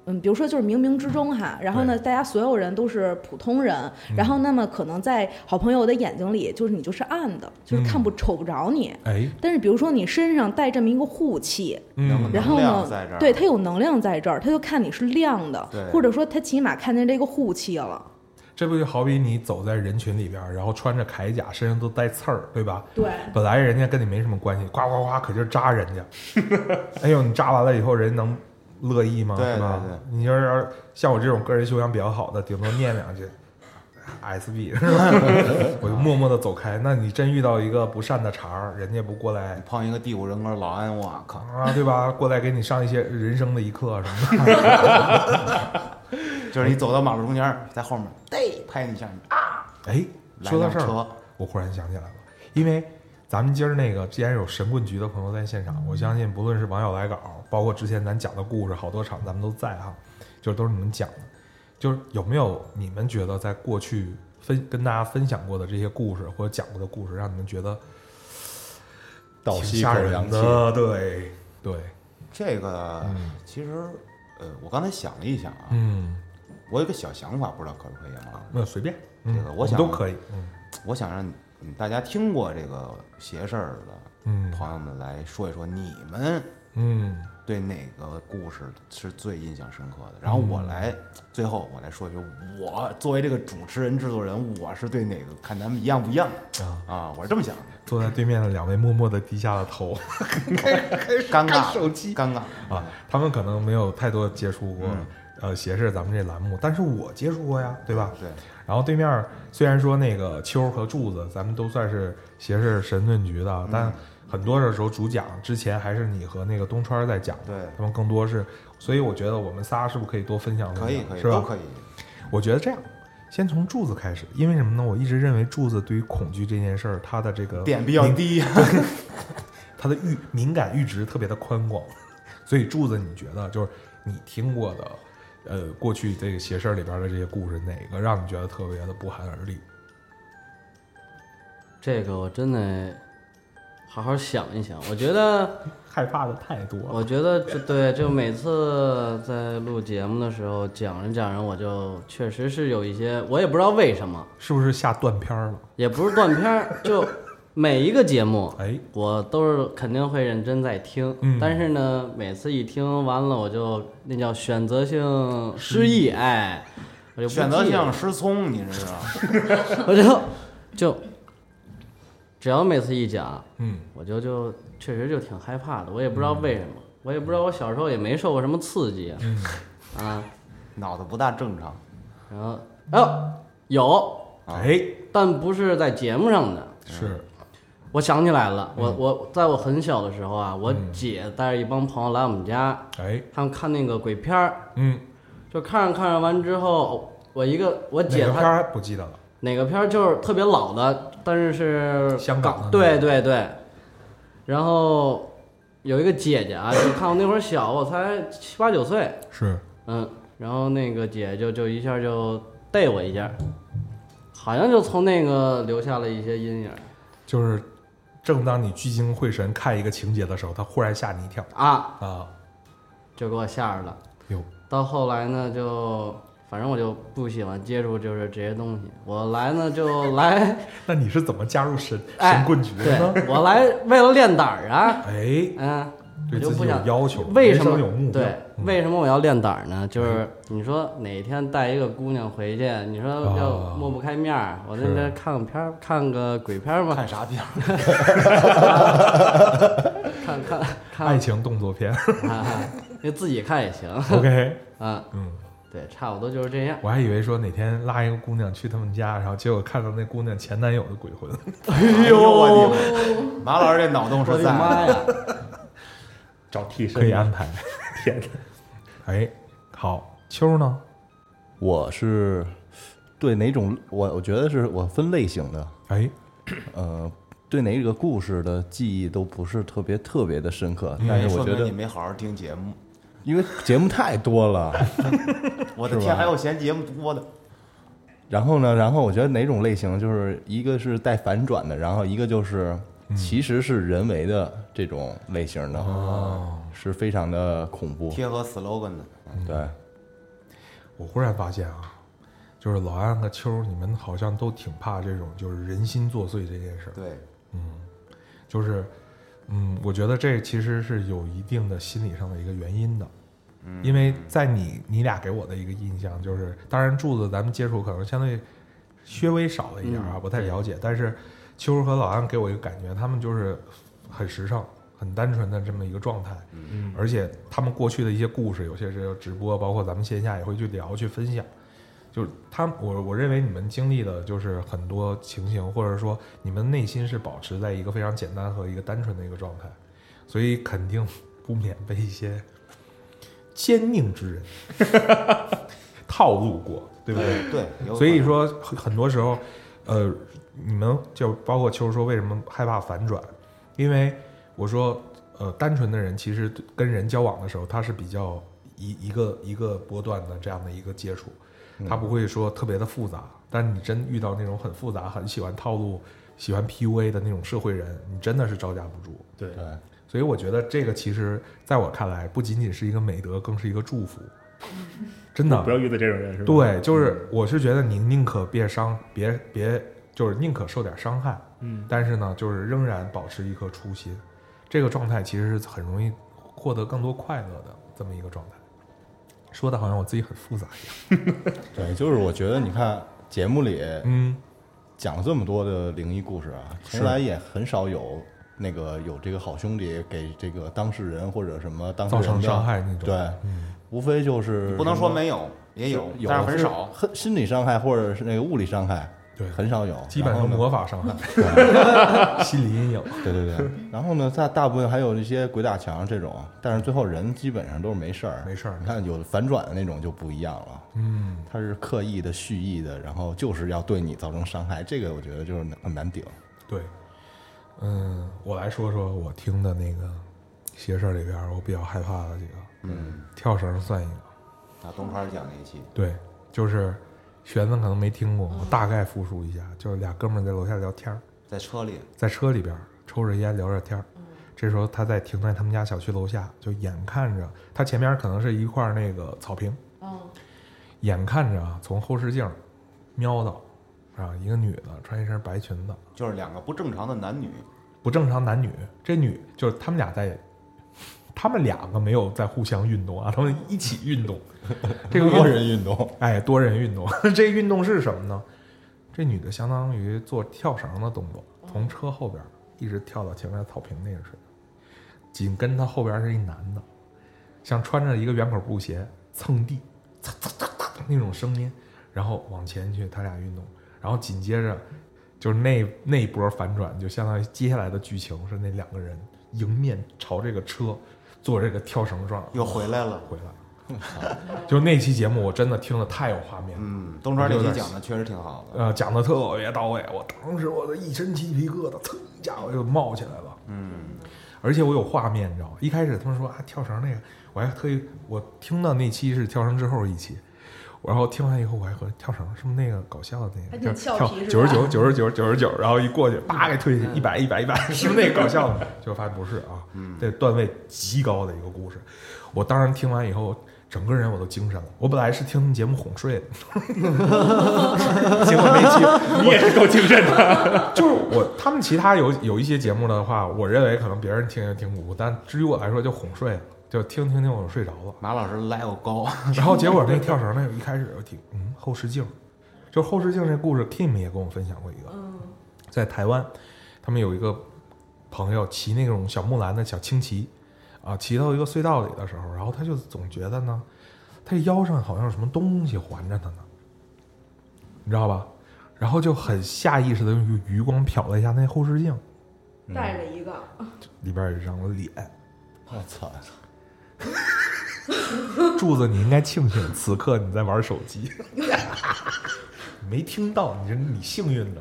Speaker 7: 嗯，比如说就是冥冥之中哈，然后呢，大家所有人都是普通人，
Speaker 1: 嗯
Speaker 7: 然后那么可能在好朋友的眼睛里，就是你就是暗的，
Speaker 1: 嗯
Speaker 7: 就是看不瞅不着你。
Speaker 1: 哎，
Speaker 7: 但是比如说你身上带这么一个护气，
Speaker 1: 嗯，
Speaker 7: 然后
Speaker 3: 能量
Speaker 7: 呢
Speaker 3: 在这儿，
Speaker 7: 对，它有能量在这儿，它就看你是亮的
Speaker 3: 对，
Speaker 7: 或者说它起码看见这个护气了。
Speaker 1: 这不就好比你走在人群里边儿，然后穿着铠甲，身上都带刺儿，对吧？
Speaker 7: 对，
Speaker 1: 本来人家跟你没什么关系，呱呱呱，可劲儿扎人家。哎呦，你扎完了以后，人能乐意吗？
Speaker 3: 对
Speaker 1: 是吧
Speaker 3: 对对？
Speaker 1: 你要是像我这种个人修养比较好的，顶多念两句 SB，是吧？ 我就默默的走开。那你真遇到一个不善的茬儿，人家不过来
Speaker 3: 碰一个第五人格老安，我靠，
Speaker 1: 啊，对吧？过来给你上一些人生的一课什么的。
Speaker 3: 就是你走到马路中间儿，在后面，对，拍你一下，你啊，
Speaker 1: 哎，
Speaker 3: 来
Speaker 1: 说到
Speaker 3: 辆
Speaker 1: 这儿，
Speaker 3: 车，
Speaker 1: 我忽然想起来了，因为咱们今儿那个既然有神棍局的朋友在现场，我相信不论是网友来稿，包括之前咱讲的故事，好多场咱们都在哈，就是都是你们讲的，就是有没有你们觉得在过去分跟大家分享过的这些故事或者讲过的故事，让你们觉得
Speaker 4: 倒
Speaker 1: 挺
Speaker 4: 吸一
Speaker 1: 吓
Speaker 4: 口
Speaker 1: 人
Speaker 4: 凉气，啊
Speaker 1: 的？对对，
Speaker 3: 这个
Speaker 1: 嗯
Speaker 3: 其实，呃，我刚才想了一想啊，
Speaker 1: 嗯，
Speaker 3: 我有个小想法，不知道可不可以啊？
Speaker 1: 那随便，
Speaker 3: 这
Speaker 1: 嗯
Speaker 3: 个，我
Speaker 1: 们
Speaker 3: 想
Speaker 1: 都可以，嗯
Speaker 3: 我想让嗯大家听过这个邪事儿的
Speaker 1: 嗯
Speaker 3: 朋友们来说一说，你们
Speaker 1: 嗯，
Speaker 3: 对哪个故事是最印象深刻的？然后我来、最后我来说一说，我作为这个主持人、制作人，我是对哪个看咱们一样不一样
Speaker 1: 啊
Speaker 3: 啊？我是这么想的，
Speaker 1: 坐在对面的两位默默的低下了头。
Speaker 3: 尴尬，手机尴尬
Speaker 1: 啊，他们可能没有太多接触过、
Speaker 3: 嗯
Speaker 1: 呃斜视咱们这栏目，但是我接触过呀，对吧？
Speaker 3: 对，
Speaker 1: 然后对面儿虽然说那个秋儿和柱子，咱们都算是斜视神盾局
Speaker 3: 嗯
Speaker 1: 的，但很多的时候主讲之前还是你和那个东川儿在讲，
Speaker 3: 对
Speaker 1: 他们更多是，所以我觉得我们仨是不是可以多分享分享，
Speaker 3: 可以可以
Speaker 1: 是吧？
Speaker 3: 都可以，
Speaker 1: 我觉得这样。先从柱子开始，因为什么呢？我一直认为柱子对于恐惧这件事儿，他的这个
Speaker 3: 点比较
Speaker 1: 敏
Speaker 3: 低，
Speaker 1: 它的阈敏感阈值特别的宽广， 所以柱子，你觉得就是你听过的，呃，过去这个邪事儿里边的这些故事，哪个让你觉得特别的不寒而栗？
Speaker 5: 这个我真得好好想一想。我觉得，
Speaker 1: 害怕的太多了。
Speaker 5: 我觉得这对，就每次在录节目的时候讲着讲着，我就确实是有一些，我也不知道为什么，
Speaker 1: 是不是下断片儿了？
Speaker 5: 也不是断片儿，就每一个节目，
Speaker 1: 哎，
Speaker 5: 我都是肯定会认真在听，
Speaker 1: 嗯
Speaker 5: 但是呢，每次一听完了，我就那叫选择性失忆，哎，我就不
Speaker 3: 嗯选择
Speaker 5: 记
Speaker 3: 性
Speaker 5: 了，
Speaker 3: 失聪，你知道吗？
Speaker 5: 我就就只要每次一讲，
Speaker 1: 嗯，
Speaker 5: 我就就确实就挺害怕的，我也不知道为什么，我也不知道我小时候也没受过什么刺激，
Speaker 3: 嗯
Speaker 5: 啊，
Speaker 3: 脑子不大正常，
Speaker 5: 然后哎呦有，
Speaker 1: 哎，
Speaker 5: 但不是在节目上的，
Speaker 1: 是，
Speaker 5: 我想起来了，我
Speaker 3: 嗯
Speaker 5: 我在我很小的时候啊，我姐带着一帮朋友来我们家，
Speaker 1: 哎，
Speaker 5: 他们看那个鬼片儿。
Speaker 1: 嗯，
Speaker 5: 就看着看着完之后，我一个我
Speaker 1: 哪
Speaker 5: 姐
Speaker 1: 个片
Speaker 5: 她
Speaker 1: 儿不记得了？
Speaker 5: 哪个片儿就是特别老的，但是是
Speaker 1: 香港的
Speaker 5: 港
Speaker 1: 那
Speaker 5: 对
Speaker 1: 个
Speaker 5: 对对，然后有一个姐姐啊，就看我那会儿小，我才七八九岁，
Speaker 1: 是，
Speaker 5: 嗯，然后那个姐就就一下就逮我一下，好像就从那个留下了一些阴影
Speaker 1: 就是正当你聚精会神看一个情节的时候，他忽然吓你一跳
Speaker 5: 啊，
Speaker 1: 啊！
Speaker 5: 就给我吓着了。
Speaker 1: 哟，
Speaker 5: 到后来呢，就反正我就不喜欢接触就是这些东西，我来呢就来。
Speaker 1: 那你是怎么加入神
Speaker 5: 哎
Speaker 1: 神棍局的呢？
Speaker 5: 对，我来为了练胆儿 啊，
Speaker 1: 哎，
Speaker 5: 嗯，我
Speaker 1: 对
Speaker 5: 就
Speaker 1: 自
Speaker 5: 不
Speaker 1: 己有
Speaker 5: 想。
Speaker 1: 要求，
Speaker 5: 为
Speaker 1: 人
Speaker 5: 什么
Speaker 1: 生有目标
Speaker 5: 对？
Speaker 1: 嗯
Speaker 5: 为什么我要练胆儿呢？就是你说哪天带一个姑娘回去，你说
Speaker 1: 啊
Speaker 5: 要抹不开面儿，我在
Speaker 1: 是
Speaker 5: 这看个片儿，看个鬼片儿嘛，
Speaker 3: 看啥片儿？
Speaker 5: 看看
Speaker 1: 爱
Speaker 5: 看，
Speaker 1: 情动作 片
Speaker 5: 啊那自己看也行
Speaker 1: ，OK，
Speaker 5: 啊。
Speaker 1: 嗯。
Speaker 5: 对，差不多就是这样。
Speaker 1: 我还以为说哪天拉一个姑娘去他们家，然后结果看到那姑娘前男友的鬼 魂。
Speaker 3: 哎呦我天，马老师这脑洞
Speaker 5: 我
Speaker 3: 是
Speaker 5: 的
Speaker 3: 在，
Speaker 5: 妈呀！
Speaker 2: 找替身
Speaker 1: 可以啊安排。
Speaker 2: 天哪，
Speaker 1: 哎，好，秋呢？
Speaker 4: 我是对哪种我我觉得是我分类型的，
Speaker 1: 哎，
Speaker 4: 呃，对哪个故事的记忆都不是特别特别的深刻，
Speaker 1: 嗯
Speaker 4: 但是
Speaker 3: 哎说
Speaker 4: 我觉
Speaker 3: 明你
Speaker 4: 得
Speaker 3: 没好好听节目。
Speaker 4: 因为节目太多了，
Speaker 3: 我的
Speaker 4: 是
Speaker 3: 天，
Speaker 4: 吧
Speaker 3: 还有嫌节目多的，
Speaker 4: 然后呢，然后我觉得哪种类型就是一个是带反转的，然后一个就是其实是人为的这哦种类型的，是非常的恐怖。
Speaker 3: 贴合 slogan 的。
Speaker 4: 对，
Speaker 1: 我忽然发现啊，就是老安和秋儿，你们好像都挺怕这种就是人心作祟这件事儿。
Speaker 3: 对，
Speaker 1: 嗯就是，嗯，我觉得这其实是有一定的心理上的一个原因的，
Speaker 5: 嗯
Speaker 1: 因为在你你俩给我的一个印象就是，当然柱子咱们接触可能相对稍微少了一点儿啊，
Speaker 5: 嗯
Speaker 1: 不太
Speaker 5: 对
Speaker 1: 了解，但是秋儿和老安给我一个感觉，他们就是很时尚。很单纯的这么一个状态，
Speaker 2: 嗯，
Speaker 1: 而且他们过去的一些故事，有些是直播，包括咱们线下也会去聊、去分享。就是他们，我我认为你们经历的就是很多情形，或者说你们内心是保持在一个非常简单和一个单纯的一个状态，所以肯定不免被一些奸佞之人 套路过，对不对？
Speaker 3: 对，有
Speaker 1: 所以
Speaker 3: 可能
Speaker 1: 说很很多时候，呃，你们就包括秋儿说为什么害怕反转，因为我说，呃，单纯的人其实跟人交往的时候，他是比较一一个一个波段的这样的一个接触，
Speaker 3: 嗯
Speaker 1: 他不会说特别的复杂。但是你真遇到那种很复杂、很喜欢套路、喜欢 PUA 的那种社会人，你真的是招架不住。
Speaker 2: 对，
Speaker 4: 对，
Speaker 1: 所以我觉得这个其实在我看来，不仅仅是一个美德，更是一个祝福。真的，
Speaker 2: 不要遇到这种人是吧？
Speaker 4: 嗯
Speaker 1: 对，就是我是觉得你宁可别伤，别别就是宁可受点伤害，
Speaker 2: 嗯，
Speaker 1: 但是呢，就是仍然保持一颗初心，这个状态其实是很容易获得更多快乐的这么一个状态。说的好像我自己很复杂一样。
Speaker 4: 对，就是我觉得你看节目里
Speaker 1: 嗯，
Speaker 4: 讲了这么多的灵异故事啊，
Speaker 1: 是
Speaker 4: 从来也很少有那个有这个好兄弟给这个当事人或者什么当事
Speaker 1: 造
Speaker 4: 人
Speaker 1: 成
Speaker 4: 的
Speaker 1: 伤，害那种。
Speaker 4: 对，
Speaker 1: 嗯，
Speaker 4: 无非就是
Speaker 3: 不能
Speaker 4: 什
Speaker 3: 说
Speaker 4: 么
Speaker 3: 没有，也有，
Speaker 4: 有，
Speaker 3: 但是很少。，
Speaker 4: 很心理伤害或者是那个物理伤害
Speaker 1: 对，
Speaker 4: 很少有，
Speaker 1: 基本
Speaker 4: 然
Speaker 1: 上
Speaker 4: 后呢
Speaker 1: 魔法伤害， 心理阴影。
Speaker 4: 对对对，然后呢，大大部分还有一些鬼打墙这种，但是最后人基本上都是没事儿，
Speaker 1: 没事儿
Speaker 4: 你看有反转的那种就不一样了，
Speaker 1: 嗯，
Speaker 4: 他是刻意的、蓄意的，然后就是要对你造成伤害，这个我觉得就是很难顶。
Speaker 1: 对，嗯，我来说说我听的那个邪事儿里边儿我比较害怕的几个，
Speaker 3: 嗯，
Speaker 1: 跳绳算一个。
Speaker 3: 啊，东川讲那一期，
Speaker 1: 对，就是玄子可能没听过，我大概复述一下，就是俩哥们儿在楼下聊天儿，
Speaker 3: 在车里，
Speaker 1: 在车里边儿抽着烟聊着天儿。这时候他在停在他们家小区楼下，就眼看着他前面可能是一块儿那个草坪，
Speaker 7: 嗯，
Speaker 1: 眼看着啊从后视镜瞄到啊一个女的穿一身白裙子，
Speaker 3: 就是两个不正常的男女，
Speaker 1: 不正常男女，这女就是他们俩在，他们两个没有在互相运动啊，他们一起运动，这个运
Speaker 4: 多人运动，
Speaker 1: 哎，多人运动， 这运动是什么呢？这女的相当于做跳绳的动作，从车后边一直跳到前面的草坪那个似的，紧跟她后边是一男的，像穿着一个圆口布鞋蹭地，蹭蹭蹭蹭那种声音，然后往前去，他俩运动，然后紧接着就是那那一波反转，就相当于接下来的剧情是那两个人迎面朝这个车做这个跳绳状
Speaker 3: 又回来了。
Speaker 1: 回来， 就那期节目我真的听了太有画面了。
Speaker 3: 嗯，东川那期讲的确实挺好的。
Speaker 1: 呃，讲的特别到位，我当时我的一身鸡皮疙瘩，噌一下我就冒起来了，
Speaker 3: 嗯，
Speaker 1: 而且我有画面，你知道吗？一开始他们说啊跳绳那个，我还特意我听到那期是跳绳之后一期，然后听完以后我还和跳绳是不是那个搞笑的那
Speaker 7: 还
Speaker 1: 个，就
Speaker 7: 挺俏
Speaker 1: 跳
Speaker 7: 皮是
Speaker 1: 九
Speaker 7: 吧嗯
Speaker 1: 十九九十九九十九，然后一过去叭给推进一百一百一百，是不是那个搞笑的？结果发现不是啊，这段位极高的一个故事，我当时听完以后。整个人我都精神了，我本来是听节目哄 睡的， 结果那期
Speaker 2: 你也是够精神的，
Speaker 1: 就是我他们其他有有一些节目的话，我认为可能别人听也听不过，但至于我来说就哄睡了，就听听听我就睡着了。
Speaker 3: 马老师 level 高，
Speaker 1: 然后结果那跳绳那一开始我听，嗯，后视镜，就是后视镜这故事，Kim 也跟我分享过一个，
Speaker 7: 嗯，
Speaker 1: 在台湾，他们有一个朋友骑那种小木兰的小轻骑，啊，骑到一个隧道里的时候，然后他就总觉得呢，他腰上好像有什么东西环着他呢，你知道吧？然后就很下意识的用余光瞟了一下那后视镜，
Speaker 7: 带着一个，
Speaker 1: 里边有一张脸。
Speaker 4: 我操！
Speaker 1: 柱子，你应该庆幸此刻你在玩手机， 没听到，你这你幸运的。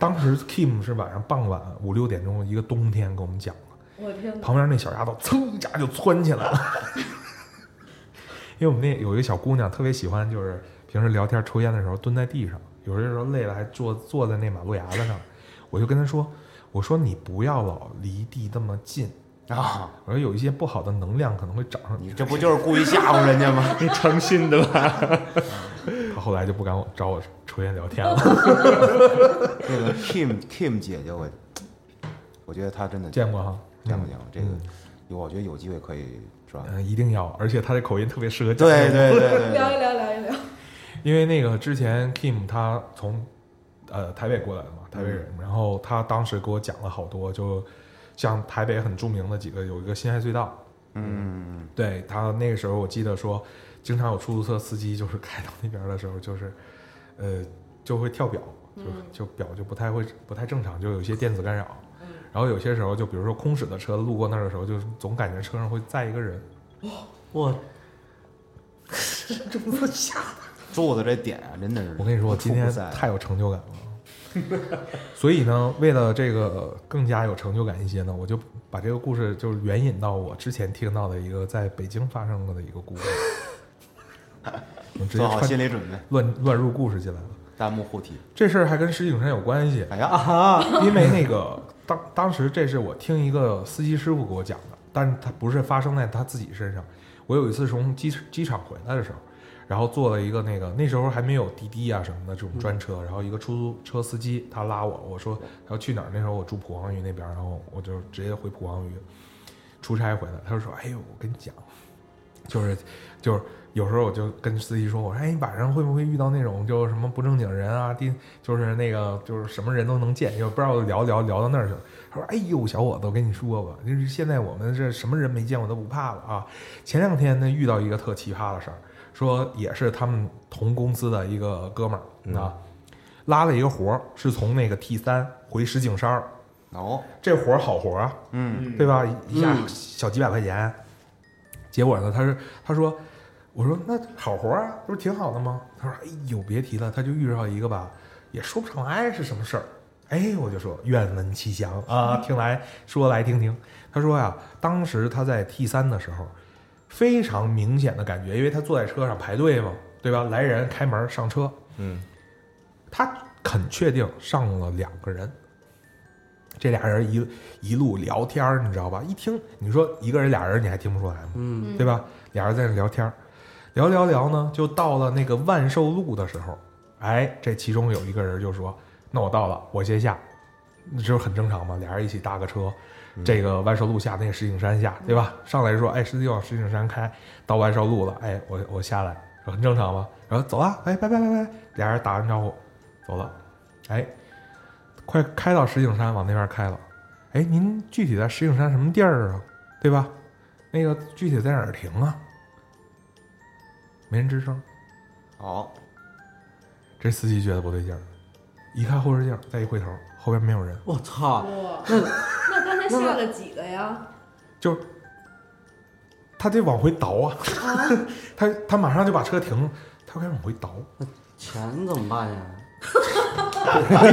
Speaker 1: 当时 Kim 是晚上傍晚五六点钟，一个冬天跟我们讲的。
Speaker 7: 我天哪，
Speaker 1: 旁边那小丫头噌一下就窜起来了。 因为我们那有一个小姑娘特别喜欢，就是平时聊天抽烟的时候蹲在地上，有的时候累了还坐坐在那马路牙子上。我就跟她说：“我说你不要老离地这么近，
Speaker 3: 啊，
Speaker 1: 我说有一些不好的能量可能会找上 你。
Speaker 3: 你这不就是故意吓唬人家 吗？
Speaker 2: 你诚信的吧？
Speaker 1: 他后来就不敢我找我抽烟聊天了。
Speaker 3: 这个 Kim Kim 姐姐，我我觉得她真的
Speaker 1: 见过哈，
Speaker 3: 见过见过，这个
Speaker 1: 嗯
Speaker 3: 有我觉得有机会可以是吧？
Speaker 1: 嗯，一定要，而且他的口音特别适合讲
Speaker 3: 对对对对
Speaker 7: 聊
Speaker 3: 对，
Speaker 7: 一聊，聊一聊。
Speaker 1: 因为那个之前 Kim 他从呃台北过来的
Speaker 3: 嗯
Speaker 1: 嘛，台北人，然后他当时给我讲了好多，就像台北很著名的几个有一个辛亥隧道，
Speaker 3: 嗯，
Speaker 1: 对他那个时候，我记得说，经常有出租车司机就是开到那边儿的时候，就是，呃，就会跳表，
Speaker 3: 嗯
Speaker 1: 就就表就不太会不太正常，就有一些电子干扰。
Speaker 3: 嗯
Speaker 1: 然后有些时候，就比如说空驶的车路过那儿的时候，就总感觉车上会载一个人。
Speaker 5: 我
Speaker 3: 柱子这点啊，真的是
Speaker 1: 我跟你说，我
Speaker 3: 无处
Speaker 1: 今天
Speaker 3: 不在
Speaker 1: 太有成就感了。 所以呢，为了这个更加有成就感一些呢，我就把这个故事就是援引到我之前听到的一个在北京发生过的一个 故事。我们直接
Speaker 3: 做好
Speaker 1: 穿
Speaker 3: 心理准备，
Speaker 1: 乱乱入故事进来了。
Speaker 3: 弹幕护体。
Speaker 1: 这事儿还跟石景山有关系，
Speaker 3: 哎呀啊！
Speaker 1: 因为那个当当时这是我听一个司机师傅给我讲的，但是他不是发生在他自己身上。我有一次从机机场回来的时候，然后坐了一个那个那时候还没有滴滴啊什么的这种专车，然后一个出租车司机他拉我，我说他要去哪儿？那时候我住蒲王峪那边，然后我就直接回蒲王峪出差回来。他就说：“哎呦，我跟你讲，就是就是有时候我就跟司机说，我说哎，你晚上会不会遇到那种就是什么不正经人啊？第就是那个就是什么人都能见，就不知道聊聊聊到那儿去了。他说：“哎呦，小伙子，我跟你说吧，就是现在我们这什么人没见过都不怕了啊。前两天呢遇到一个特奇葩的事儿，说也是他们同公司的一个哥们儿啊，拉了一个活儿，是从那个 T 三回石景山儿，
Speaker 3: 哦，
Speaker 1: 这活儿好活儿啊，
Speaker 3: 嗯，
Speaker 1: 对吧？一下小几百块钱。结果呢，他是他说，我说那好活儿啊，不是挺好的吗？他说，哎呦，别提了，他就遇上一个吧，也说不上来是什么事儿。哎，我就说愿闻其详啊，听来说来听听。他说呀、当时他在 T 三的时候，非常明显的感觉，因为他坐在车上排队嘛，对吧？来人开门上车，
Speaker 4: 嗯，
Speaker 1: 他肯确定上了两个人。这俩人一一路聊天儿，你知道吧？一听你说一个人俩人，你还听不出来吗？
Speaker 5: 嗯，
Speaker 1: 对吧？俩人在那聊天儿，聊聊聊呢，就到了那个万寿路的时候，哎，这其中有一个人就说：“那我到了，我先下。”那这很正常嘛，俩人一起搭个车，这个万寿路下，那个石景山下，对吧？上来说：“哎，司机往石景山开，到万寿路了，哎，我我下来，很正常嘛。”然后走啊，哎，拜拜拜拜，俩人打完招呼走了，哎，快开到石景山，往那边开了。哎，您具体在石景山什么地儿啊？对吧？那个具体在哪儿停啊？没人吱声。
Speaker 3: 哦，
Speaker 1: 这司机觉得不对劲儿，一看后视镜，再一回头，后边没有人，
Speaker 5: 我操，
Speaker 7: 哇，那刚才下了几个呀？
Speaker 1: 就是他得往回倒啊，他他马上就把车停了，他开始往回倒。
Speaker 5: 钱怎么办呀？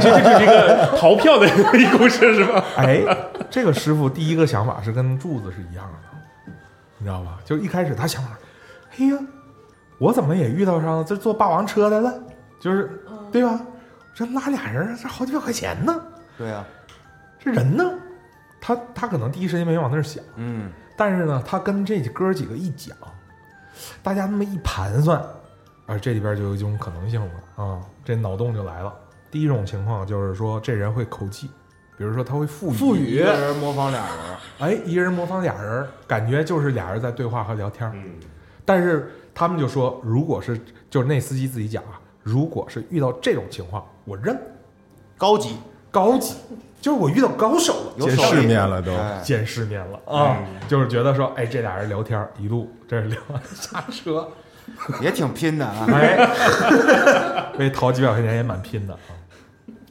Speaker 2: 这是一个逃票的一个故事是吧？
Speaker 1: 哎，这个师傅第一个想法是跟柱子是一样的，你知道吧？就一开始他想法，哎呀，我怎么也遇到上了这坐霸王车来了，就是
Speaker 7: 嗯，
Speaker 1: 对吧？这拉俩人，这好几百块钱呢。
Speaker 3: 对啊呀，
Speaker 1: 这人呢，他他可能第一时间没往那儿想，
Speaker 3: 嗯，
Speaker 1: 但是呢，他跟这哥几个一讲，大家那么一盘算，啊，这里边就有一种可能性了啊，这脑洞就来了。第一种情况就是说，这人会口技，比如说他会腹语，
Speaker 3: 赋予一个人模仿俩人，
Speaker 1: 哎，一人模仿俩人，感觉就是俩人在对话和聊天。
Speaker 2: 嗯，
Speaker 1: 但是他们就说，如果是就是那司机自己讲啊，如果是遇到这种情况，我认
Speaker 3: 高级
Speaker 1: 高级，就是我遇到高手了，
Speaker 3: 有
Speaker 4: 见
Speaker 3: 手艺
Speaker 4: 世面了都
Speaker 3: 哎
Speaker 1: 见世面了啊、就是觉得说，哎，这俩人聊天一路这是聊下车，
Speaker 3: 也挺拼的啊。
Speaker 1: 哎，为淘几百块钱也蛮拼的啊。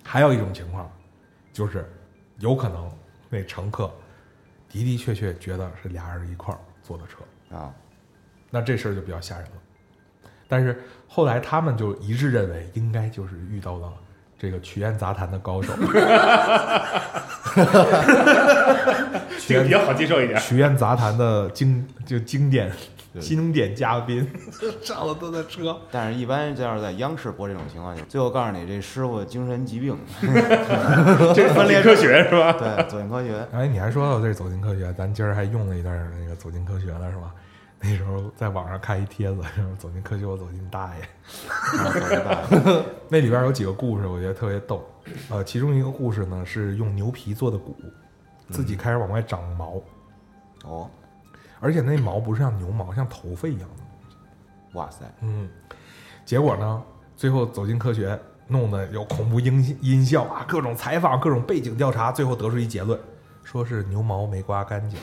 Speaker 1: 还有一种情况，就是有可能那乘客的的确确觉得是俩人一块儿坐的车，
Speaker 3: 啊，
Speaker 1: 那这事儿就比较吓人了。但是后来他们就一致认为，应该就是遇到了这个曲苑杂谈的高手。
Speaker 2: 这个比较好接受一点。
Speaker 1: 曲苑杂谈的经就经典经典嘉宾， 上了他的车，
Speaker 3: 但是，一般要是在央视播这种情况下，最后告诉你这师傅精神疾 病，
Speaker 2: 这是分裂科学是 吧？
Speaker 3: 对，走进科学，
Speaker 1: 哎，你还说到这《走进科学》，咱今儿还用了一段儿那个《走进科学》了，是吧？那时候在网上看一帖子，什么“走进科学，我走进大爷
Speaker 3: 啊走进大学”，
Speaker 1: 那里边有几个故事，我觉得特别逗。呃，其中一个故事呢是用牛皮做的鼓，自己开始往外长毛，
Speaker 3: 哦，
Speaker 1: 而且那毛不是像牛毛，像头发一样的。
Speaker 3: 哇塞，
Speaker 1: 嗯，结果呢，最后《走进科学》弄的有恐怖音音效啊，各种采访，各种背景调查，最后得出一结论，说是牛毛没刮干净。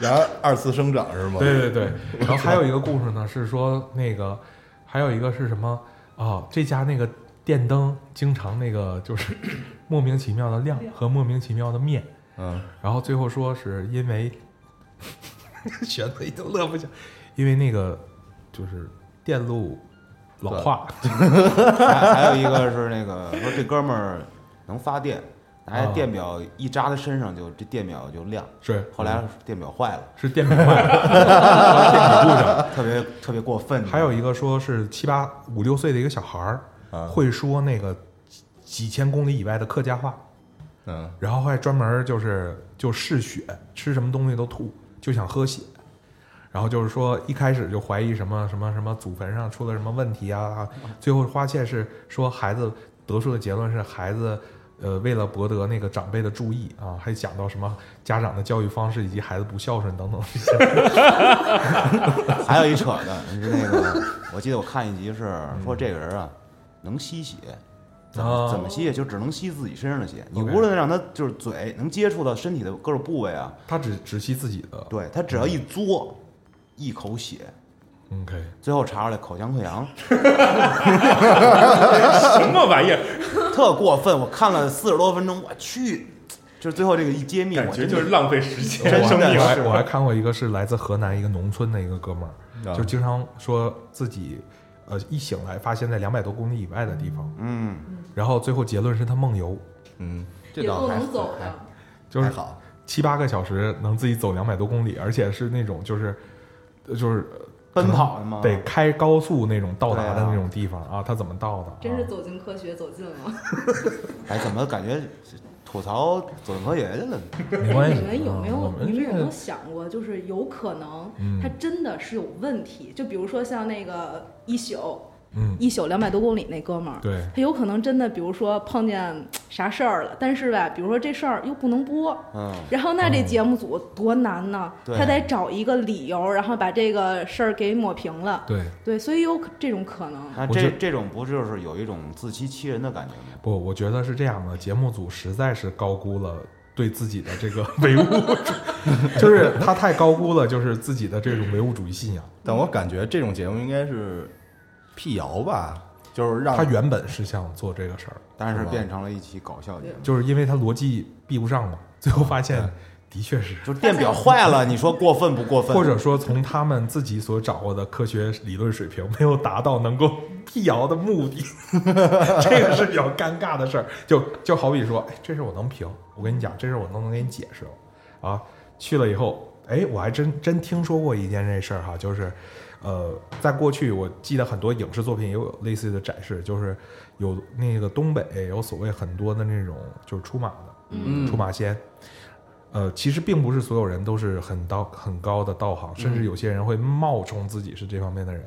Speaker 4: 然后二次生长是吗？
Speaker 1: 对对 对，然后还有一个故事呢，是说那个还有一个是什么哦？这家那个电灯经常那个就是 莫名其妙的亮和莫名其妙的灭，
Speaker 4: 嗯，
Speaker 1: 然后最后说是因 为选的已经乐不起来，因为那个就是电路老化，
Speaker 3: 还还有一个是那个说这哥们儿能发电，拿
Speaker 1: 啊
Speaker 3: 着电表一扎他身上就这电表就亮，
Speaker 1: 是
Speaker 3: 后
Speaker 4: 嗯
Speaker 3: 来电表坏了，
Speaker 1: 是电瓶坏了，电瓶故障。
Speaker 3: 特别特别过分。
Speaker 1: 还有一个说是七八五六岁的一个小孩儿
Speaker 4: 啊
Speaker 1: 会说那个几几千公里以外的客家话。
Speaker 4: 嗯，
Speaker 1: 然后还专门儿就是就嗜血，吃什么东西都吐，就想喝血。然后就是说一开始就怀疑什么什么什么祖坟上出了什么问题啊，最后花切是说孩子得出的结论是孩子。呃，为了博得那个长辈的注意啊，还讲到什么家长的教育方式以及孩子不孝顺等等这些。
Speaker 3: 还有一扯的是那个，我记得我看一集是说这个人啊能吸血，怎
Speaker 1: 哦
Speaker 3: 么怎么吸血就只能吸自己身上的血，你
Speaker 1: OK
Speaker 3: 无论让他就是嘴能接触到身体的各种部位啊，
Speaker 1: 他只只吸自己的。
Speaker 3: 对他只要一嘬，一口血，
Speaker 1: OK，
Speaker 3: 最后查出来口腔溃疡，
Speaker 2: 什么玩意儿？
Speaker 3: 特过分。我看了四十多分钟，我去，就是最后这个一揭秘，
Speaker 2: 感
Speaker 3: 我
Speaker 2: 觉
Speaker 3: 真
Speaker 2: 就是浪费时间。
Speaker 3: 真
Speaker 1: 我
Speaker 3: 生
Speaker 1: 还
Speaker 3: 病
Speaker 1: 我还
Speaker 3: 是
Speaker 1: 我还看过一个是来自河南一个农村的一个哥们儿，
Speaker 4: 啊
Speaker 1: 就经常说自己呃一醒来发现在两百多公里以外的地方，
Speaker 3: 嗯，
Speaker 1: 然后最后结论是他梦游，
Speaker 4: 嗯，这
Speaker 7: 也
Speaker 4: 倒
Speaker 7: 不
Speaker 4: 还
Speaker 7: 能走
Speaker 4: 还
Speaker 7: 的。
Speaker 1: 就是
Speaker 4: 还
Speaker 3: 哎
Speaker 4: 好，
Speaker 1: 七八个小时能自己走两百多公里，而且是那种就是就是
Speaker 3: 奔跑的嘛，
Speaker 1: 得开高速那种到达
Speaker 3: 对
Speaker 1: 的
Speaker 3: 啊
Speaker 1: 那种地方啊，他怎么到的啊？
Speaker 7: 真是走进科学，走进了。
Speaker 3: 哎，怎么感觉吐槽走进科学去了？
Speaker 1: 没关系
Speaker 7: 你们有没
Speaker 1: 啊我
Speaker 7: 有
Speaker 1: 们
Speaker 7: 你们
Speaker 1: 这
Speaker 7: 有
Speaker 1: 个
Speaker 7: 没有想过，就是有可能
Speaker 1: 嗯
Speaker 7: 它真的是有问题？就比如说像那个一宿
Speaker 1: 嗯
Speaker 7: 一宿两百多公里那哥们儿，
Speaker 1: 对
Speaker 7: 他有可能真的，比如说碰见啥事儿了，但是吧，比如说这事儿又不能播，
Speaker 3: 嗯，
Speaker 7: 然后那这节目组多难呢？
Speaker 3: 对
Speaker 7: 他得找一个理由，然后把这个事儿给抹平了。
Speaker 1: 对。
Speaker 7: 对，所以有可这种可能。
Speaker 3: 那
Speaker 1: 我觉
Speaker 3: 这这种不就是有一种自欺欺人的感觉吗？
Speaker 1: 不，我觉得是这样的，节目组实在是高估了对自己的这个 唯物主，就是他太高估了，就是自己的这种唯物主义信仰。
Speaker 4: 但我感觉这种节目应该是辟谣吧，就是让
Speaker 1: 他原本是想做这个事儿，
Speaker 3: 但
Speaker 4: 是
Speaker 3: 是
Speaker 4: 吧
Speaker 3: 变成了一期搞笑节目。
Speaker 1: 就是因为他逻辑闭不上嘛，最后发现的确是，
Speaker 3: 就是电表坏了，你说过分不过分？
Speaker 1: 或者说从他们自己所掌握的科学理论水平没有达到能够辟谣的目的， 这个是比较尴尬的事儿。就就好比说，哎，这事儿我能评，我跟你讲，这事儿我都能给你解释了啊。去了以后，哎，我还真真听说过一件这事儿哈，就是，呃，在过去我记得很多影视作品也有类似的展示，就是有那个东北有所谓很多的那种就是出马的，
Speaker 7: 嗯
Speaker 1: 出马仙。呃，其实并不是所有人都是很道很高的道行，甚
Speaker 7: 嗯
Speaker 1: 至有些人会冒充自己是这方面的人。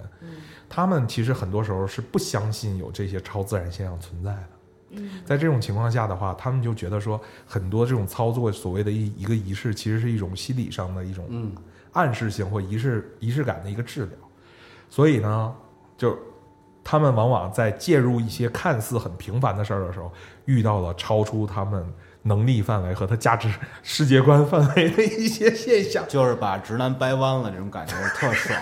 Speaker 1: 他们其实很多时候是不相信有这些超自然现象存在的。
Speaker 7: 嗯，
Speaker 1: 在这种情况下的话，他们就觉得说，很多这种操作所谓的一一个仪式，其实是一种心理上的一种
Speaker 5: 嗯
Speaker 1: 暗示性或仪式仪式感的一个治疗。所以呢，就他们往往在介入一些看似很平凡的事儿的时候，遇到了超出他们能力范围和他价值世界观范围的一些现象。
Speaker 3: 就是把直男掰弯了，这种感觉特爽，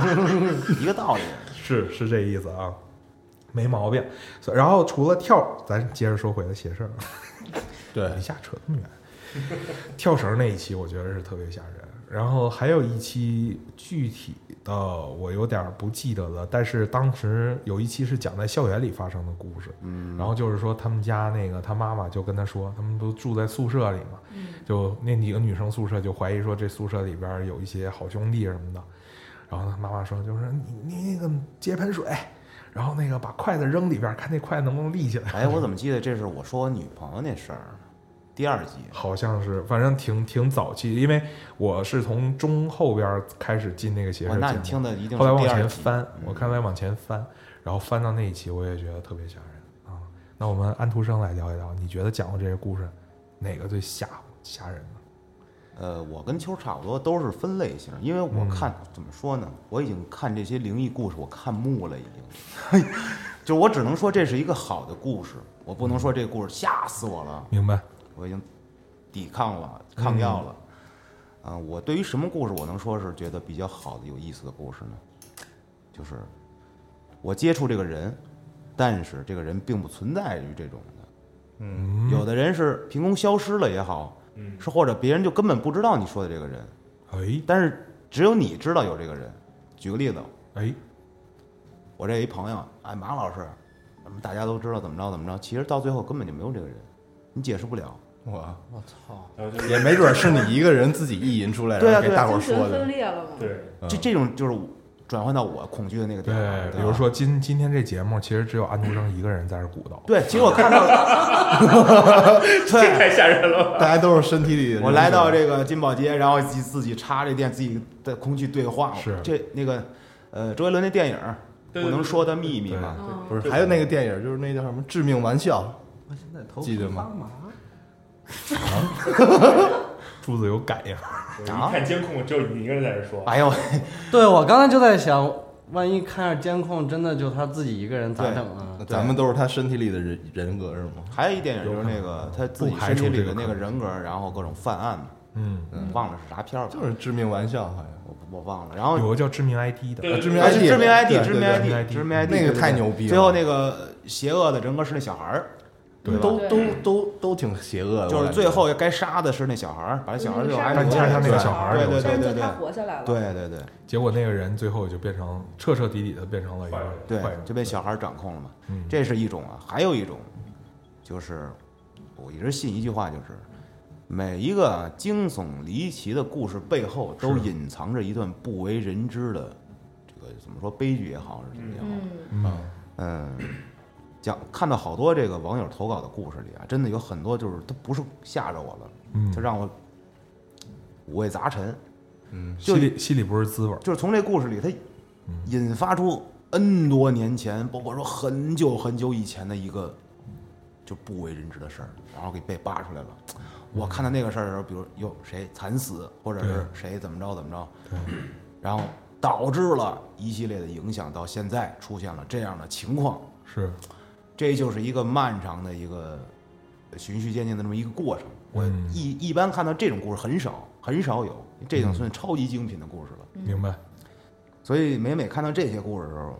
Speaker 3: 一个道理。
Speaker 1: 是是这意思啊，没毛病。所然后除了跳，咱接着说回来写事儿啊，
Speaker 4: 对
Speaker 1: 一下扯那么远。跳绳那一期我觉得是特别吓人。然后还有一期具体的我有点不记得了，但是当时有一期是讲在校园里发生的故事。
Speaker 3: 嗯
Speaker 1: 然后就是说他们家那个他妈妈就跟他说，他们不住在宿舍里嘛，就那几个女生宿舍就怀疑说这宿舍里边儿有一些好兄弟什么的。然后他妈妈说，就是你你那个接盆水，然后那个把筷子扔里边儿，看那筷子能不能立起来。
Speaker 3: 哎，我怎么记得这是我说我女朋友那事儿呢？第二集，
Speaker 1: 好像是，反正挺挺早期，因为我是从中后边儿开始进那个邪
Speaker 3: 哇，
Speaker 1: 事
Speaker 3: 那
Speaker 1: 节
Speaker 3: 你
Speaker 1: 目，
Speaker 3: 听的一定
Speaker 1: 后来
Speaker 3: 是
Speaker 1: 往
Speaker 3: 第二
Speaker 1: 前
Speaker 3: 集。嗯
Speaker 1: 翻，我看来往前翻，然后翻到那一期，我也觉得特别吓人啊。那我们安徒生来聊一聊，你觉得讲过这些故事，哪个最吓吓人呢？
Speaker 3: 呃，我跟秋儿差不多，都是分类型，因为我
Speaker 1: 嗯
Speaker 3: 看、怎么说呢，我已经看这些灵异故事，我看木了已经， 就我只能说这是一个好的故事，我不能说这个故事吓死我了，
Speaker 1: 明白？
Speaker 3: 我已经抵抗了、抗药了。啊、我对于什么故事我能说是觉得比较好的、有意思的故事呢？就是我接触这个人，但是这个人并不存在于这种的。
Speaker 1: 嗯，
Speaker 3: 有的人是凭空消失了也好，是或者别人就根本不知道你说的这个人，
Speaker 1: 哎
Speaker 3: 但是只有你知道有这个人。举个例子，
Speaker 1: 哎，
Speaker 3: 我这一朋友，哎，马老师，咱们大家都知道怎么着怎么着，其实到最后根本就没有这个人，你解释不了。
Speaker 4: 我
Speaker 5: 我操！
Speaker 2: 然后就是
Speaker 4: 也没准是你一个人自己意淫出来，
Speaker 3: 对
Speaker 4: 然
Speaker 3: 啊
Speaker 4: 后给大伙儿说的
Speaker 7: 分。裂了嘛？
Speaker 2: 对，
Speaker 4: 嗯
Speaker 3: 这这种就是转换到我恐惧的那个点了。
Speaker 1: 对，
Speaker 3: 吧
Speaker 1: 比如说今今天这节目，其实只有安徒生一个人在这鼓捣。
Speaker 3: 对，其实我 看到，对，
Speaker 2: 太吓人了。
Speaker 4: 大家都是身体里的人。
Speaker 3: 我来到这个金宝街，然后自己自己插这电，自己在空气对话。
Speaker 1: 是
Speaker 3: 这那个呃，周杰伦那电影儿
Speaker 2: 对
Speaker 3: 《不能说的秘密》
Speaker 1: 对
Speaker 3: 嘛，
Speaker 7: 嗯，
Speaker 4: 不是还有那个电影，就是那叫什么《致命玩笑》，
Speaker 5: 我现在头
Speaker 4: 皮记得吗
Speaker 5: 麻。
Speaker 1: 柱子有感应，
Speaker 2: 我一看监控，只有你一个人在这说。
Speaker 3: 哎呦，
Speaker 5: 对，我刚才就在想，万一看着监控，真的就他自己一个人咋
Speaker 3: 对
Speaker 5: 整啊？
Speaker 4: 咱们都是他身体里的人人格是吗？
Speaker 3: 还有一电影就是那个他自己身体里的那个人格，然后各种犯案嘛，
Speaker 1: 嗯，
Speaker 4: 嗯
Speaker 3: 忘了是啥片儿了，
Speaker 4: 就是《致命玩笑》，好像
Speaker 3: 我我忘了。然后
Speaker 1: 有个叫致命 ID 的，
Speaker 2: 对
Speaker 4: 啊致命
Speaker 3: 啊
Speaker 4: ID，
Speaker 3: 是致命 ID，
Speaker 4: 对
Speaker 3: 致命
Speaker 4: 对对
Speaker 3: ID，致命 ID，
Speaker 4: 那个
Speaker 3: 对对
Speaker 4: 太
Speaker 3: 对
Speaker 4: 牛逼了
Speaker 3: 最后那个邪恶的人格是那小孩儿，
Speaker 1: 对吧
Speaker 4: 都
Speaker 7: 对
Speaker 4: 都都都挺邪恶的。
Speaker 3: 就是
Speaker 4: 呃我感觉
Speaker 3: 最后该杀的是那小孩儿，把那小孩儿就挨
Speaker 1: 但
Speaker 7: 嗯
Speaker 3: 着
Speaker 1: 其实嗯他那个
Speaker 3: 对
Speaker 1: 小孩儿
Speaker 3: 对
Speaker 1: 有
Speaker 3: 对
Speaker 7: 但
Speaker 3: 对对
Speaker 7: 是就
Speaker 3: 对
Speaker 7: 他活下来了。
Speaker 3: 对对对
Speaker 1: 结果那个人最后就变成彻彻底底的变成了一
Speaker 2: 坏人
Speaker 1: 个坏
Speaker 3: 对，
Speaker 1: 人，
Speaker 3: 就被小孩儿掌控了嘛。
Speaker 1: 嗯，
Speaker 3: 这是一种啊，还有一种就是我一直信一句话，就是每一个惊悚离奇的故事背后都
Speaker 1: 是
Speaker 3: 隐藏着一段不为人知的这个怎么说悲剧也好是怎么也好，
Speaker 7: 嗯，
Speaker 1: 嗯
Speaker 3: 嗯，讲看到好多这个网友投稿的故事里啊，真的有很多就是他不是吓着我了，
Speaker 1: 嗯
Speaker 3: 他，让我五味杂陈，
Speaker 4: 嗯，
Speaker 1: 心里心里不是滋味儿，
Speaker 3: 就是从这故事里，它引发出 N 多年前，包括说很久很久以前的一个就不为人知的事儿，然后给被扒出来了。我看到那个事儿的时候，比如有谁惨死，或者是
Speaker 1: 对
Speaker 3: 谁怎么着怎么着，
Speaker 1: 对，
Speaker 3: 然后导致了一系列的影响，到现在出现了这样的情况，
Speaker 1: 是，
Speaker 3: 这就是一个漫长的一个循序渐进的这么一个过程。我
Speaker 1: 嗯
Speaker 3: 一一般看到这种故事很少，很少有，这已经算超级精品的故事了。
Speaker 1: 明白，
Speaker 3: 所以每每看到这些故事的时候，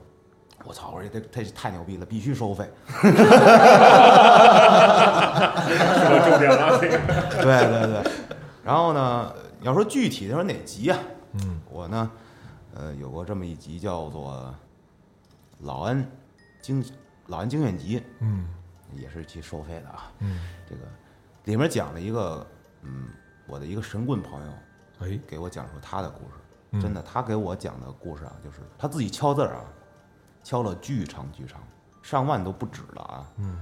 Speaker 3: 我操，我说这太太牛逼了，必须收费。
Speaker 2: 说重点了，这个
Speaker 3: 对对对。然后呢，你要说具体的说哪集啊？
Speaker 1: 嗯，
Speaker 3: 我呢，呃，有过这么一集叫做《老安精老安精选集
Speaker 1: 嗯》，
Speaker 3: 也是去收费的啊。
Speaker 1: 嗯，
Speaker 3: 这个里面讲了一个，嗯，我的一个神棍朋友
Speaker 1: 哎，
Speaker 3: 给我讲述他的故事，
Speaker 1: 嗯
Speaker 3: 真的，他给我讲的故事啊，就是他自己敲字儿啊，敲了巨长巨长，上万都不止了啊。
Speaker 1: 嗯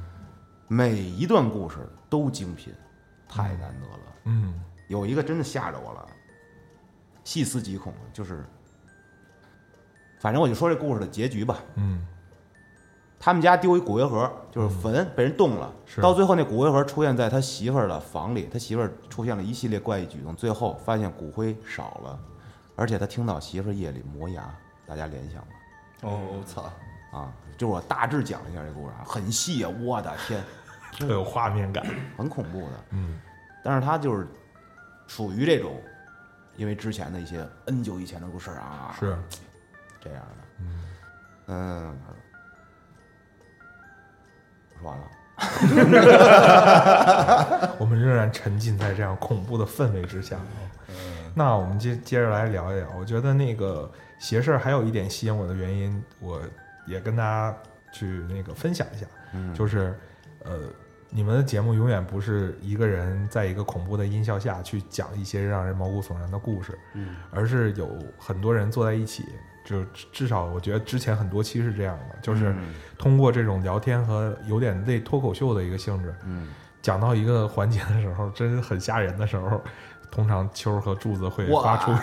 Speaker 3: 每一段故事都精品，太难得了。
Speaker 1: 嗯
Speaker 3: 有一个真的吓着我了，细思极恐，就是，反正我就说这故事的结局吧。
Speaker 1: 嗯，
Speaker 3: 他们家丢一骨灰盒，就是坟被人动了，
Speaker 1: 是
Speaker 3: 到最后那骨灰盒出现在他媳妇儿的房里，他媳妇儿出现了一系列怪异举动，最后发现骨灰少了，而且他听到媳妇儿夜里磨牙，大家联想吧。
Speaker 4: 哦，我操，
Speaker 3: 啊，就是我大致讲一下这故事啊，很细啊，我的天，
Speaker 1: 特有画面感，
Speaker 3: 很恐怖的。
Speaker 1: 嗯
Speaker 3: 但是他就是属于这种，因为之前的一些 N 久以前的故事啊，
Speaker 1: 是，
Speaker 3: 这样的。
Speaker 1: 嗯
Speaker 3: 嗯，我说完了，
Speaker 1: 我们仍然沉浸在这样恐怖的氛围之下。啊那我们接接着来聊一聊，我觉得那个邪事儿还有一点吸引我的原因，我也跟大家去那个分享一下，就是呃，你们的节目永远不是一个人在一个恐怖的音效下去讲一些让人毛骨悚然的故事，
Speaker 5: 嗯，
Speaker 1: 而是有很多人坐在一起，就至少我觉得之前很多期是这样的，就是
Speaker 3: 嗯
Speaker 1: 通过这种聊天和有点类脱口秀的一个性质，
Speaker 3: 嗯，
Speaker 1: 讲到一个环节的时候，真很吓人的时候，通常秋儿和柱子会发
Speaker 3: 哇啊
Speaker 1: 出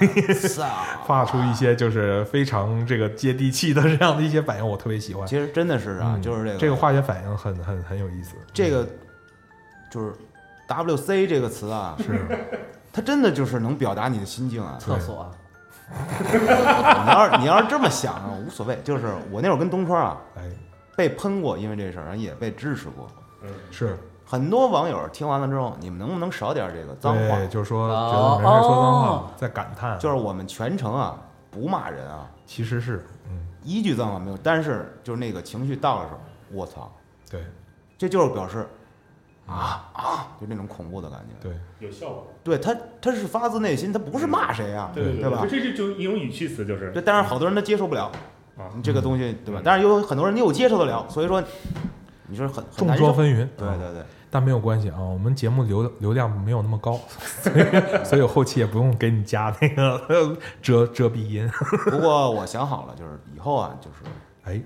Speaker 3: 操！
Speaker 1: 发出一些就是非常这个接地气的这样的一些反应，我特别喜欢。
Speaker 3: 其实真的是啊，
Speaker 1: 嗯
Speaker 3: 就是这个
Speaker 1: 这个化学反应很很很有意思。
Speaker 3: 这个就是 “W C” 这个词啊，
Speaker 1: 是
Speaker 3: 它真的就是能表达你的心境啊。
Speaker 5: 厕所，
Speaker 3: 你要是你要是这么想啊，无所谓。就是我那会儿跟东川啊
Speaker 1: 哎
Speaker 3: 被喷过，因为这事儿，然后也被支持过。
Speaker 1: 是
Speaker 3: 很多网友听完了之后，你们能不能少点这个脏话？
Speaker 1: 对，就是说
Speaker 5: 哦
Speaker 1: 觉得没事说脏
Speaker 5: 哦
Speaker 1: 话，在感叹，
Speaker 3: 就是我们全程啊不骂人啊，
Speaker 1: 其实是嗯
Speaker 3: 一句脏话没有。但是就是那个情绪到的时候，我操，
Speaker 1: 对
Speaker 3: 这就是表示啊啊，就那种恐怖的感觉。
Speaker 1: 对
Speaker 2: 有效果。
Speaker 3: 对他，他是发自内心，他不是骂谁啊，
Speaker 2: 对
Speaker 3: 对吧
Speaker 2: 对，？这这就一种语气词，就是
Speaker 3: 对，但是好多人他接受不了
Speaker 2: 啊
Speaker 3: 你这个东西，对吧
Speaker 2: 嗯？
Speaker 3: 但是有很多人又接受得了，所以说你说很很
Speaker 1: 众
Speaker 3: 难
Speaker 1: 说
Speaker 3: 受。
Speaker 1: 纷纭，
Speaker 3: 对对对，
Speaker 1: 但没有关系啊，我们节目流流量没有那么高， 所以所以后期也不用给你加那个遮遮蔽音。
Speaker 3: 不过我想好了，就是以后啊，就是
Speaker 1: 哎，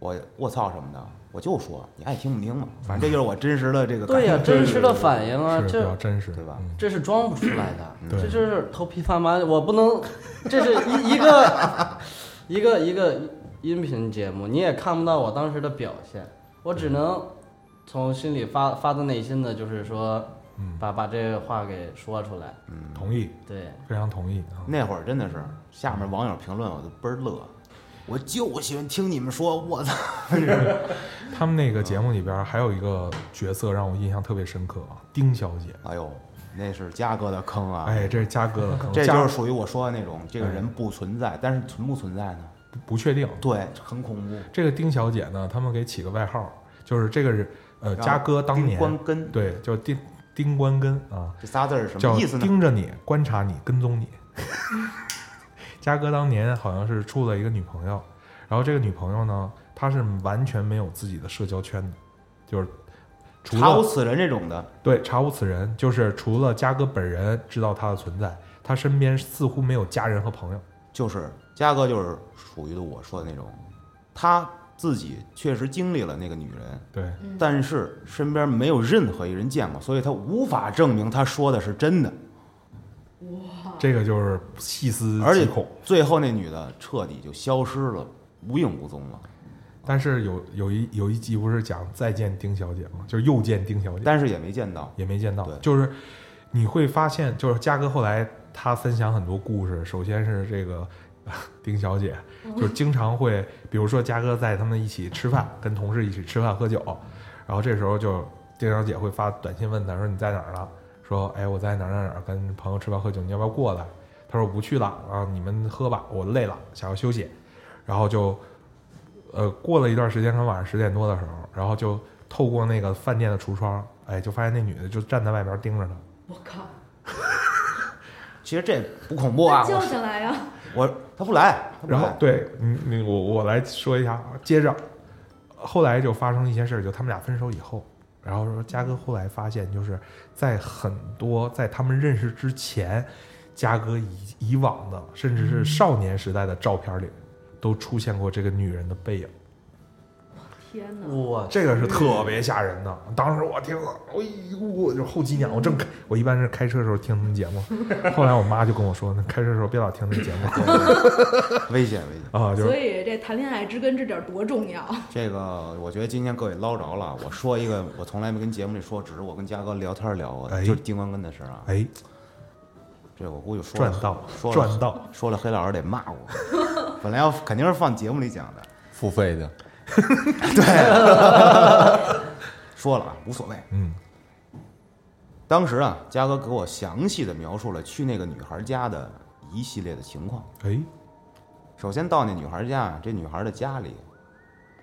Speaker 3: 我我操什么的，我就说你爱听不听嘛，反正这就是我真实的这个感
Speaker 5: 对呀、
Speaker 3: 受。
Speaker 5: 真实的反应啊，
Speaker 1: 是比较
Speaker 5: 这
Speaker 1: 真实，
Speaker 3: 对吧
Speaker 1: 嗯
Speaker 5: 这是装不出来的，
Speaker 3: 嗯
Speaker 1: 对
Speaker 5: 这就是头皮发麻。我不能，这是一一个一个一个音频节目，你也看不到我当时的表现，我只能从心里发发自内心的，就是说
Speaker 1: 嗯，
Speaker 5: 把把这话给说出来。
Speaker 3: 嗯
Speaker 1: 同意，
Speaker 5: 对，
Speaker 1: 非常同意啊。
Speaker 3: 那会儿真的是下面网友评论我都倍儿乐，我就喜欢听你们说，我操！
Speaker 1: 他们那个节目里边还有一个角色让我印象特别深刻啊，丁小姐。
Speaker 3: 哎呦，那是嘉哥的坑啊！
Speaker 1: 哎，这是嘉 哥哎的坑，
Speaker 3: 这
Speaker 1: 嘉
Speaker 3: 就是属于我说的那种，这个人不存在，但是存不存在呢？
Speaker 1: 不不确定。
Speaker 3: 对，很恐怖。
Speaker 1: 这个丁小姐呢，他们给起个外号，就是这个人，呃，嘉哥当
Speaker 3: 啊丁
Speaker 1: 年
Speaker 3: 关根
Speaker 1: 对，叫丁丁关根啊，
Speaker 3: 这仨字儿是什
Speaker 1: 叫
Speaker 3: 么意思呢？
Speaker 1: 盯着你、观察你、跟踪你。 嘉哥当年好像是处了一个女朋友，然后这个女朋友呢，她是完全没有自己的社交圈的，就是除
Speaker 3: 查
Speaker 1: 了
Speaker 3: 无此人这种的，
Speaker 1: 对查无此人，就是除了嘉哥本人知道她的存在，她身边似乎没有家人和朋友。
Speaker 3: 就是嘉哥就是属于的我说的那种，他自己确实经历了那个女人，
Speaker 1: 对，
Speaker 7: 嗯
Speaker 3: 但是身边没有任何一人见过，所以他无法证明他说的是真的。
Speaker 1: 这个就是细思
Speaker 3: 而
Speaker 1: 极
Speaker 3: 且
Speaker 1: 恐。
Speaker 3: 最后那女的彻底就消失了，无影无踪了。
Speaker 1: 但是有有一有一集不是讲再见丁小姐吗？就是又见丁小姐，
Speaker 3: 但是也没见到。
Speaker 1: 也没见到
Speaker 3: 对。
Speaker 1: 就是你会发现，就是嘉哥后来他分享很多故事，首先是这个。 呃丁小姐就是经常会，比如说嘉哥在他们一起吃饭，跟同事一起吃饭喝酒，然后这时候就丁小姐会发短信问他说你在哪儿了？说哎我在哪儿哪儿哪儿跟朋友吃饭喝酒，你要不要过来？他说我不去了啊，你们喝吧，我累了，想要休息。然后就呃过了一段时间，可能晚上十点多的时候，然后就透过那个饭店的橱窗，哎，就发现那女的就站在外边盯着他。
Speaker 7: 我靠，
Speaker 3: 其实这不恐怖
Speaker 7: 那
Speaker 3: 啊，
Speaker 7: 叫醒来呀！
Speaker 3: 我我他不来，他不
Speaker 1: 然后
Speaker 3: 来。
Speaker 1: 对，嗯，那我我来说一下，啊，接着后来就发生了一些事儿，就他们俩分手以后，然后说嘉哥后来发现，就是在很多在他们认识之前，嘉哥以以往的甚至是少年时代的照片里，都出现过这个女人的背影。
Speaker 7: 天哪，
Speaker 5: 我
Speaker 1: 这个是特别吓人的。当时我听了，哎呦，我就后脊梁，我正开，我一般是开车的时候听他们节目，后来我妈就跟我说，那开车的时候别老听那节目
Speaker 3: 危险危险。
Speaker 1: 啊，就
Speaker 7: 所
Speaker 1: 是
Speaker 7: 以这谈恋爱知根知底儿多 重要。
Speaker 3: 这个我觉得今天各位捞着了。我说一个，我从来没跟节目里说，只是我跟嘉哥聊天聊过的，
Speaker 1: 哎
Speaker 3: 就是丁光根的事儿啊。
Speaker 1: 哎，
Speaker 3: 这个我估计说
Speaker 1: 赚
Speaker 3: 了
Speaker 1: 到
Speaker 3: 说了
Speaker 1: 赚到，
Speaker 3: 说了，黑老师得骂我。 本来要肯定是放节目里讲的，
Speaker 4: 付费的，
Speaker 3: 说了啊，无所谓。
Speaker 1: 嗯，
Speaker 3: 当时啊，嘉哥给我详细的描述了去那个女孩家的一系列的情况。
Speaker 1: 哎，
Speaker 3: 首先到那女孩家，这女孩的家里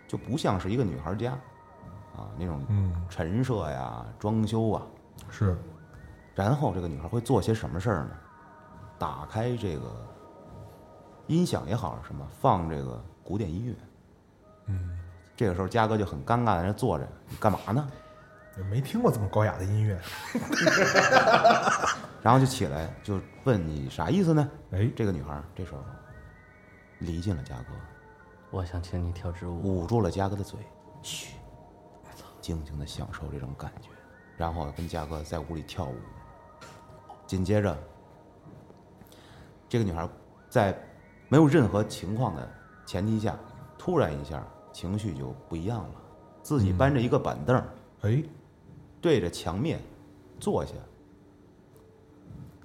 Speaker 3: 就不像是一个女孩家，啊，那种
Speaker 1: 嗯，
Speaker 3: 陈设呀、装修啊。
Speaker 1: 是，
Speaker 3: 然后这个女孩会做些什么事儿呢？打开这个音响也好，什么放这个古典音乐。
Speaker 1: 嗯，
Speaker 3: 这个时候嘉哥就很尴尬，在那坐着，你干嘛呢？
Speaker 1: 没听过这么高雅的音乐。
Speaker 3: 然后就起来就问你啥意思呢？
Speaker 1: 哎，
Speaker 3: 这个女孩这时候离近了嘉哥，
Speaker 5: 我想请你跳支舞。
Speaker 3: 捂住了嘉哥的嘴，嘘，静静的享受这种感觉，然后跟嘉哥在屋里跳舞。紧接着，这个女孩在没有任何情况的前提下，突然一下情绪就不一样了，自己搬着一个板凳儿，
Speaker 1: 哎，
Speaker 3: 对着墙面坐下，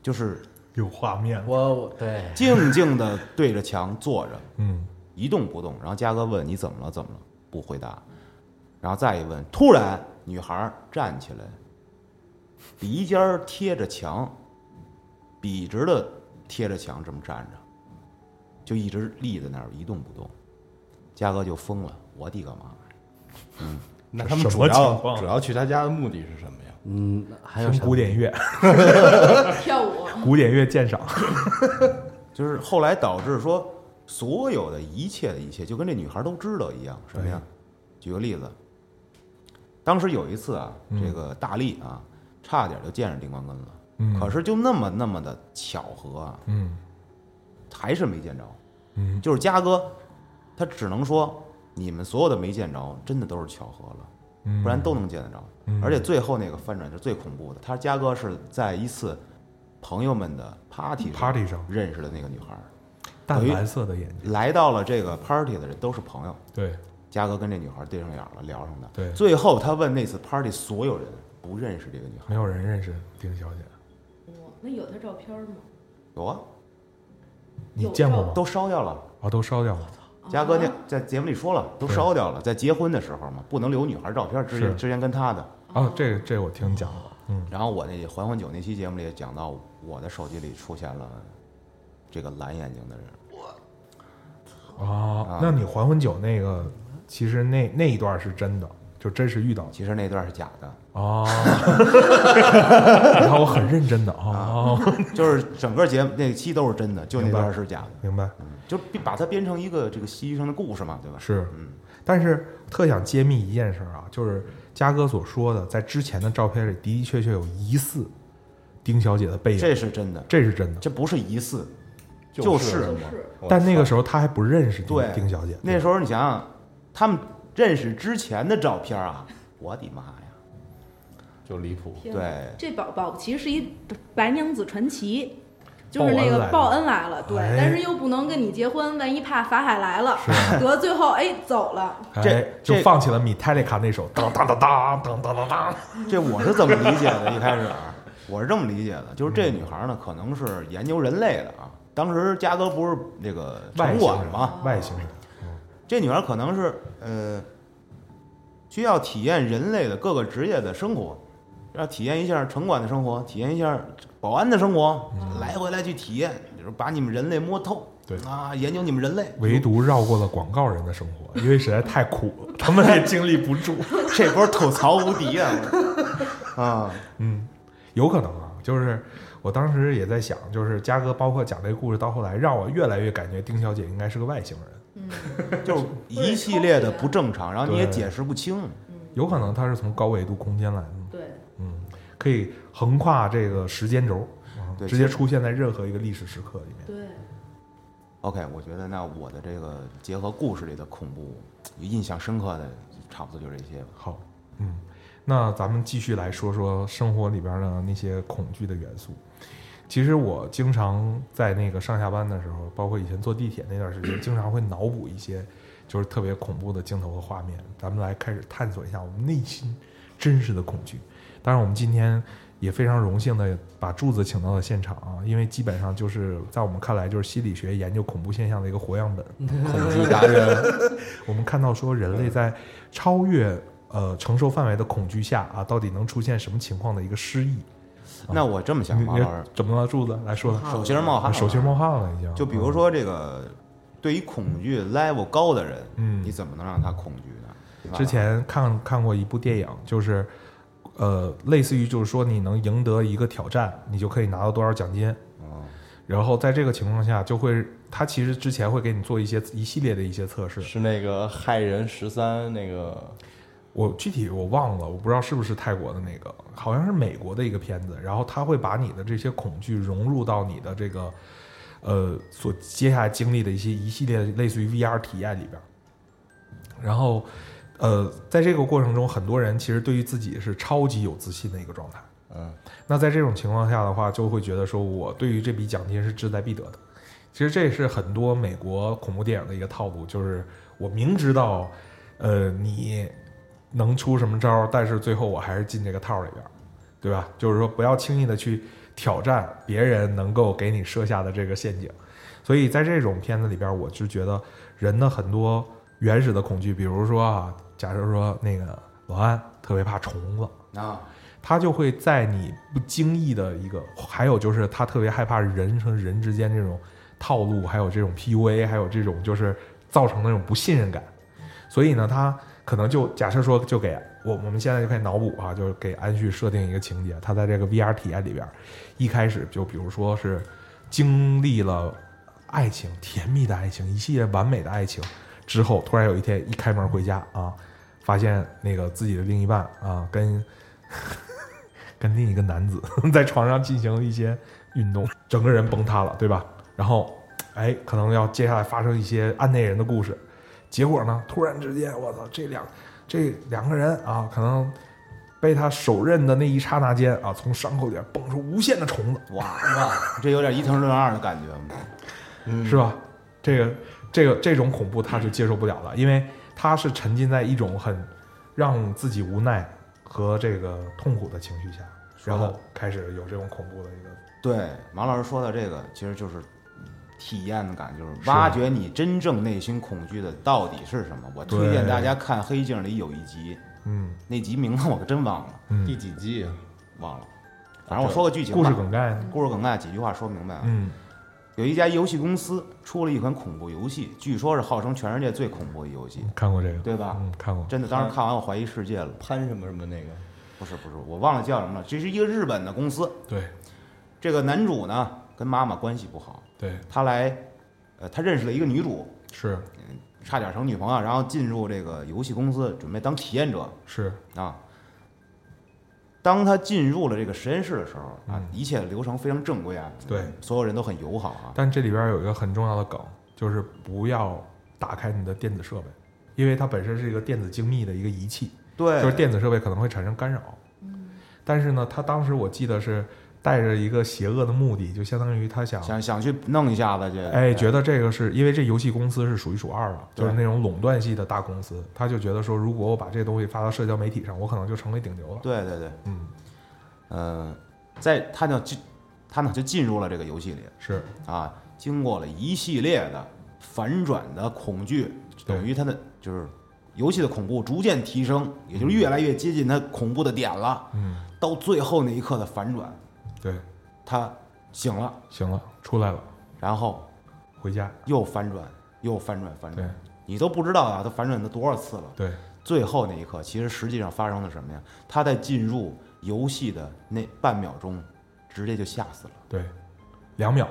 Speaker 3: 就是
Speaker 1: 有画面了。
Speaker 5: 我我对，
Speaker 3: 静静的对着墙坐着。
Speaker 1: 嗯，
Speaker 3: 一动不动。然后嘉哥问你怎么了？怎么了？不回答。然后再一问，突然女孩站起来，鼻尖儿贴着墙，笔直的贴着墙这么站着，就一直立在那儿一动不动。嘉哥就疯了，我的个妈！
Speaker 4: 那他们
Speaker 1: 什
Speaker 4: 主
Speaker 1: 么
Speaker 4: 要
Speaker 1: 情况
Speaker 4: 主要去他家的目的是什么呀？
Speaker 5: 嗯，还有
Speaker 1: 听
Speaker 5: 啥
Speaker 1: 古典乐，
Speaker 7: 跳舞，
Speaker 1: 古典乐鉴赏。
Speaker 3: 就是后来导致说，所有的一切的一切，就跟这女孩都知道一样，什么呀？举个例子，当时有一次啊，
Speaker 1: 嗯
Speaker 3: 这个大力啊，差点就见着丁光根了，
Speaker 1: 嗯，
Speaker 3: 可是就那么那么的巧合啊，
Speaker 1: 嗯
Speaker 3: 还是没见着。
Speaker 1: 嗯，
Speaker 3: 就是嘉哥，他只能说你们所有的没见着，真的都是巧合了，
Speaker 1: 嗯
Speaker 3: 不然都能见得着。
Speaker 1: 嗯
Speaker 3: 而且最后那个翻转是最恐怖的，他嘉哥是在一次朋友们的 party 上
Speaker 1: party 上
Speaker 3: 认识的那个女孩儿，
Speaker 1: 淡蓝色的眼睛，
Speaker 3: 来到了这个 party 的人都是朋友。
Speaker 1: 对
Speaker 3: 嘉哥跟这女孩对上眼了，聊上的。
Speaker 1: 对，
Speaker 3: 最后他问那次 party 所有人不认识这个女孩
Speaker 1: 没，有人认识丁小姐，
Speaker 7: 那有她照片吗？
Speaker 3: 有啊，
Speaker 1: 你见过吗？
Speaker 3: 都烧掉了。
Speaker 1: 啊，都烧掉了。
Speaker 3: 嘉哥那在节目里说了，都
Speaker 1: 对
Speaker 3: 烧掉了，在结婚的时候嘛，不能留女孩照片，之
Speaker 1: 是
Speaker 3: 前之前跟他的。
Speaker 1: 啊，这个这个我听你讲过。嗯
Speaker 3: 然后我那还魂酒那期节目里也讲到，我的手机里出现了这个蓝眼睛的人，
Speaker 1: 啊
Speaker 3: 啊，
Speaker 1: 那你还魂酒那个，其实那那一段是真的，就真实遇到的。
Speaker 3: 其实那段是假的，
Speaker 1: 哦，然后我很认真的哦，
Speaker 3: 就是整个节目那期都是真的，就那
Speaker 1: 明白
Speaker 3: 段是假的，
Speaker 1: 明白
Speaker 3: 嗯就把它编成一个这个戏剧性的故事嘛，对吧？
Speaker 1: 是。
Speaker 3: 嗯，
Speaker 1: 但是特想揭秘一件事儿啊，就是嘉哥所说的，在之前的照片里的的确确有疑似丁小姐的背影，
Speaker 3: 这是真的，
Speaker 1: 这是真的。
Speaker 3: 这不是疑似，
Speaker 4: 就
Speaker 3: 就是
Speaker 4: 嘛
Speaker 7: 就是啊
Speaker 4: 我
Speaker 1: 但那个
Speaker 4: 操
Speaker 1: 时候他还不认识丁
Speaker 3: 对
Speaker 1: 丁小姐，
Speaker 3: 那时候你想想，他们认识之前的照片啊，我的妈呀！
Speaker 4: 就离谱，
Speaker 7: 天哪
Speaker 3: 对，
Speaker 7: 这宝宝其实是一白娘子传奇，就是那个
Speaker 1: 报
Speaker 7: 报恩来了，对，
Speaker 1: 哎
Speaker 7: 但是又不能跟你结婚，万一怕法海来了，得最后哎走了，
Speaker 1: 哎
Speaker 3: 这，
Speaker 1: 就
Speaker 3: 这
Speaker 1: 放起了米泰利卡那首当当当当当当当当，
Speaker 3: 这我是怎么理解的？一开始啊我是这么理解的，就是这女孩呢，可能是研究人类的啊。当时嘉哥不是那个
Speaker 1: 外
Speaker 3: 城
Speaker 1: 星
Speaker 3: 管
Speaker 1: 人
Speaker 3: 吗？
Speaker 1: 外星人，
Speaker 3: 这女孩可能是呃，需要体验人类的各个职业的生活，要体验一下城管的生活，体验一下保安的生活，来回来去体验，就是把你们人类摸透，
Speaker 1: 嗯对
Speaker 3: 啊，研究你们人类。
Speaker 1: 唯独绕过了广告人的生活， 因为实在太苦了，他们也经历不住。
Speaker 3: 这波吐槽无敌啊！我啊，
Speaker 1: 嗯，有可能啊，就是我当时也在想，就是嘉哥包括讲这个故事到后来，让我越来越感觉丁小姐应该是个外星人，
Speaker 7: 嗯
Speaker 3: 就是一系列的不正常，然后你也解释不清。
Speaker 7: 嗯，
Speaker 1: 有可能她是从高维度空间来的嘛，
Speaker 7: 对，
Speaker 1: 嗯，可以横跨这个时间轴，嗯
Speaker 3: 对
Speaker 1: 直接出现在任何一个历史时刻里面。
Speaker 7: 对，
Speaker 3: OK，我觉得那我的这个结合故事里的恐怖，印象深刻的差不多就这些吧。
Speaker 1: 好，嗯，那咱们继续来说说生活里边的那些恐惧的元素。其实我经常在那个上下班的时候，包括以前坐地铁那段时间，经常会脑补一些就是特别恐怖的镜头和画面。咱们来开始探索一下我们内心真实的恐惧。当然，我们今天也非常荣幸的把柱子请到了现场啊，因为基本上就是在我们看来，就是心理学研究恐怖现象的一个活样本。
Speaker 4: 恐惧达人，
Speaker 1: 我们看到说人类在超越呃承受范围的恐惧下啊，到底能出现什么情况的一个失忆？
Speaker 3: 那我这么想
Speaker 1: 你
Speaker 3: 吧，
Speaker 1: 哦你
Speaker 3: 老师，
Speaker 1: 怎么了，柱子来说说，
Speaker 3: 手心儿冒汗
Speaker 1: 啊
Speaker 3: 了，
Speaker 1: 手心冒汗了已经。嗯
Speaker 3: 就比如说这个，对于恐惧 level 高的人，
Speaker 1: 嗯
Speaker 3: 你怎么能让他恐惧呢？
Speaker 1: 之前看看过一部电影，就是呃，类似于就是说你能赢得一个挑战，你就可以拿到多少奖金。
Speaker 3: 哦
Speaker 1: 然后在这个情况下，就会他其实之前会给你做一些一系列的一些测试，
Speaker 4: 是那个害人十三那个
Speaker 1: 我具体我忘了，我不知道是不是泰国的那个，好像是美国的一个片子。然后他会把你的这些恐惧融入到你的这个，呃，所接下来经历的一些一系列类似于 VR 体验里边儿。然后，呃，在这个过程中，很多人其实对于自己是超级有自信的一个状态。
Speaker 4: 嗯，
Speaker 1: 那在这种情况下的话，就会觉得说我对于这笔奖金是志在必得的。其实这也是很多美国恐怖电影的一个套路，就是我明知道，呃，你能出什么招儿，但是最后我还是进这个套儿里边儿，对吧？就是说不要轻易的去挑战别人能够给你设下的这个陷阱。所以在这种片子里边儿，我就觉得人的很多原始的恐惧，比如说啊，假设说那个老安特别怕虫子，
Speaker 3: 啊，
Speaker 1: 他就会在你不经意的一个，还有就是他特别害怕人和人之间这种套路，还有这种 PUA，还有这种就是造成那种不信任感。所以呢，他可能就假设说，就给我我们现在就可以脑补啊，就是给安旭设定一个情节，他在这个 VR 体验里边，一开始就比如说是经历了爱情、甜蜜的爱情、一系列完美的爱情之后，突然有一天一开门回家啊，发现那个自己的另一半啊跟跟另一个男子 在床上进行一些运动，整个人崩塌了，对吧？然后，哎，可能要接下来发生一些案内人的故事。结果呢，突然之间，我操，这两这两个人啊，可能被他手刃的那一刹那间啊，从伤口里边蹦出无限的虫子，
Speaker 3: 哇哇，这有点伊藤润二的感 觉，
Speaker 1: 是吧？这个这个这种恐怖他是接受不了的，因为他是沉浸在一种很让自己无奈和这个痛苦的情绪下，然
Speaker 3: 的
Speaker 1: 后开始有这种恐怖的一个
Speaker 3: 对，马老师说的这个其实就是体验的感觉，就是挖掘你真正内心恐惧的到底是什么。我推荐
Speaker 1: 对
Speaker 3: 大家看《黑镜》里有一集，
Speaker 1: 嗯
Speaker 3: 那集名字我可真忘了，
Speaker 4: 第
Speaker 1: 嗯
Speaker 4: 几季啊？
Speaker 3: 忘了，反正我说个剧情吧，
Speaker 1: 故事梗概，
Speaker 3: 故事梗概几句话说明白啊。
Speaker 1: 嗯
Speaker 3: 有一家游戏公司出了一款恐怖游戏，据说是号称全世界最恐怖的游戏，
Speaker 1: 看过这个
Speaker 3: 对吧？
Speaker 1: 嗯看过
Speaker 3: 真的，当时看完我怀疑世界了。
Speaker 4: 潘什么什么那个？
Speaker 3: 不是不是，我忘了叫什么了。这是一个日本的公司，
Speaker 1: 对
Speaker 3: 这个男主呢跟妈妈关系不好，
Speaker 1: 对
Speaker 3: 他来，呃，他认识了一个女主，
Speaker 1: 是
Speaker 3: 差点成女朋友，然后进入这个游戏公司，准备当体验者
Speaker 1: 是
Speaker 3: 啊。当他进入了这个实验室的时候啊
Speaker 1: 嗯，
Speaker 3: 一切流程非常正规啊，
Speaker 1: 对，
Speaker 3: 所有人都很友好啊。
Speaker 1: 但这里边有一个很重要的梗，就是不要打开你的电子设备，因为它本身是一个电子精密的一个仪器，
Speaker 3: 对，嗯
Speaker 1: 就是电子设备可能会产生干扰。但是呢，他当时我记得是带着一个邪恶的目的，就相当于他想，
Speaker 3: 想想去弄一下子去，
Speaker 1: 哎，觉得这个是因为这游戏公司是数一数二了，就是
Speaker 3: 对
Speaker 1: 那种垄断系的大公司，他就觉得说，如果我把这东西发到社交媒体上，我可能就成为顶流了。
Speaker 3: 对对对，
Speaker 1: 嗯，
Speaker 3: 呃，在他呢进，他呢就进入了这个游戏里
Speaker 1: 是
Speaker 3: 啊，经过了一系列的反转的恐惧，
Speaker 1: 对
Speaker 3: 等于他的就是游戏的恐怖逐渐提升，也就是越来越接近他恐怖的点了。
Speaker 1: 嗯，
Speaker 3: 到最后那一刻的反转，
Speaker 1: 对，
Speaker 3: 他醒了，
Speaker 1: 行了，出来了，
Speaker 3: 然后
Speaker 1: 回家。
Speaker 3: 又反转，又反转，反
Speaker 1: 对
Speaker 3: 转，你都不知道啊，他反转他多少次了。
Speaker 1: 对，
Speaker 3: 最后那一刻，其实实际上发生了什么呀？他在进入游戏的那半秒钟，直接就吓死了。
Speaker 1: 对，两秒，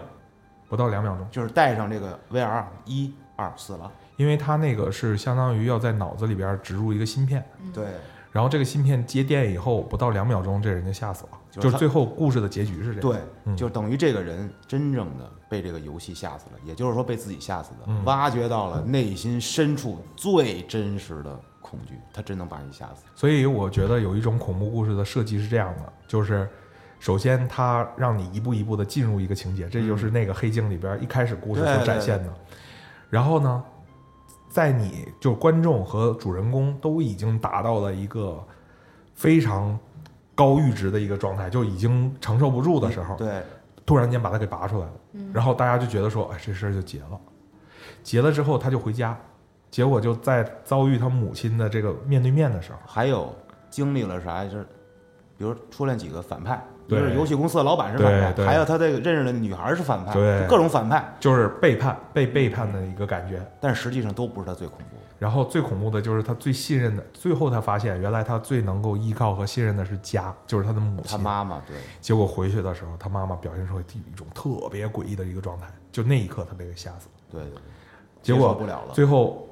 Speaker 1: 不到两秒钟，
Speaker 3: 就是带上这个 VR 一二四了。
Speaker 1: 因为它那个是相当于要在脑子里边植入一个芯片，
Speaker 3: 对，
Speaker 1: 然后这个芯片接电以后不到两秒钟，这人就吓死了。就
Speaker 3: 就
Speaker 1: 是是
Speaker 3: 他
Speaker 1: 最后故事的结局是这样。
Speaker 3: 对，
Speaker 1: 嗯
Speaker 3: 就等于这个人真正的被这个游戏吓死了，也就是说被自己吓死的，
Speaker 1: 嗯
Speaker 3: 挖掘到了内心深处最真实的恐惧，他真能把你吓死。
Speaker 1: 所以我觉得有一种恐怖故事的设计是这样的，就是首先它让你一步一步的进入一个情节，这就是那个黑镜里边一开始故事所展现的。然后呢，在你就是观众和主人公都已经达到了一个非常高阈值的一个状态，就已经承受不住的时候，
Speaker 3: 对，
Speaker 1: 突然间把他给拔出来了，然后大家就觉得说，哎，这事儿就结了，结了之后他就回家，结果就在遭遇他母亲的这个面对面的时候，
Speaker 3: 还有经历了啥？就是比如出现几个反派，一
Speaker 1: 对
Speaker 3: 个是游戏公司的老板是反派，
Speaker 1: 对对
Speaker 3: 还有他这个认识的女孩是反派，
Speaker 1: 对
Speaker 3: 就各种反派，
Speaker 1: 就是背叛被背叛的一个感觉，
Speaker 3: 但实际上都不是他最恐怖的。
Speaker 1: 然后最恐怖的就是他最信任的，最后他发现原来他最能够依靠和信任的是家，就是他的母
Speaker 3: 他
Speaker 1: 亲。
Speaker 3: 妈妈对，
Speaker 1: 结果回去的时候，他妈妈表现出一种特别诡异的一个状态，就那一刻他被给吓死了。
Speaker 3: 对对，对
Speaker 1: 结
Speaker 3: 接受
Speaker 1: 果
Speaker 3: 不了了，
Speaker 1: 最后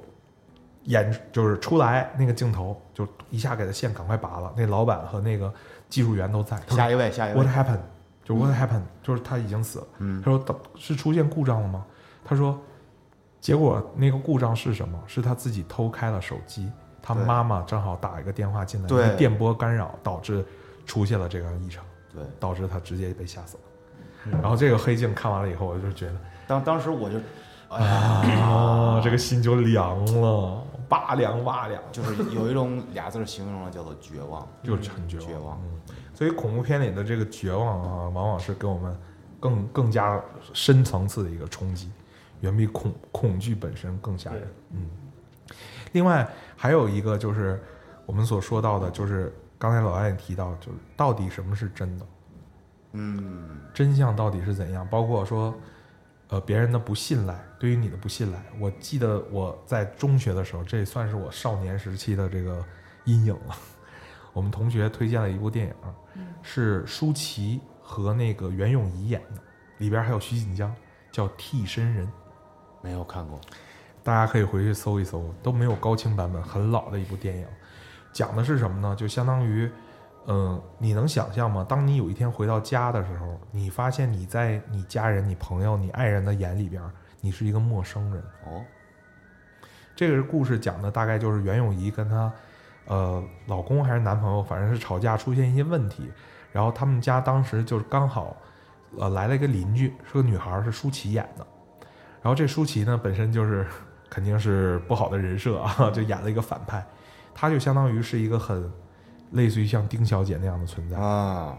Speaker 1: 演就是出来那个镜头，就一下给他线赶快拔了。那老板和那个技术员都在。他
Speaker 3: 下
Speaker 1: 说
Speaker 3: 一位，下一
Speaker 1: What
Speaker 3: 位，
Speaker 1: happened？就 What happened？、就是他已经死了。
Speaker 3: 嗯
Speaker 1: 他说等是出现故障了吗？他说，结果那个故障是什么？是他自己偷开了手机，他
Speaker 3: 对
Speaker 1: 妈妈正好打一个电话进来，
Speaker 3: 对
Speaker 1: 因为电波干扰导致出现了这个异常，
Speaker 3: 对，
Speaker 1: 导致他直接被吓死了。然后这个黑镜看完了以后，我就觉得
Speaker 3: 当当时我就，哎呀，
Speaker 1: 啊，这个心就凉了，哇凉哇凉，
Speaker 3: 就是有一种俩字儿形容了，叫做绝望。
Speaker 1: 嗯就是很绝
Speaker 3: 绝望
Speaker 1: 嗯，所以恐怖片里的这个绝望啊，往往是给我们更更加深层次的一个冲击，远比恐恐惧本身更吓人
Speaker 2: 对。
Speaker 1: 嗯，另外还有一个就是我们所说到的，就是刚才老安也提到，就是到底什么是真的，
Speaker 3: 嗯，
Speaker 1: 真相到底是怎样，包括说。呃，别人的不信赖，对于你的不信赖，我记得我在中学的时候，这也算是我少年时期的这个阴影了。 我们同学推荐了一部电影，是舒淇和那个袁咏仪演的，里边还有徐锦江，叫《替身人》，
Speaker 3: 没有看过，
Speaker 1: 大家可以回去搜一搜，都没有高清版本，很老的一部电影。讲的是什么呢？就相当于，嗯，你能想象吗？当你有一天回到家的时候，你发现你在你家人、你朋友、你爱人的眼里边，你是一个陌生人。
Speaker 3: 哦，
Speaker 1: 这个故事讲的大概就是袁咏仪跟她，呃，老公还是男朋友，反正是吵架出现一些问题，然后他们家当时就是刚好，呃，来了一个邻居，是个女孩儿，是舒淇演的，然后这舒淇呢本身就是 肯定是不好的人设啊， 就演了一个反派，她就相当于是一个很类似于像丁小姐那样的存在，
Speaker 3: 啊，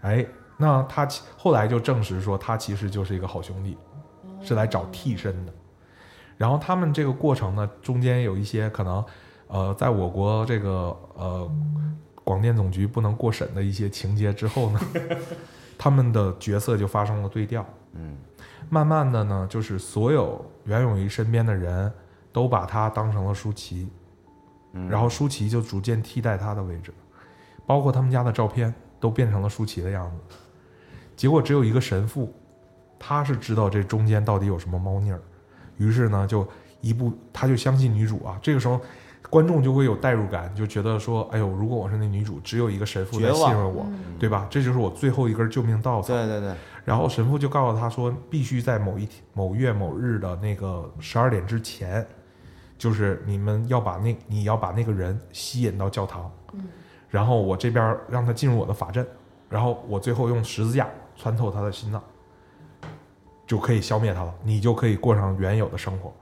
Speaker 1: 哎，那他其后来就证实说，他其实就是一个好兄弟，是来找替身的。然后他们这个过程呢，中间有一些可能，呃，在我国这个呃广电总局不能过审的一些情节之后呢，他们的角色就发生了对调。
Speaker 3: 嗯，
Speaker 1: 慢慢的呢，就是所有袁咏仪身边的人都把她当成了舒淇，
Speaker 3: 嗯
Speaker 1: 然后舒淇就逐渐替代她的位置，包括他们家的照片都变成了舒淇的样子。结果只有一个神父，他是知道这中间到底有什么猫腻儿，于是呢就一步他就相信女主啊。这个时候观众就会有代入感，就觉得说，哎呦，如果我是那女主，只有一个神父在
Speaker 3: 绝
Speaker 1: 信
Speaker 3: 望
Speaker 1: 任我，对吧？这就是我最后一根救命稻草。
Speaker 3: 对对对，
Speaker 1: 然后神父就告诉他说，必须在某一天、某月某日的那个十二点之前，就是你们要把那你要把那个人吸引到教堂，然后我这边让他进入我的法阵，然后我最后用十字架穿透他的心脏，就可以消灭他了，你就可以过上原有的生活。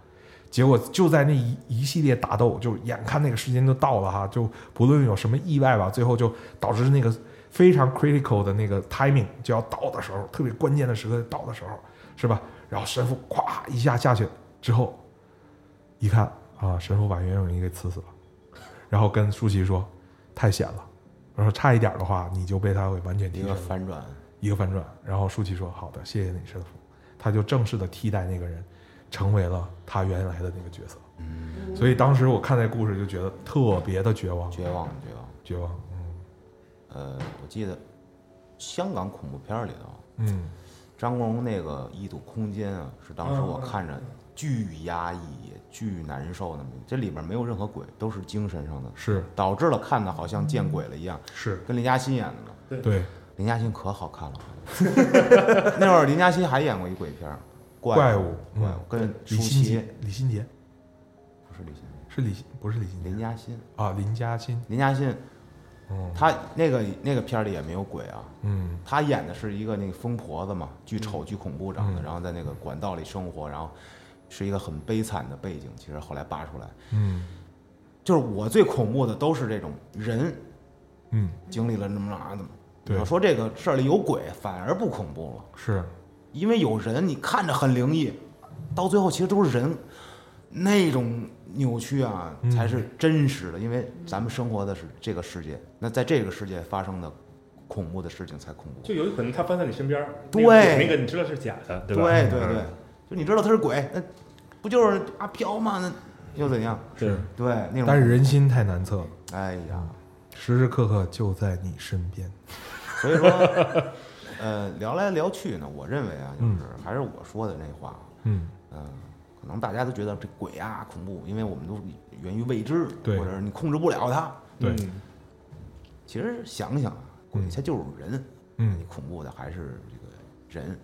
Speaker 1: 结果就在那一一系列打斗，就眼看那个时间就到了哈，就不论有什么意外吧，最后就导致那个 非常 critical 的那个 timing 就要到的时候，特别关键的时刻到的时候，是吧？然后神父咵一下下去之后，一看啊，神父把袁咏仪给刺死了，然后跟舒淇说太险了，然后差一点的话你就被他给完全替
Speaker 3: 一
Speaker 1: 身
Speaker 3: 个
Speaker 1: 了。
Speaker 3: 反转，
Speaker 1: 一个反转。然后舒淇说：“好的，谢谢你，神父。”他就正式的替代那个人，成为了他原来的那个角色。所以当时我看那故事就觉得特别的绝望，
Speaker 3: 绝望，绝望。
Speaker 1: 绝望。嗯
Speaker 3: 呃，我记得香港恐怖片儿里头，
Speaker 1: 嗯，
Speaker 3: 张国荣那个《异度空间》啊，是当时我看着巨压抑、巨难受的。这里边没有任何鬼，都是精神上的，
Speaker 1: 是
Speaker 3: 导致了看的好像见鬼了一样。
Speaker 1: 是，
Speaker 3: 跟林嘉欣演的嘛，
Speaker 1: 对，
Speaker 3: 林嘉欣可好看 了。那会儿林嘉欣还演过一鬼片儿，怪
Speaker 1: 怪
Speaker 3: 物
Speaker 1: 物，
Speaker 3: 怪物
Speaker 1: 嗯
Speaker 3: 跟舒
Speaker 1: 李心
Speaker 3: 淇
Speaker 1: 洁，李心洁
Speaker 3: 不是李心
Speaker 1: 是李心不是李心
Speaker 3: 洁，
Speaker 1: 洁
Speaker 3: 林嘉欣，
Speaker 1: 啊，林嘉欣。
Speaker 3: 林嘉欣，
Speaker 1: 嗯
Speaker 3: 她那个那个片儿里也没有鬼啊，
Speaker 1: 嗯
Speaker 3: 她演的是一个那个疯婆子嘛，巨丑巨恐怖长的，
Speaker 1: 嗯
Speaker 3: 然后在那个管道里生活，然后是一个很悲惨的背景。其实后来扒出来，
Speaker 1: 嗯
Speaker 3: 就是我最恐怖的都是这种人
Speaker 1: 嗯，
Speaker 3: 经历了那么那的嘛。
Speaker 1: 对
Speaker 3: 我说这个事儿里有鬼，反而不恐怖了，
Speaker 1: 是
Speaker 3: 因为有人你看着很灵异，到最后其实都是人。那种扭曲啊，
Speaker 1: 嗯
Speaker 3: 才是真实的，因为咱们生活的是这个世界，那在这个世界发生的恐怖的事情才恐怖。
Speaker 2: 就有可能他翻在你身边儿，那
Speaker 3: 对
Speaker 2: 个鬼那个你知道是假的，吧？
Speaker 1: 嗯
Speaker 3: 对对对，就你知道他是鬼，那不就是阿飘吗？那又怎样？
Speaker 2: 对，
Speaker 3: 对，那种
Speaker 1: 但是人心太难测了，
Speaker 3: 哎呀，
Speaker 1: 时时刻刻就在你身边。
Speaker 3: 所以说，呃，聊来聊去呢，我认为啊，就
Speaker 1: 嗯
Speaker 3: 是还是我说的那话，
Speaker 1: 嗯，
Speaker 3: 嗯，可能大家都觉得这鬼啊恐怖，因为我们都源于未知，
Speaker 1: 对
Speaker 3: 或者是你控制不了它。
Speaker 1: 对，
Speaker 2: 嗯
Speaker 3: 其实想想啊，鬼
Speaker 1: 嗯
Speaker 3: 它就是人，
Speaker 1: 嗯
Speaker 3: 你恐怖的还是这个人。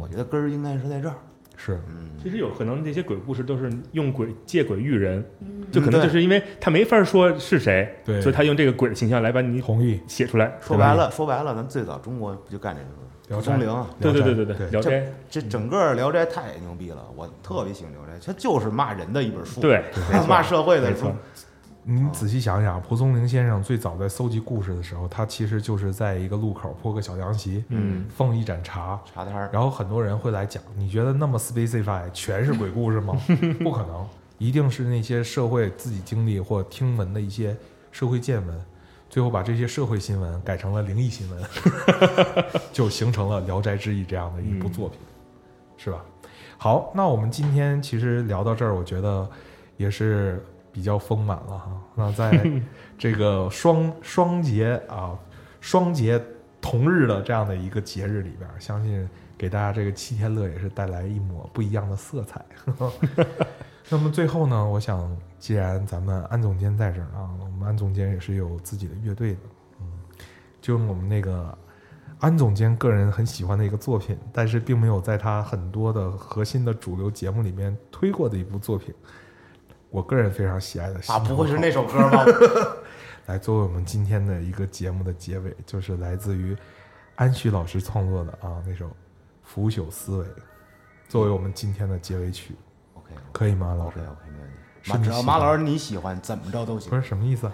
Speaker 3: 我
Speaker 1: 嗯，
Speaker 3: 觉得根儿应该是在这儿。
Speaker 1: 是，
Speaker 3: 嗯，
Speaker 2: 其实有可能这些鬼故事都是用鬼借鬼喻人，
Speaker 7: 嗯
Speaker 2: 就可能
Speaker 3: 对
Speaker 2: 就是因为他没法说是谁，
Speaker 1: 对，
Speaker 2: 所以他用这个鬼的形象来把你
Speaker 1: 同意。
Speaker 2: 写出来。
Speaker 3: 说白了，说白了，咱最早中国不就干这个
Speaker 1: 聊
Speaker 3: 吗？
Speaker 1: 斋嗯
Speaker 3: 钟灵啊，
Speaker 2: 对对对对
Speaker 1: 对
Speaker 2: 对，聊斋，
Speaker 3: 这整个《聊斋》太牛逼了，我特别喜欢《聊斋》，它就是骂人的一本书，，
Speaker 2: 对，
Speaker 3: 骂社会的
Speaker 2: 没
Speaker 3: 书嗯
Speaker 2: 错，，
Speaker 1: 您仔细想想，蒲松龄先生最早在搜集故事的时候，他其实就是在一个路口铺个小凉席，
Speaker 2: 嗯，
Speaker 1: 放一盏茶，
Speaker 3: 茶摊儿。
Speaker 1: 然后很多人会来讲，你觉得那么 specify 全是鬼故事吗？不可能，一定是那些社会自己经历或听闻的一些社会见闻，最后把这些社会新闻改成了灵异新闻， 就形成了《聊斋志异》这样的一部作品，是吧？好，那我们今天其实聊到这儿，我觉得也是比较丰满了哈。那在这个双双节啊，双节同日的这样的一个节日里边儿，相信给大家这个七天乐也是带来一抹不一样的色彩。 那么最后呢，我想既然咱们安总监在这儿啊，我们安总监也是有自己的乐队的，嗯，就用我们那个安总监个人很喜欢的一个作品，但是并没有在他很多的核心的主流节目里面推过的一部作品，我个人非常喜爱的
Speaker 3: 啊，
Speaker 1: 心
Speaker 3: 不
Speaker 1: 头
Speaker 3: 会是
Speaker 1: 好
Speaker 3: 那首歌 吧？
Speaker 1: 来作为我们今天的一个节目的结尾，就是来自于安旭老师创作的啊那首《腐朽思维》，作为我们今天的结尾曲，
Speaker 3: OK
Speaker 1: 可以吗，老
Speaker 3: OK
Speaker 1: 师？
Speaker 3: OK，没问题。
Speaker 1: 是
Speaker 3: 马
Speaker 1: 你
Speaker 3: 只要
Speaker 1: 喜
Speaker 3: 马
Speaker 1: 欢
Speaker 3: 老师你喜欢，怎么着都行
Speaker 1: 不。是什么意思啊？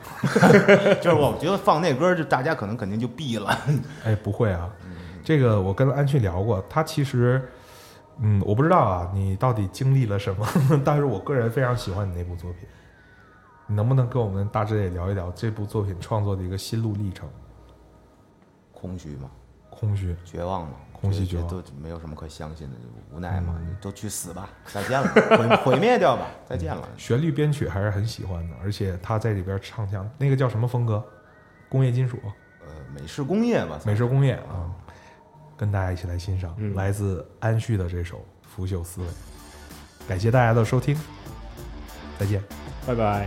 Speaker 3: 就是我觉得放那歌儿，就大家可能肯定就闭了。
Speaker 1: 哎，不会啊，这个我跟安旭聊过，他其实，嗯，我不知道啊，你到底经历了什么， 但是我个人非常喜欢你那部作品，你能不能跟我们大致也聊一聊这部作品创作的一个心路历程？
Speaker 3: 空虚嘛，
Speaker 1: 空虚，
Speaker 3: 绝望嘛，
Speaker 1: 空虚
Speaker 3: 觉得
Speaker 1: 绝嗯
Speaker 3: 都没有什么可相信的，就无奈嘛，你都去死吧，再见了，毁毁灭掉吧，再见了。
Speaker 1: 旋律编曲还是很喜欢的，而且他在里边唱腔那个叫什么风格？工业金属、
Speaker 3: 呃，美式工 业吧，
Speaker 1: 美式工业啊，跟大家一起来欣赏、来自安旭的这首《腐朽思维》。感谢大家的收听，再见。
Speaker 2: 拜拜。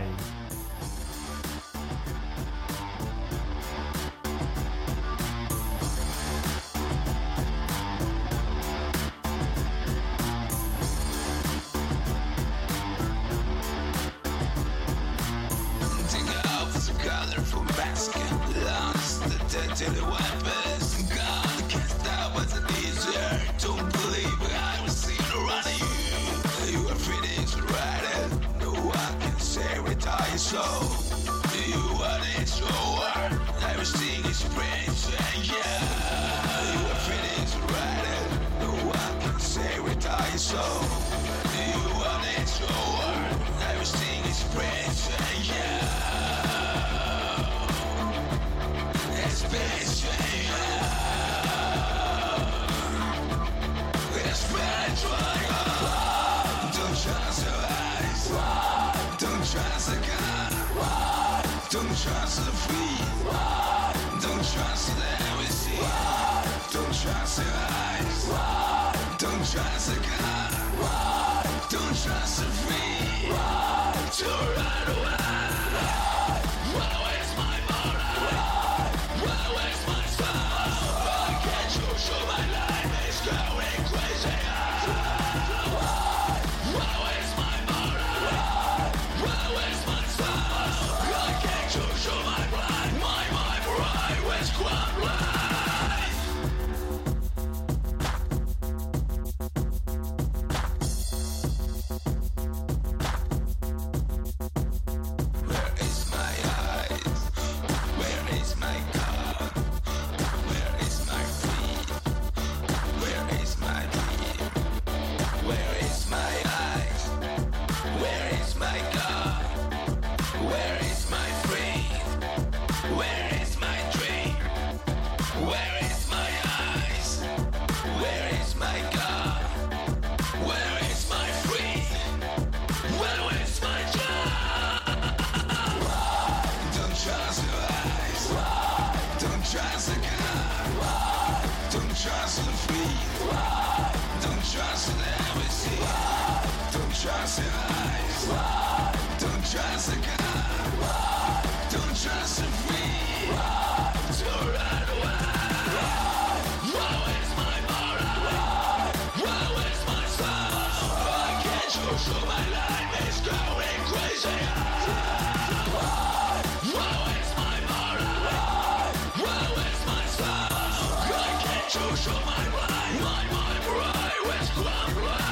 Speaker 8: Choose my mind, my mind, right, where's my right?